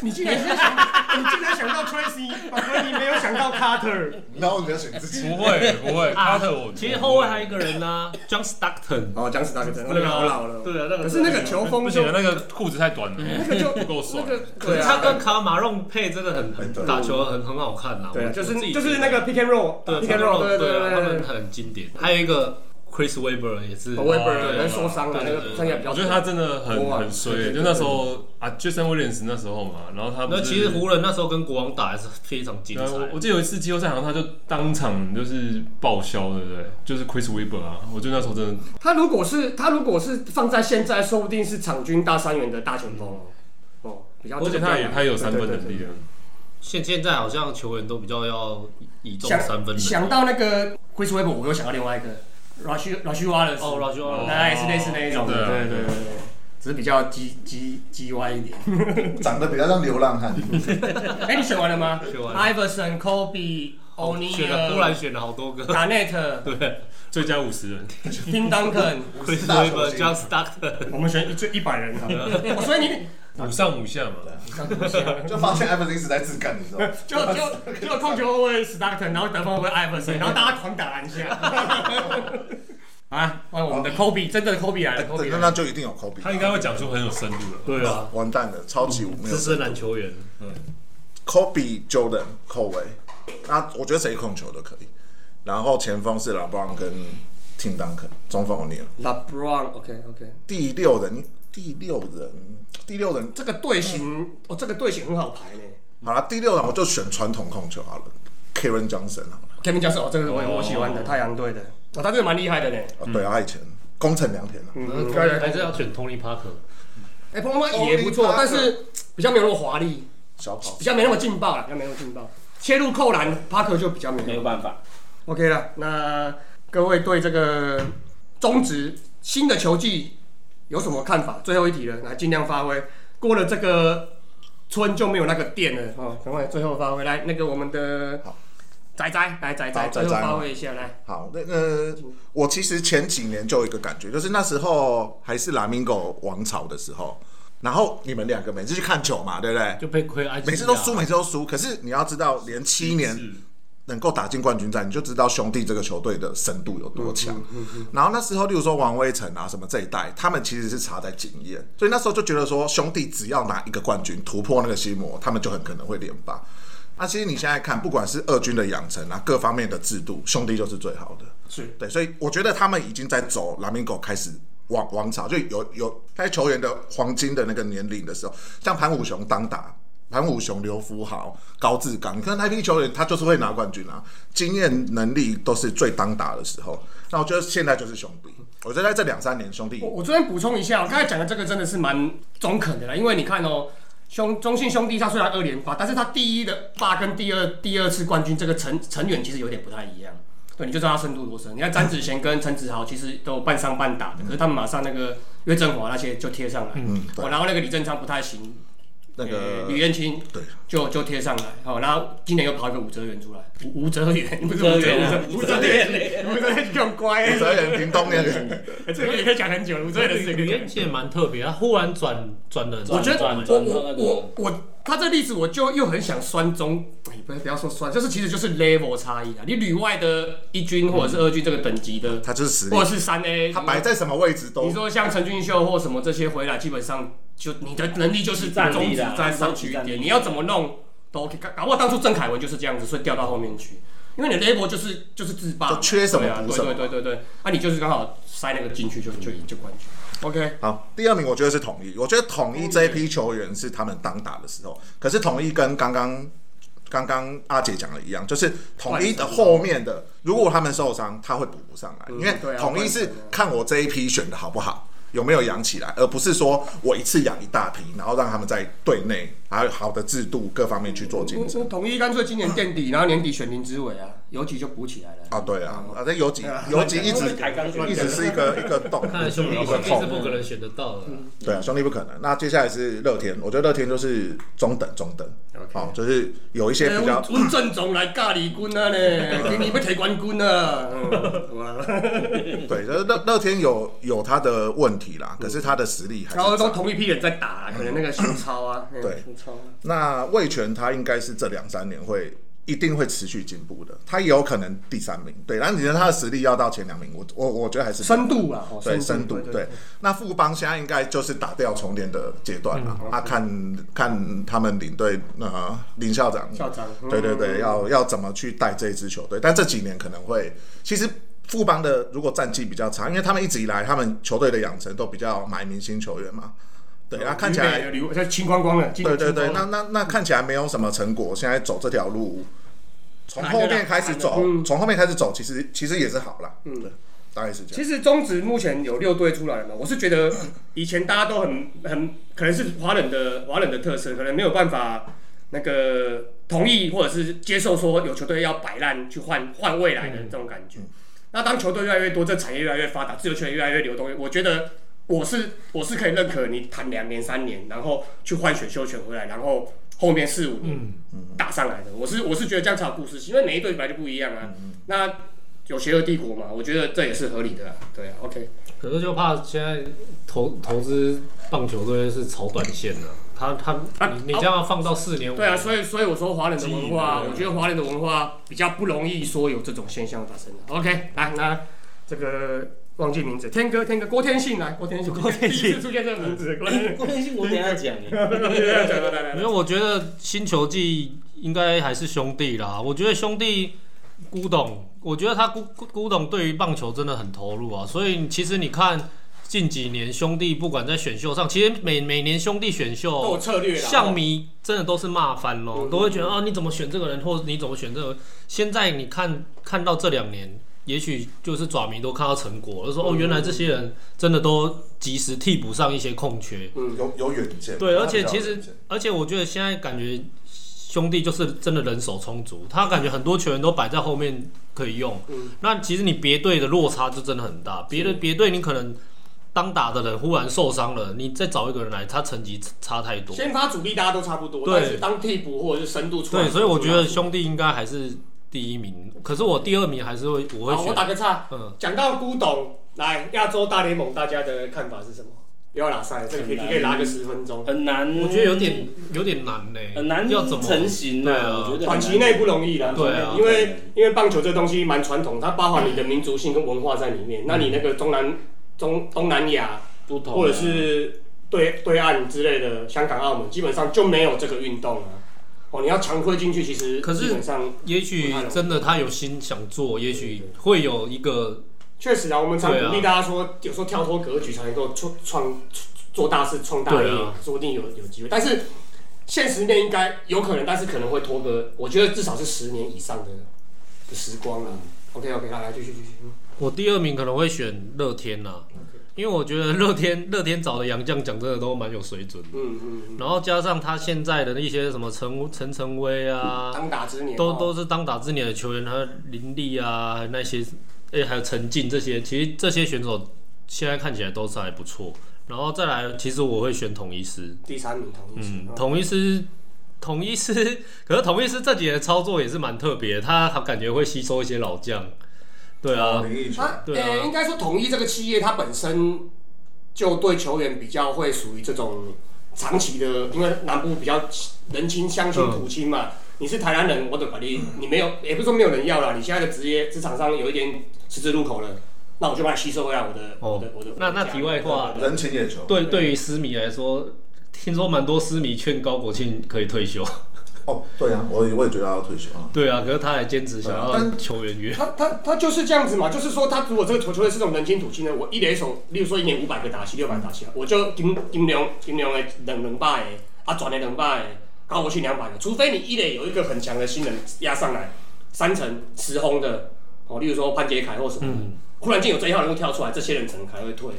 C: 你竟然先想，你竟然想到 Tracy m a g r a d y 没有想到 Carter。
F: 然后你就选自己。
J: 不会不会，
H: 啊
J: 卡特我
H: 其实后卫还有一个人呢、j o h n Stockton。
C: 哦，讲死大学生，那个好老了。
H: 对啊，那个
C: 可是那个球风
J: 不
C: 就
E: 啊
J: 行，那个裤子太短
C: 那
J: 了，
C: 个就
J: 不够帅
C: 那。个
H: 可
C: 对啊，
H: 是他跟卡马隆配真的很
F: 对
H: 很打球很很好看呐、
C: 对啊，
H: 我
C: 就是
H: 我自己
C: 就是
H: 觉得
C: 那个 pick and roll，
H: 对
C: pick and roll，对
H: 对
C: 对
H: 啊他
C: 对
H: 们
C: 对。
H: 很经典。还有一个 Chris Webber 也是，
C: 我也不
J: 哦
C: 能
J: 对啊
C: 受伤了，那个专业比较。
J: 我觉得他真的很
C: 哇
J: 很
C: 对
J: 衰，
C: 对
J: 就那时候啊，Jason Williams 那时候嘛，然后他不
H: 那
J: 是
H: 其实湖人那时候跟国王打还是非常精
J: 对
H: 彩
J: 啊。我我记得有一次季后赛，好像他就当场就是报销，对不对？就是 Chris Webber 啊，我觉得那时候真的
C: 他如果是他如果是放在现在，说不定是场均大三元的大前锋哦，哦，比较。
J: 而且他也他也有三分能
C: 对。对对
J: 力啊。
H: 现现在好像球员都比较要倚重三
C: 想
H: 分人，
C: 想到那个 Chris Webber，我又想到另外一个 Rush Rush Wallace，
H: 哦 Rush Wallace
C: 大概是类似那一种的，
J: 对啊
C: 对对对对，只是比较鸡鸡鸡歪一 点。
F: 长得比较像流浪 汉，
C: 哎，你选完了吗？
H: 选完了哦
C: Iverson、Kobe、o n e
H: 选了
C: a
H: 忽然选了好多个
C: Garnett、
J: 最佳五十人，
C: Tim Duncan，
H: ，Chris
F: 大球
H: Webber、
F: 星
H: John Stockton，
C: 我们选一最一百人好了。
H: 啊
C: 哦所以 你
J: 五上五下嘛。
F: 就发现艾弗森一直在自干，你知道吗？
C: 就就就控球后卫 Stockton，然后得分后卫 Iverson，然后大家狂打篮 下。啊，换我们的 Kobe，真的 Kobe 来了，Kobe
F: 那
C: 来
F: 那
C: 了。
F: 就一定有 Kobe，
J: 他应该会讲出很有深度的。
H: 对啊，
F: 完蛋了，超级无没有
H: 资深篮球员。
F: Kobe Jordan 后卫，那我觉得谁控球都可以。然后前锋是 LeBron 跟 Tim Duncan，中锋 O'Neal。
C: LeBron，OK OK，
F: 第六人，第六人，第六人，
C: 这个队形，哦，这个队形很好排呢。
F: 好了，第六人我就选传统控球好了，Karen Johnson 好了。
C: Kevin Johnson，哦，这个是我我喜欢的，太阳队的，哦，他这个蛮厉害的呢。
F: 哦对啊，他以前
J: 嗯
F: 工程良田啊，
C: 嗯，
H: 还是要选 Tony Parker。
C: 哎，彭彭也不
F: Tony
C: 错
F: Parker，
C: 但是比较没有那么华丽，
F: 小跑
C: 比较没那么劲爆了，比较没那么劲爆。切入扣篮，帕克就比较没有
G: 没有办法，
C: OK 了，那各位对这个中职新的球季有什么看法？最后一题了，来尽量发挥。过了这个村就没有那个店了哦，赶快最后发挥。来，那个我们的
F: 好
C: 仔仔，来仔仔，
F: 好
C: 最后
F: 仔仔
C: 发挥一下来。
F: 好，那呃，我其实前几年就有一个感觉，就是那时候还是拉米狗王朝的时候，然后你们两个每次去看球嘛，对不对？
H: 就被亏埃及，
F: 每次都输，每次都输。可是你要知道，连七年能够打进冠军战，你就知道兄弟这个球队的深度有多强。然后那时候，例如说王威成啊什么这一代，他们其实是差在经验，所以那时候就觉得说，兄弟只要拿一个冠军突破那个心魔，他们就很可能会连霸。那、啊其实你现在看，不管是二军的养成啊，各方面的制度，兄弟就是最好的。
C: 是
F: 对，所以我觉得他们已经在走拉米狗开始王王朝，就有有在球员的黄金的那个年龄的时候，像潘武雄当打。潘武雄、刘福豪、高志刚，你看那批球员，他就是会拿冠军啊，经验能力都是最当打的时候。那我觉得现在就是兄弟，我觉得在这两三年，兄弟
C: 我我这边补充一下，我刚才讲的这个真的是蛮中肯的啦，因为你看哦，兄中信兄弟他虽然二连霸，但是他第一的霸跟第二第二次冠军这个成成员其实有点不太一样。对，你就知道他深度多深。你看詹子贤跟陈子豪其实都有半上半打的，可是他们马上那个岳振华那些就贴上来，
F: 嗯对
C: 哦，然后那个李正昌不太行，
F: 那个
C: 吕彦青
F: 对
C: 就就贴上来，好，然后今年又跑一个吴哲源出来，吴吴哲源，吴
G: 哲源啊
C: 吴哲源，吴哲源就很乖，
F: 吴哲源、屏东那个，
C: 这个也可以讲很久，吴哲源的事情可
H: 吕
C: 以讲
H: 彦
C: 很久。
H: 庆也蛮特别，他忽然转转的，
C: 我觉得
G: 转
C: 我
G: 转到那
C: 我
G: 个
C: 我我他这个例子，我就又很想酸中，哎，不要不要说酸，就是其实就是 level 差异啊。你旅外的一军或者是二军这个等级的，
F: 他就是实力
C: 或者，是三 A，
F: 他摆在什么位置都
C: 你说像陈俊秀或什么这些回来，基本上就你的能力就是
G: 战
C: 中
G: 力
C: 职
G: 啦
C: 再上去一
G: 战力
C: 点，你要怎么弄都 OK。搞搞不好当初郑凯文就是这样子，所以掉到后面去，因为你的 level 就是就是自霸嘛，
F: 就缺什么
C: 对啊
F: 补什么
C: 对对对对对，啊，你就是刚好塞那个进去就就就冠军。OK，
F: 好，第二名我觉得是统一，我觉得统一这一批球员是他们当打的时候，可是统一跟刚刚刚刚阿姐讲的一样，就是统一的后面的，如果他们受伤，他会补不上来，
C: 嗯
F: 因为
C: 对啊
F: 统一
C: 换
F: 是
C: 人啊
F: 看我这一批选的好不好。有没有养起来，而不是说我一次养一大批，然后让他们在队内还有好的制度各方面去做竞争
C: 我我统一干脆今年垫底，然后年底选林之伟啊，尤其就补起来了。
F: 啊？对啊，啊，这游击游击 一直
G: 抬杠
F: 一直是一个一个洞，
H: 看来兄弟
F: 一
H: 兄
F: 个
H: 弟
F: 痛
H: 是。不可能选得到的。
F: 对啊，兄弟不可能。那接下来是乐天，我觉得乐天就是中等中等，好、就是有一些比较
C: 欸阮郑总来咖喱棍啊呢，今年要提冠军 啊，嗯
F: 对，就是乐乐天有有他的问题啦，可是他的实力还
C: 然后
F: 是
C: 都
F: 在。
C: 同一批人在打啊，可能那个熊超啊，嗯
F: 对
C: 熊超啊。
F: 那魏权他应该是这两三年会一定会持续进步的，他也有可能第三名。对，然后你觉得他的实力要到前两名，我我我觉得还是
C: 深度啊，哦
F: 对深度对。那富邦现在应该就是打掉重练的阶段了，啊，看看他们领队呃林校长，
C: 校长嗯
F: 对对对，要要怎么去带这一支球队？但这几年可能会，其实富邦的如果战绩比较差，因为他们一直以来他们球队的养成都比较买明星球员嘛，对，啊，看起来
C: 旅哦美就清光光了，今
F: 对
C: 年
F: 对对，
C: 清光
F: 那那那看起来没有什么成果，现在走这条路，从后面开始走，从后面开始走，其实其实也是好啦，嗯，对，大概是这
C: 其
F: 样。
C: 实中职目前有六队出来了嘛，我是觉得以前大家都很 很可能是华人的华人的特色，可能没有办法那个同意或者是接受说有球队要摆烂去换换未来的这种感觉。
F: 嗯
C: 那当球队越来越多，这产业越来越发达，自由球员越来越流动，我觉得我是我是可以认可你谈两年三年，然后去换选秀权回来，然后后面四五年
F: 嗯
C: 打上来的。我是我是觉得这样才有故事性，因为每一队本来就不一样
F: 嗯
C: 啊。那有邪恶帝国嘛，我觉得这也是合理的啊、对啊，OK，
H: 可是就怕现在投投资棒球队是炒短线的、他他
C: 啊
H: 你你这样放到四年五
C: 对啊，
H: 年
C: 所以所以我说华人的文化，
H: 记忆对啊
C: 我觉得华人的文化比较不容易说有这种现象发生的。OK，来，那这个忘记名字，天哥，天哥，郭天信来，郭天信，郭天信第一次出现这个名字，郭天信，
G: 郭天信我等一下讲耶，
C: 来来来来
H: 没有，我觉得新球季应该还是兄弟啦。我觉得兄弟古董，我觉得他古古古董对于棒球真的很投入啊。所以其实你看近几年兄弟不管在选秀上，其实每每年兄弟选
C: 都有
H: 秀，
C: 策略啦，
H: 象迷真的都是骂翻咯，都会觉得啊你怎么选这个人，或者你怎么选这个人。现在你看看到这两年。也许就是爪迷都看到成果了，就说哦，原来这些人真的都及时替补上一些空缺。
F: 有有远见，
H: 对，而
F: 他比
H: 且
F: 较
H: 其
F: 有
H: 实
F: 远见，
H: 而且我觉得现在感觉兄弟就是真的人手充足，他感觉很多球员都摆在后面可以用。那其实你别队的落差就真的很大，别的别队你可能当打的人忽然受伤了，你再找一个人来，他成绩差太多。
C: 先发主力大家都差不多，
H: 对
C: 但是当替补或者是深度出来，
H: 对，所以我觉得兄弟应该还是第一名，可是我第二名还是会我
C: 好，
H: 会
C: 我
H: 选
C: 打个岔
H: 嗯，
C: 讲到古董，来亚洲大联盟大家的看法是什么？不要拉塞，这个可以可以拉个十分钟，
G: 很难，
H: 我觉得有点有点难呢、
G: 很嗯难
H: 要怎么
G: 成型
H: 对
G: 啊，
H: 啊
G: 我觉得很难
C: 短期内不容易啦，
H: 对啊
C: 因为因为棒球这东西蛮传统，它包含你的民族性跟文化在里面。那你那个中南中东南亚
G: 不同啊，
C: 或者是对对岸之类的香港、澳门，基本上就没有这个运动啊。哦，你要强推进去，其实
H: 可是
C: 基本上
H: 也许真的他有心想做，也许会有一个
C: 确实啊，我们常
H: 对啊
C: 鼓励大家说，有时候跳脱格局才能够创创做大事、创大业
H: 对啊，
C: 说不定有有机会。但是现实面应该有可能，但是可能会拖个，我觉得至少是十年以上的的时光啊。OK OK，来来继续继续。嗯
H: 我第二名可能会选乐天呐、啊因为我觉得乐天 乐天找的洋将讲真的都蛮有水准的，
C: 嗯嗯嗯，
H: 然后加上他现在的一些什么陈陈晨威啊，
C: 当打之年
H: 都
C: 哦
H: 都是当打之年的球员，还有林立啊那些，哎、还有陈静这些，其实这些选手现在看起来都是还不错。然后再来，其实我会选统一师，
C: 第三名同意
H: 嗯，统一师，统一师，可是统一师这几年的操作也是蛮特别的，他他感觉会吸收一些老将，对啊，
F: 林奕泉
C: 他
H: 对啊
C: 呃，应该说统一这个企业，它本身就对球员比较会属于这种长期的，因为南部比较人亲乡亲土亲
H: 嗯
C: 嘛。你是台南人，我怎么你你没有，也不是说没有人要啦，你现在的职业职场上有一点十字路口了，那我就把你吸收回来我的、我
H: 哦
C: 的我的。
H: 那
C: 我的
H: 那
C: 家
H: 题外话，
F: 人情野球，
H: 对对于思迷来说，听说蛮多思迷劝高国庆可以退休，
F: 哦，对啊，我也我也觉得他要退休啊。
H: 对啊，可是他还坚持想
F: 对啊
H: 要
F: 但
H: 球员约，
C: 他他他就是这样子嘛，就是说他如果这个球球队是这种人亲土亲的，我一垒手，例如说一年五百个打席，六百打席，我就金金量金量的两两百个，啊转的两百个，高我去两百个，除非你一垒有一个很强的新人压上来，三成十轰的，哦，例如说潘杰凯或什么的，
H: 嗯
C: 忽然间有这一号人物跳出来，这些人可能还会退。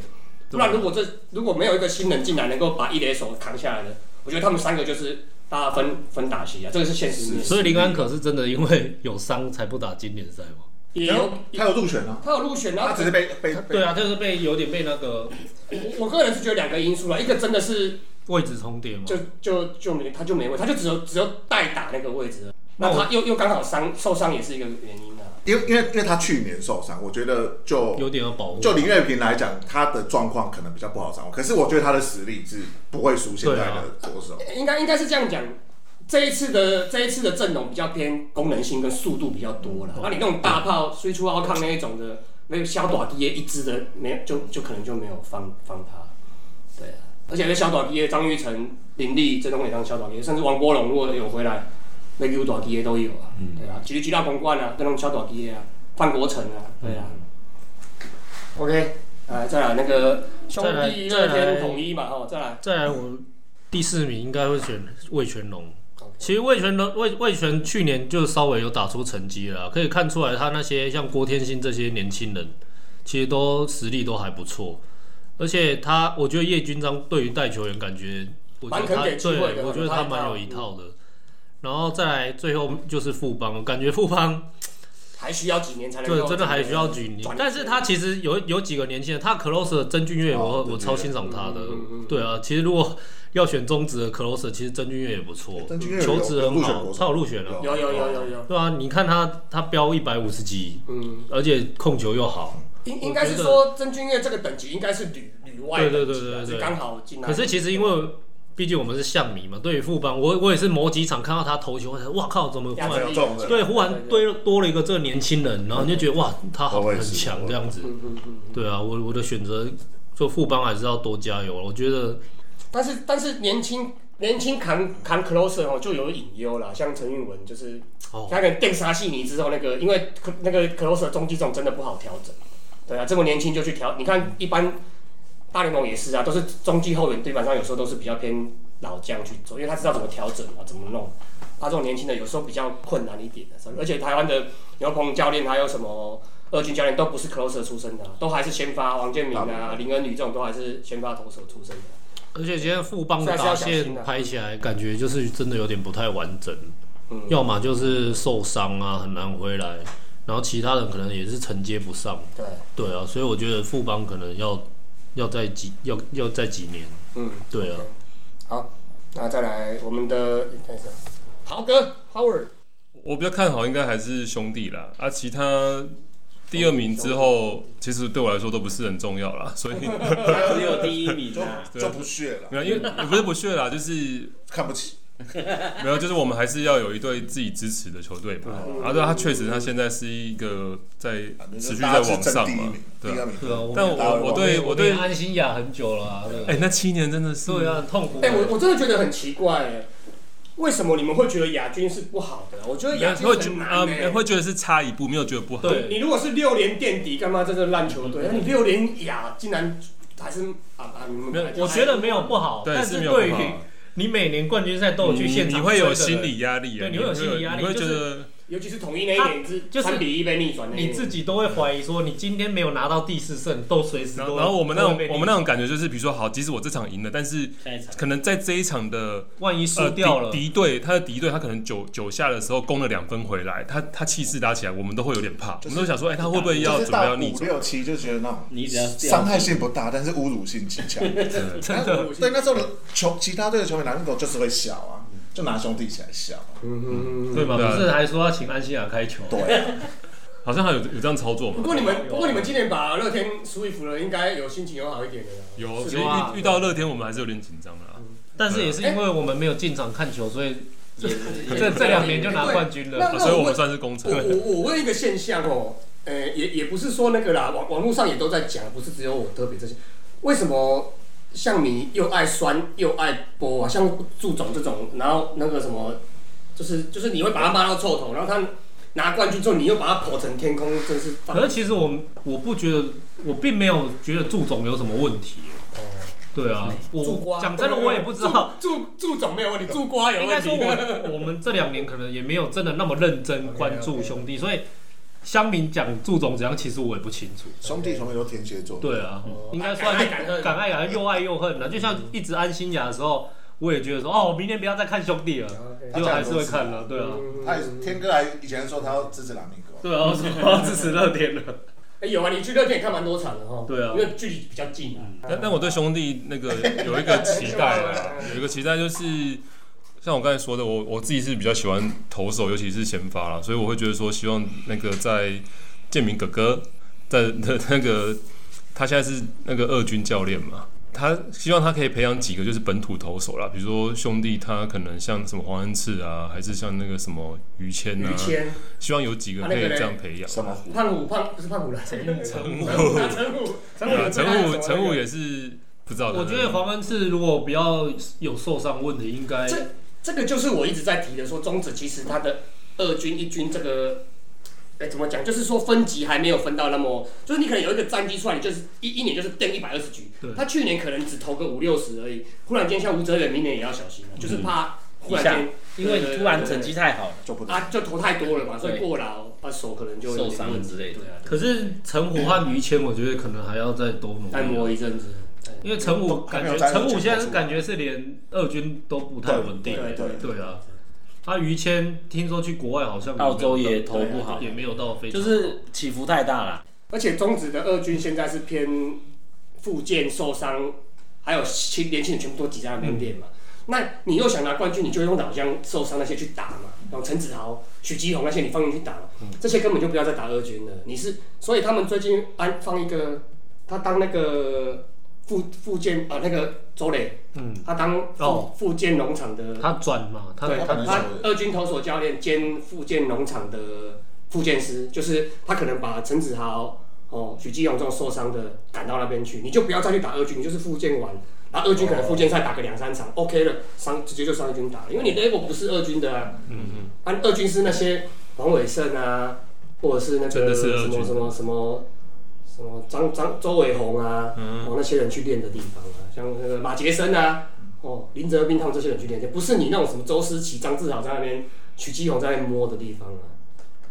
C: 不然如果这如果没有一个新人进来能够把一垒手扛下来的，我觉得他们三个就是大家分分打席啊，这个是现实面。
H: 所以林安可是真的因为有伤才不打经典赛吗？
C: 也
F: 然
C: 有
F: 后他有入选啊，
C: 他有入选，然后
F: 他只是被被被
H: 对啊，就是被有点被那个
C: 我我个人是觉得两个因素啦，一个真的是
H: 位置重叠嘛，
C: 就就就没他就没位，他就只有只有代打那个位置了，
H: 那
C: 那
H: 我
C: 他又又刚好伤受伤也是一个原因啊。
F: 因为因为因为他去年受伤，我觉得就
H: 有点要保护。
F: 就林月平来讲，他的状况可能比较不好掌握，可是我觉得他的实力是不会输现在的
H: 啊
F: 左手。
C: 应该应该是这样讲，这一次的这一次的阵容比较偏功能性跟速度比较多了，那你那种大炮虽出奥康那一种的，那个小短耶一支的没有就就可能就没有放放他，对啊，而且那小短耶张玉成、林立、郑东伟当小短耶，甚至王波龙如果有回来，那个短耶都有啊，对啊，其实巨大公冠啊，跟那种小短耶啊，范国成啊，对啊、OK，来再来那个兄
H: 再来
C: 弟
H: 再
C: 乐
H: 来
C: 天统一嘛，哦，再来
H: 再来，我第四名应该会选魏全龙。其实魏全龙魏魏全去年就稍微有打出成绩了啊，可以看出来他那些像郭天兴这些年轻人，其实都实力都还不错。而且他，我觉得叶军章对于带球员感觉，我觉
C: 蛮
H: 得
C: 肯
H: 他
C: 给机会的嗯
H: 对，我觉得他蛮有一套的。然后再来最后就是富邦，我感觉富邦
C: 还需要几年才能够
H: 对，真的还需要举例
C: 转，
H: 但是他其实有有几个年轻人，他 close 的曾俊岳，我、
F: 哦对
H: 我
F: 对
H: 超欣赏他的
C: 嗯嗯嗯。
H: 对啊，其实如果要选中职的 close，其实曾俊岳也不错，
F: 曾俊岳有
H: 球职
F: 有入
H: 很
F: 选国手
H: 好，他有入选了。
F: 有
C: 有有有有有，
H: 对啊，你看他他飙一百五十几，
C: 嗯，
H: 而且控球又好。
C: 应
H: 我
C: 应该是说曾俊岳这个等级应该是旅旅外
H: 对对
C: 等
H: 对
C: 级啊，
H: 对对
C: 是刚好进来。
H: 可是其实因为毕竟我们是象迷嘛，对于副帮，我我也是某几场看到他投球，我才哇靠，怎么忽
C: 亚
H: 然
C: 洲
F: 有中的
H: 对忽啊然
C: 对
H: 堆了多了一个这个年轻人，然后你就觉得哇，他好
F: 我也
H: 很
F: 是
H: 强这样子。
C: 嗯嗯嗯，
H: 对啊，我我的选择做副帮还是要多加油。我觉得
C: 但是但是年轻年轻扛扛 closer 哦，就有隐忧啦，像陈韵文就是
H: 哦，
C: 他可能电杀戏迷之后，那个因为 cl- 那个 closer 中继这种真的不好调整，对啊，这么年轻就去调，你看一般大联盟也是啊，都是中继后援，基本上有时候都是比较偏老将去做，因为他知道怎么调整啊，怎么弄。他这种年轻的有时候比较困难一点的，而且台湾的牛棚教练还有什么二军教练都不是 closer 出身的啊、都还是先发王建民啊、林恩宇这种都还是先发投手出身的。啊
H: 而且今天副帮的打
C: 所以还是要小
H: 线
C: 心啊
H: 拍起来，感觉就是真的有点不太完整，
C: 嗯
H: 要么就是受伤啊，很难回来，然后其他人可能也是承接不上。
C: 对，
H: 对啊，所以我觉得副帮可能要要在几要要在几年。
C: 嗯，
H: 对啊，
C: 好，那再来我们的看一下，豪哥 Howard。
J: 我比较看好应该还是兄弟啦，啊，其他第二名之后，其实对我来说都不是很重要啦， 所以，
G: 他只有第一名啊。
F: 就不屑了
J: 没有，因为也不是不屑啦，就是
F: 看不起。
J: 没有，就是我们还是要有一队自己支持的球队嘛。啊，对啊，他确实他现在是一个在
F: 啊
J: 持续在往上
F: 第一
J: 嘛
F: 名，，第
J: 对
F: 二
J: 啊。
F: 名，
H: 对啊，我
J: 但
F: 打
J: 我
F: 完
J: 我对我对，
H: 安心雅很久了、啊，对
J: 哎，那七年真的是
H: 对啊，很痛苦。
C: 哎、我我真的觉得很奇怪、哎，为什么你们会觉得亚军是不好的？啊我觉得亚军
J: 会觉
C: 很
J: 啊
C: 难、欸
J: 会觉得是差一步，没有觉得不好。
H: 呃对嗯
C: 你如果是六连垫底，干嘛真的烂球队？那你六连亚竟然还是啊啊！你们
J: 没有
C: 本来就
H: 我觉得没有不好，
J: 对
H: 但
J: 是没有
H: 对
J: 不好
H: 于你每年冠军赛都有
J: 你
H: 去现场
J: 你会有
H: 追的人
J: 心理压力啊，
H: 对你会有心理压力
J: 你会
H: 就
J: 觉
H: 是
J: 得
C: 尤其是统一那一年是
H: 就是
C: 三比一被逆转那一
H: 你
C: 年，
H: 自己都会怀疑说，你今天没有拿到第四胜，都随时
E: 然后
H: 都。
E: 然后我们那
H: 都会
E: 种
H: 被
E: 我们那种感觉就是，比如说好，即使我这场赢了，但是
G: 下一场
E: 可能在这一场的
H: 万一输
E: 呃
H: 掉了，
E: 敌敌队他的敌队他可能九九下的时候攻了两分回来，他他气势打起来，我们都会有点怕，我们都想说，哎，他会不会要
F: 就是
E: 准备
F: 到
E: 要逆
F: 五
E: 转？
F: 六七就觉得那种
G: 你只要掉
F: 伤害性不大，但是侮辱性极 强。
H: 真的
F: 对，那时候球其他队的球迷南狗就是会笑啊，就拿兄弟起来笑啊、
C: 嗯
H: 对吗？
E: 对啊
H: 不是还说要请安西亚开球？
F: 对啊，
E: 好像还有有这样操作
C: 不
E: 嘛？
C: 过你
H: 啊
C: 们不过你们今年把乐天输一服了，应该有心情有好一点的啦。
E: 有，
C: 是
E: 所以
C: 吧
E: 遇遇到乐天，我们还是有点紧张的啦。
C: 嗯
H: 但是也是因为我们没有进场看球，所以
G: 也啊哎也
H: 这这两年就拿冠军
C: 那
H: 了。
E: 啊
C: 那
E: 所以
C: 我
E: 我们算是攻城
C: 我。我我问一个现象哦，呃，也也不是说那个啦，网网络上也都在讲，不是只有我特别这些。为什么像你又爱酸又爱播啊？像祝总这种，然后那个什么，就是就是你会把他骂到臭头，然后他拿冠军之后，你又把他捧成天空，真是放
H: 可是其实我我不觉得，我并没有觉得祝总有什么问题。对啊，
C: 祝瓜
H: 我讲真的，我也不知道。
C: 祝祝总没有问题，祝瓜有
H: 应
C: 问
H: 该说
C: 题。
H: 我我们这两年可能也没有真的那么认真关注兄弟，所以乡民讲祝总怎样，其实我也不清楚。
F: 兄弟球迷都天蝎座，
H: 对啊，应该
C: 敢
H: 算
C: 爱敢恨
H: 敢爱敢恨，又爱又恨啊了。就像一直安心雅的时候，我也觉得说哦，明天不要再看兄弟了，结果还是会看了，对啊，
F: 他
C: 嗯
F: 也天哥还以前说他要支持蓝米狗，
H: 对啊，我说我要支持乐天了。
C: 哎、有啊，你去乐天也看蛮多场的哈。
H: 对啊
C: 因为距离比较近啊。
E: 但但我对兄弟那个有一个期待啦，有一个期待就是，像我刚才说的，我我自己是比较喜欢投手，尤其是先发啦，所以我会觉得说，希望那个在建明哥哥在的那个他现在是那个二军教练嘛，他希望他可以培养几个就是本土投手啦，比如说兄弟他可能像什么黄恩赐啊，还是像那个什么于谦啊
C: 于，谦、
E: 希望有几个
C: 啊
E: 可
C: 那个
E: 以
C: 嘞
E: 这样培养。
F: 什么虎？
C: 胖虎、胖不是胖虎啦，陈武、 陈武、陈武、陈
E: 对啊，
C: 武、
E: 陈武陈武也是不知道，
H: 我觉得黄恩赐如果不要有受伤问题，应该
C: 这这个就是我一直在提的，说中职其实它的二军、一军这个，哎，怎么讲？就是说分级还没有分到那么，就是你可能有一个战绩出来，你就是一一年就是垫一百二十局
H: 对，
C: 他去年可能只投个五六十而已，忽然间像吴哲远，明年也要小心了，就是怕忽然间
G: 因为你突然成绩太好了，
F: 就不能
C: 啊就投太多了嘛，所以
G: 对
C: 过劳啊手可能就会有
G: 受
C: 点
G: 伤
C: 问题
G: 之类的
C: 对啊，
H: 可是陈虎和于谦，我觉得可能还要再多努
C: 再
H: 力。
C: 磨一阵子。
H: 因为陈武
F: 都还
H: 感
F: 没有
H: 觉
F: 在
H: 陈武
F: 二军
H: 现在
F: 打
H: 是
F: 出
H: 感觉是连二军都不太稳定。
C: 对对
H: 对啊，他于谦听说去国外好像没有
G: 澳洲也投不好
H: 也，没有到非常
G: 就
H: 好
G: 是起伏太大了。
C: 而且中职的二军现在是偏附件受伤，还有青年轻人全部都挤在那边练嘛。那你又想拿冠军，你就用老将受伤那些去打嘛，然后陈子豪、许基宏那些你放进去打嘛，这些根本就不要再打二军了。你是，所以他们最近安放一个，他当那个附附件啊，那个周磊，嗯，他当
H: 哦
C: 附附件农场的，
H: 他转嘛，他
C: 对
F: 他
C: 他
F: 可能
C: 他
F: 是
C: 二军投手教练兼复健农场的复健师，就是他可能把陈子豪、哦许继荣这种受伤的赶到那边去，你就不要再去打二军，你就是复健完，然后二军可
F: 哦
C: 能复健赛打个两三场、o k 了，上直接就上一军打了，因为
F: 嗯
C: 你 level 不是二军的、啊，嗯嗯，按二军是那些黄伟胜啊，或者是那
E: 真
C: 个
E: 的
C: 什
E: 是二
C: 么
E: 军
C: 什么什么。什么张张周伟宏啊，
G: 嗯
C: 哦那些人去练的地方啊，像那个马杰森啊，哦，林哲斌他们这些人去练，不是你那种什么周思齐、张志豪在那边、许基宏在那边摸的地方啊。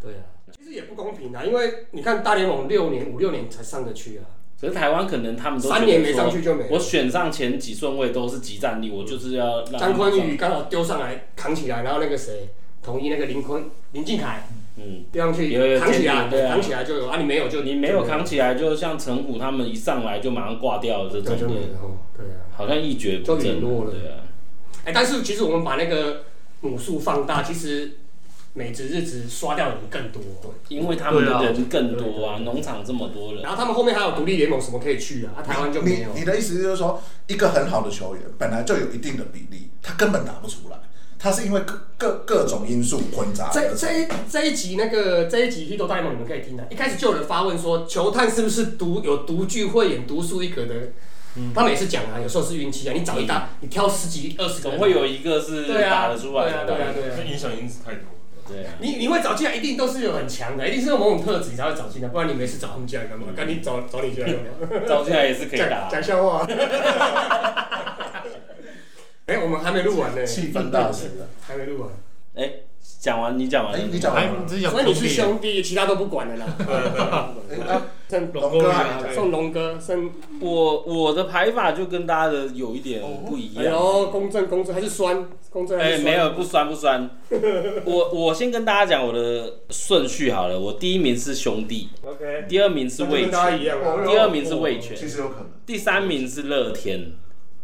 C: 对啊，其实也不公平啊，因为你看大联盟六年、五六年才上得去啊，
G: 可是台湾可能他们都
C: 三
G: 觉得
C: 年没
G: 说
C: 上去就没
G: 我
C: 了。
G: 选上前几顺位都是集战力，我就是要让
C: 张坤宇
G: 宇，
C: 刚好丢上来扛起来，然后那个谁，统一那个林坤、林敬凯
G: 嗯，
C: 丢上去
G: 有有
C: 扛起
G: 有
C: 来，
G: 有对啊
C: 扛起来就有啊，你没有就
G: 你没有扛起来，就像陈虎他们一上来就马上挂掉了这
C: 对就
G: 种
C: 没
G: 的，
C: 了哦，对啊。
G: 好像一蹶不
C: 都陨
G: 振
C: 落了
G: 对啊，
C: 哎、但是其实我们把那个母数放大，其实美职日职刷掉的人更多、
G: 因为他们
H: 对啊
G: 的人更多啊，农场这么多人
C: 然，后他们后面还有独立联盟什么可以去啊，啊台湾就没
F: 你
C: 有。
F: 你的意思就是说，一个很好的球员本来就有一定的比例，他根本打不出来，他是因为各各各种因素混杂
C: 这
F: 而成。
C: 这一这一集那个这一集《h i t o 大联盟》你们可以听的，一开始就有人发问说，球探是不是独有独具慧眼、独树一格的？他们也是讲啊，有时候是运气啊，你找一大，你挑十几、二十个
G: 总
C: 人，啊
G: 会有一个是
C: 对
G: 打
C: 啊，
G: 得出来
C: 对啊，
G: 的，
C: 对啊，对啊
E: 那。影响因子太多了。
G: 对啊，
C: 你你会找进来，一定都是有很强的，一定是有某种特质你才会找进来，不然你没事找他们进来干嘛？赶紧找找你进来干嘛？
G: 招进来也是 可以打
C: 讲，讲笑话啊。哎，我们还没录完呢，
F: 气氛大师啊，
C: 还没录完。
G: 哎，讲完你讲完
F: 哎
G: 了，，
F: 你讲完
H: 哎
F: 了吗，
H: 只讲
C: 所以你是兄弟，其他都不管了 啦。
F: 哎啊
C: 剩
F: 龙哥啊，你讲
C: 送龙哥，剩
G: 我我的排法就跟大家的有一点不一
C: 哎
G: 样。
C: 呦，公正公正还是酸，公正还
G: 哎、
C: 是酸
G: 没有不酸不 酸，我我先跟大家讲我的顺序好了。我第一名是兄弟，
C: ，OK，
G: 第二名是
C: 那就
G: 魏
C: 跟大家
G: 全，
C: 一样啊。
G: 第二名是魏全，
F: 其实有可能。
G: 第三名是乐天，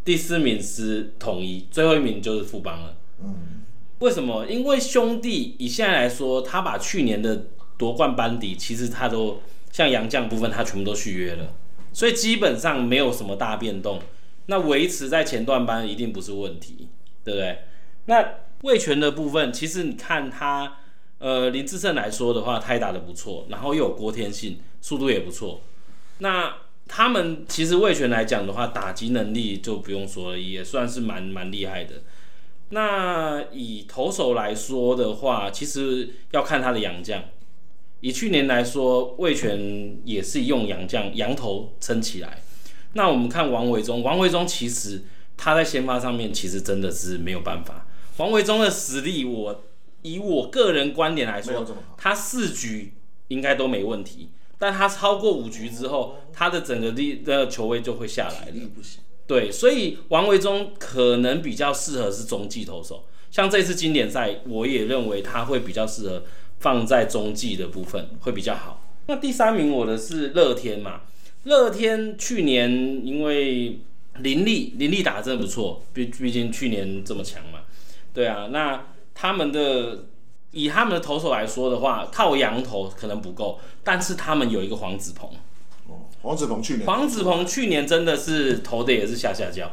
G: 第四名是统一，最后一名就是富邦了。
F: 嗯，
G: 为什么？因为兄弟以现在来说，他把去年的夺冠班底，其实他都像杨将部分，他全部都续约了，所以基本上没有什么大变动。那维持在前段班一定不是问题，对不对？那魏权的部分，其实你看他，呃，林志胜来说的话，他也打得不错，然后又有郭天信，速度也不错。那他们其实魏权来讲的话，打击能力就不用说了，也算是蛮蛮厉害的。那以投手来说的话，其实要看他的洋将。以去年来说，魏权也是用洋将羊头撑起来。那我们看王维忠，王维忠其实他在先发上面其实真的是没有办法。王维忠的实力我，以我个人观点来
F: 没有
G: 说
F: 这，么好。
G: 他四局应该都没问题，但他超过五局之后，他的整个力的球位就会下来了。
F: 不行，
G: 对，所以王维忠可能比较适合是中继投手，像这次经典赛，我也认为他会比较适合放在中继的部分会比较好。那第三名我的是乐天嘛，乐天去年因为林立林立打得真的不错，毕毕竟去年这么强嘛，对啊，那他们的。以他们的投手来说的话，靠羊头可能不够，但是他们有一个黄子鹏，
F: 哦黄子鹏去年
G: 黄子鹏去年真的是投的也是下下焦，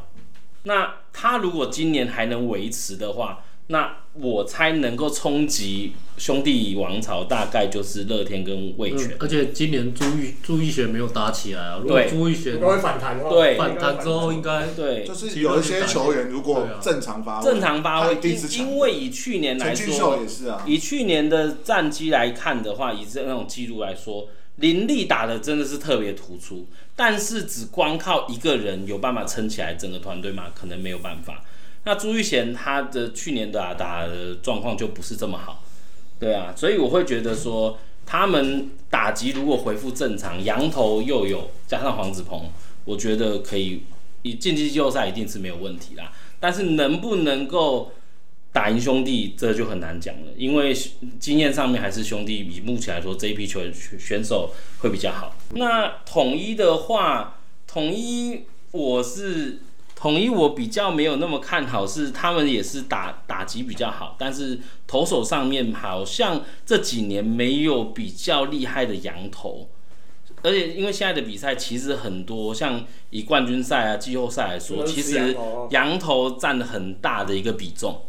G: 那他如果今年还能维持的话，那我猜能够冲击兄弟王朝大概就是乐天跟魏
F: 嗯
G: 权。
H: 嗯而且今年朱玉朱玉璇没有打起来啊，如果
G: 对
H: 朱玉璇
C: 都会反弹哦。
G: 对
H: 反弹之后，应该
G: 对
F: 就，是有一些球员如果正常发挥，
G: 啊正常发
F: 他
G: 挥
F: 一，定是
G: 因
F: 强的
G: 因为以去年来
F: 陈俊秀
G: 说，
F: 也是啊，
G: 以去年的战绩来看的话，以这那种记录来说，林立打的真的是特别突出，但是只光靠一个人有办法撑起来整个团队嘛，可能没有办法。那朱玉贤他的去年的打啊打的状况就不是这么好，对啊，所以我会觉得说，他们打击如果恢复正常，羊头又有加上黄子鹏，我觉得可以，以晋级季后赛一定是没有问题啦。但是能不能够打赢兄弟，这就很难讲了，因为经验上面还是兄弟以目前来说这一批球员选手会比较好。那统一的话，统一我是统一，我比较没有那么看好，是他们也是打打击比较好，但是投手上面好像这几年没有比较厉害的羊头。而且，因为现在的比赛其实很多，像以冠军赛啊、季后赛来说，
C: 都是
G: 其
C: 羊
G: 实
C: 头哦
G: 羊头占了很大的一个比重。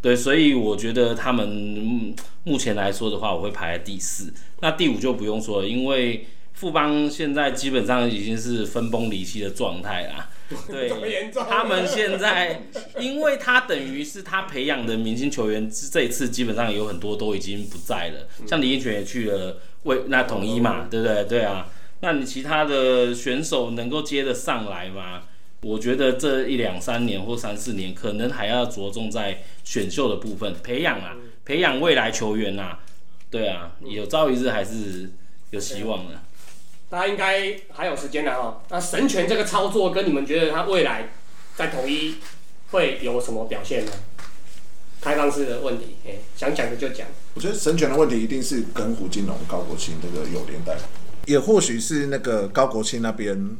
G: 对，所以我觉得他们嗯目前来说的话，我会排在第四。那第五就不用说了，因为富邦现在基本上已经是分崩离析的状态 啦。对
C: 这么，严重？
G: 他们现在，因为他等于是他培养的明星球员，这一次基本上有很多都已经不在了，
C: 嗯
G: 像李英权也去了为那统一
C: 哦
G: 嘛，对不对？对啊，那你其他的选手能够接得上来吗？我觉得这一两三年或三四年，可能还要着重在选秀的部分培养
C: 嗯
G: 啊，培养未来球员啊，对啊，有朝一日还是有希望的。
C: 大家应该还有时间的哈。那神权这个操作，跟你们觉得他未来在统一会有什么表现呢？开放式的问题，哎、想讲的就讲。
F: 我觉得神权的问题一定是跟胡金龙、高国庆这个有连带，也或许是那个高国庆那边，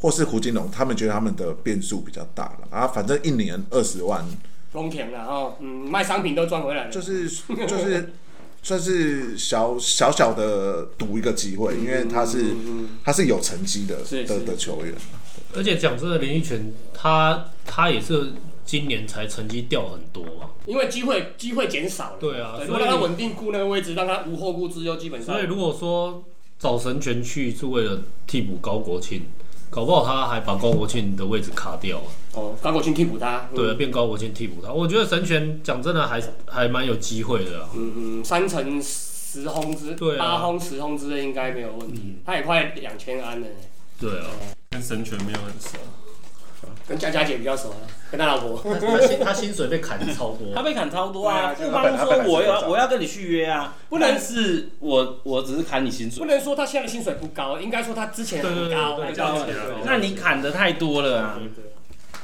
F: 或是胡金龙他们觉得他们的变数比较大了啊，反正一年二十万，
C: 丰田了哈，嗯，卖商品都赚回来了。
F: 就是就是算是小小小的赌一个机会，因为他
G: 嗯
F: 是他是有成绩的
C: 是
F: 的
C: 是
F: 的球员，
H: 而且讲真的，林奕泉他他也是今年才成绩掉很多啊嘛，
C: 因为机会机会减少了。
H: 对啊
C: 如果
H: 所以
C: 让他稳定顾那个位置，让他无后顾之忧，基本上
H: 所以如果说找神权去是为了替补高国庆，搞不好他还把高国庆的位置卡掉啊，
C: 哦，高国庆替补他。嗯
H: 对啊，，变高国庆替补他。我觉得神权讲真的还还蛮有机会的啊。
C: 嗯嗯，三成十轰之，
H: 对啊
C: 八轰十轰之类应该没有问题。他也快两千安了呢。
H: 对啊，
J: 跟神权没有很熟。
C: 跟佳佳姐比较熟啊，跟她老婆。
H: 他他薪他薪水被砍超多
G: 他，被砍超多啊！
F: 对啊
G: 富
F: 他本
G: 邦
F: 他本来
G: 说
F: 是
G: 我
F: 这
G: 要
F: 样
G: 我要跟你续约啊，
C: 不能
G: 但是我我只是砍你薪
C: 不
G: 水，
C: 能说她现在的薪水不高，应该说她之前很高，
H: 对对对对
C: 很
H: 这样
C: 高
H: 子啊
G: 那你砍的太多了啊！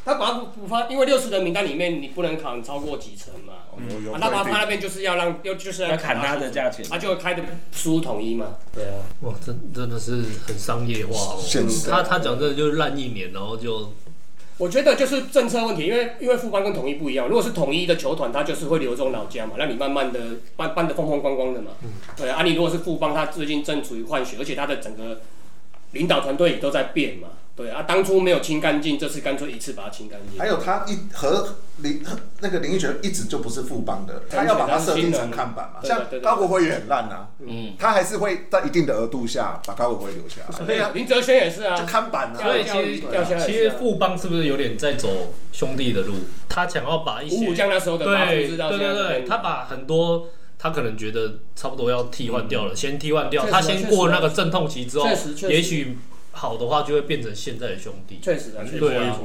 C: 他把它补发，因为六十人名单里面你不能砍超过几成嘛。
F: 有有
C: 啊，那
F: 规
C: 把他
F: 定
C: 那边就是要让，要就是
G: 要砍他的价钱，
C: 他就会开的书统一嘛。对啊，
H: 哇，真真的是很商业化哦。
F: 现实
H: 他他讲这就是烂一年，然后就
C: 我觉得就是政策问题，因为因为富邦跟统一不一样，如果是统一的球团，他就是会留中老家嘛，让你慢慢的搬搬的风风光光的嘛。对啊，你如果是富邦，他最近正处于换血，而且他的整个领导团队也都在变嘛。对啊，当初没有清干净，这次干脆一次把它清干净。
F: 还有他一和林那个林奕泉一直就不是富邦的，他要把它设定成看板嘛。
C: 对
F: 像
C: 对对对
F: 高国辉也很烂啊，
G: 嗯，
F: 他还是会在一定的额度下把高国辉留下来。对啊，
C: 林哲轩也是
F: 就
C: 啊，
F: 看板啊。
H: 所以其实
C: 掉下来也是啊
H: 其实富邦是不是有点在走兄弟的路？他想要把一
C: 五
H: 些
C: 虎将那时候的八
H: 对
C: 知
H: 对
C: 道
H: 对
C: 现在
H: 对，他把很多他可能觉得差不多要替换掉了，先替换掉，
C: 确实啊
H: 他先过那个阵痛期之后
C: 确实确，实
H: 也许好的话就会变成现在的兄弟。
C: 确实啊，确实
H: 对
C: 啊
H: 啊。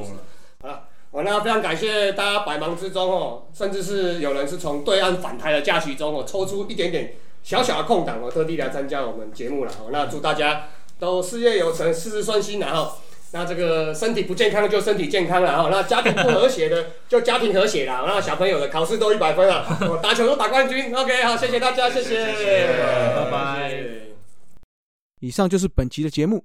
C: 好了，我那非常感谢大家百忙之中哦，甚至是有人是从对岸返台的假期中哦，抽出一点点小小的空档哦，特地来参加我们节目了哦。那祝大家都事业有成，事事顺心然后。那这个身体不健康就身体健康了哈，那家庭不和谐的就家庭和谐啦，那小朋友的考试都一百分了，我打球都打冠军。OK，好，谢谢大家，谢谢，拜
H: 拜
A: 以上就是本集的节目。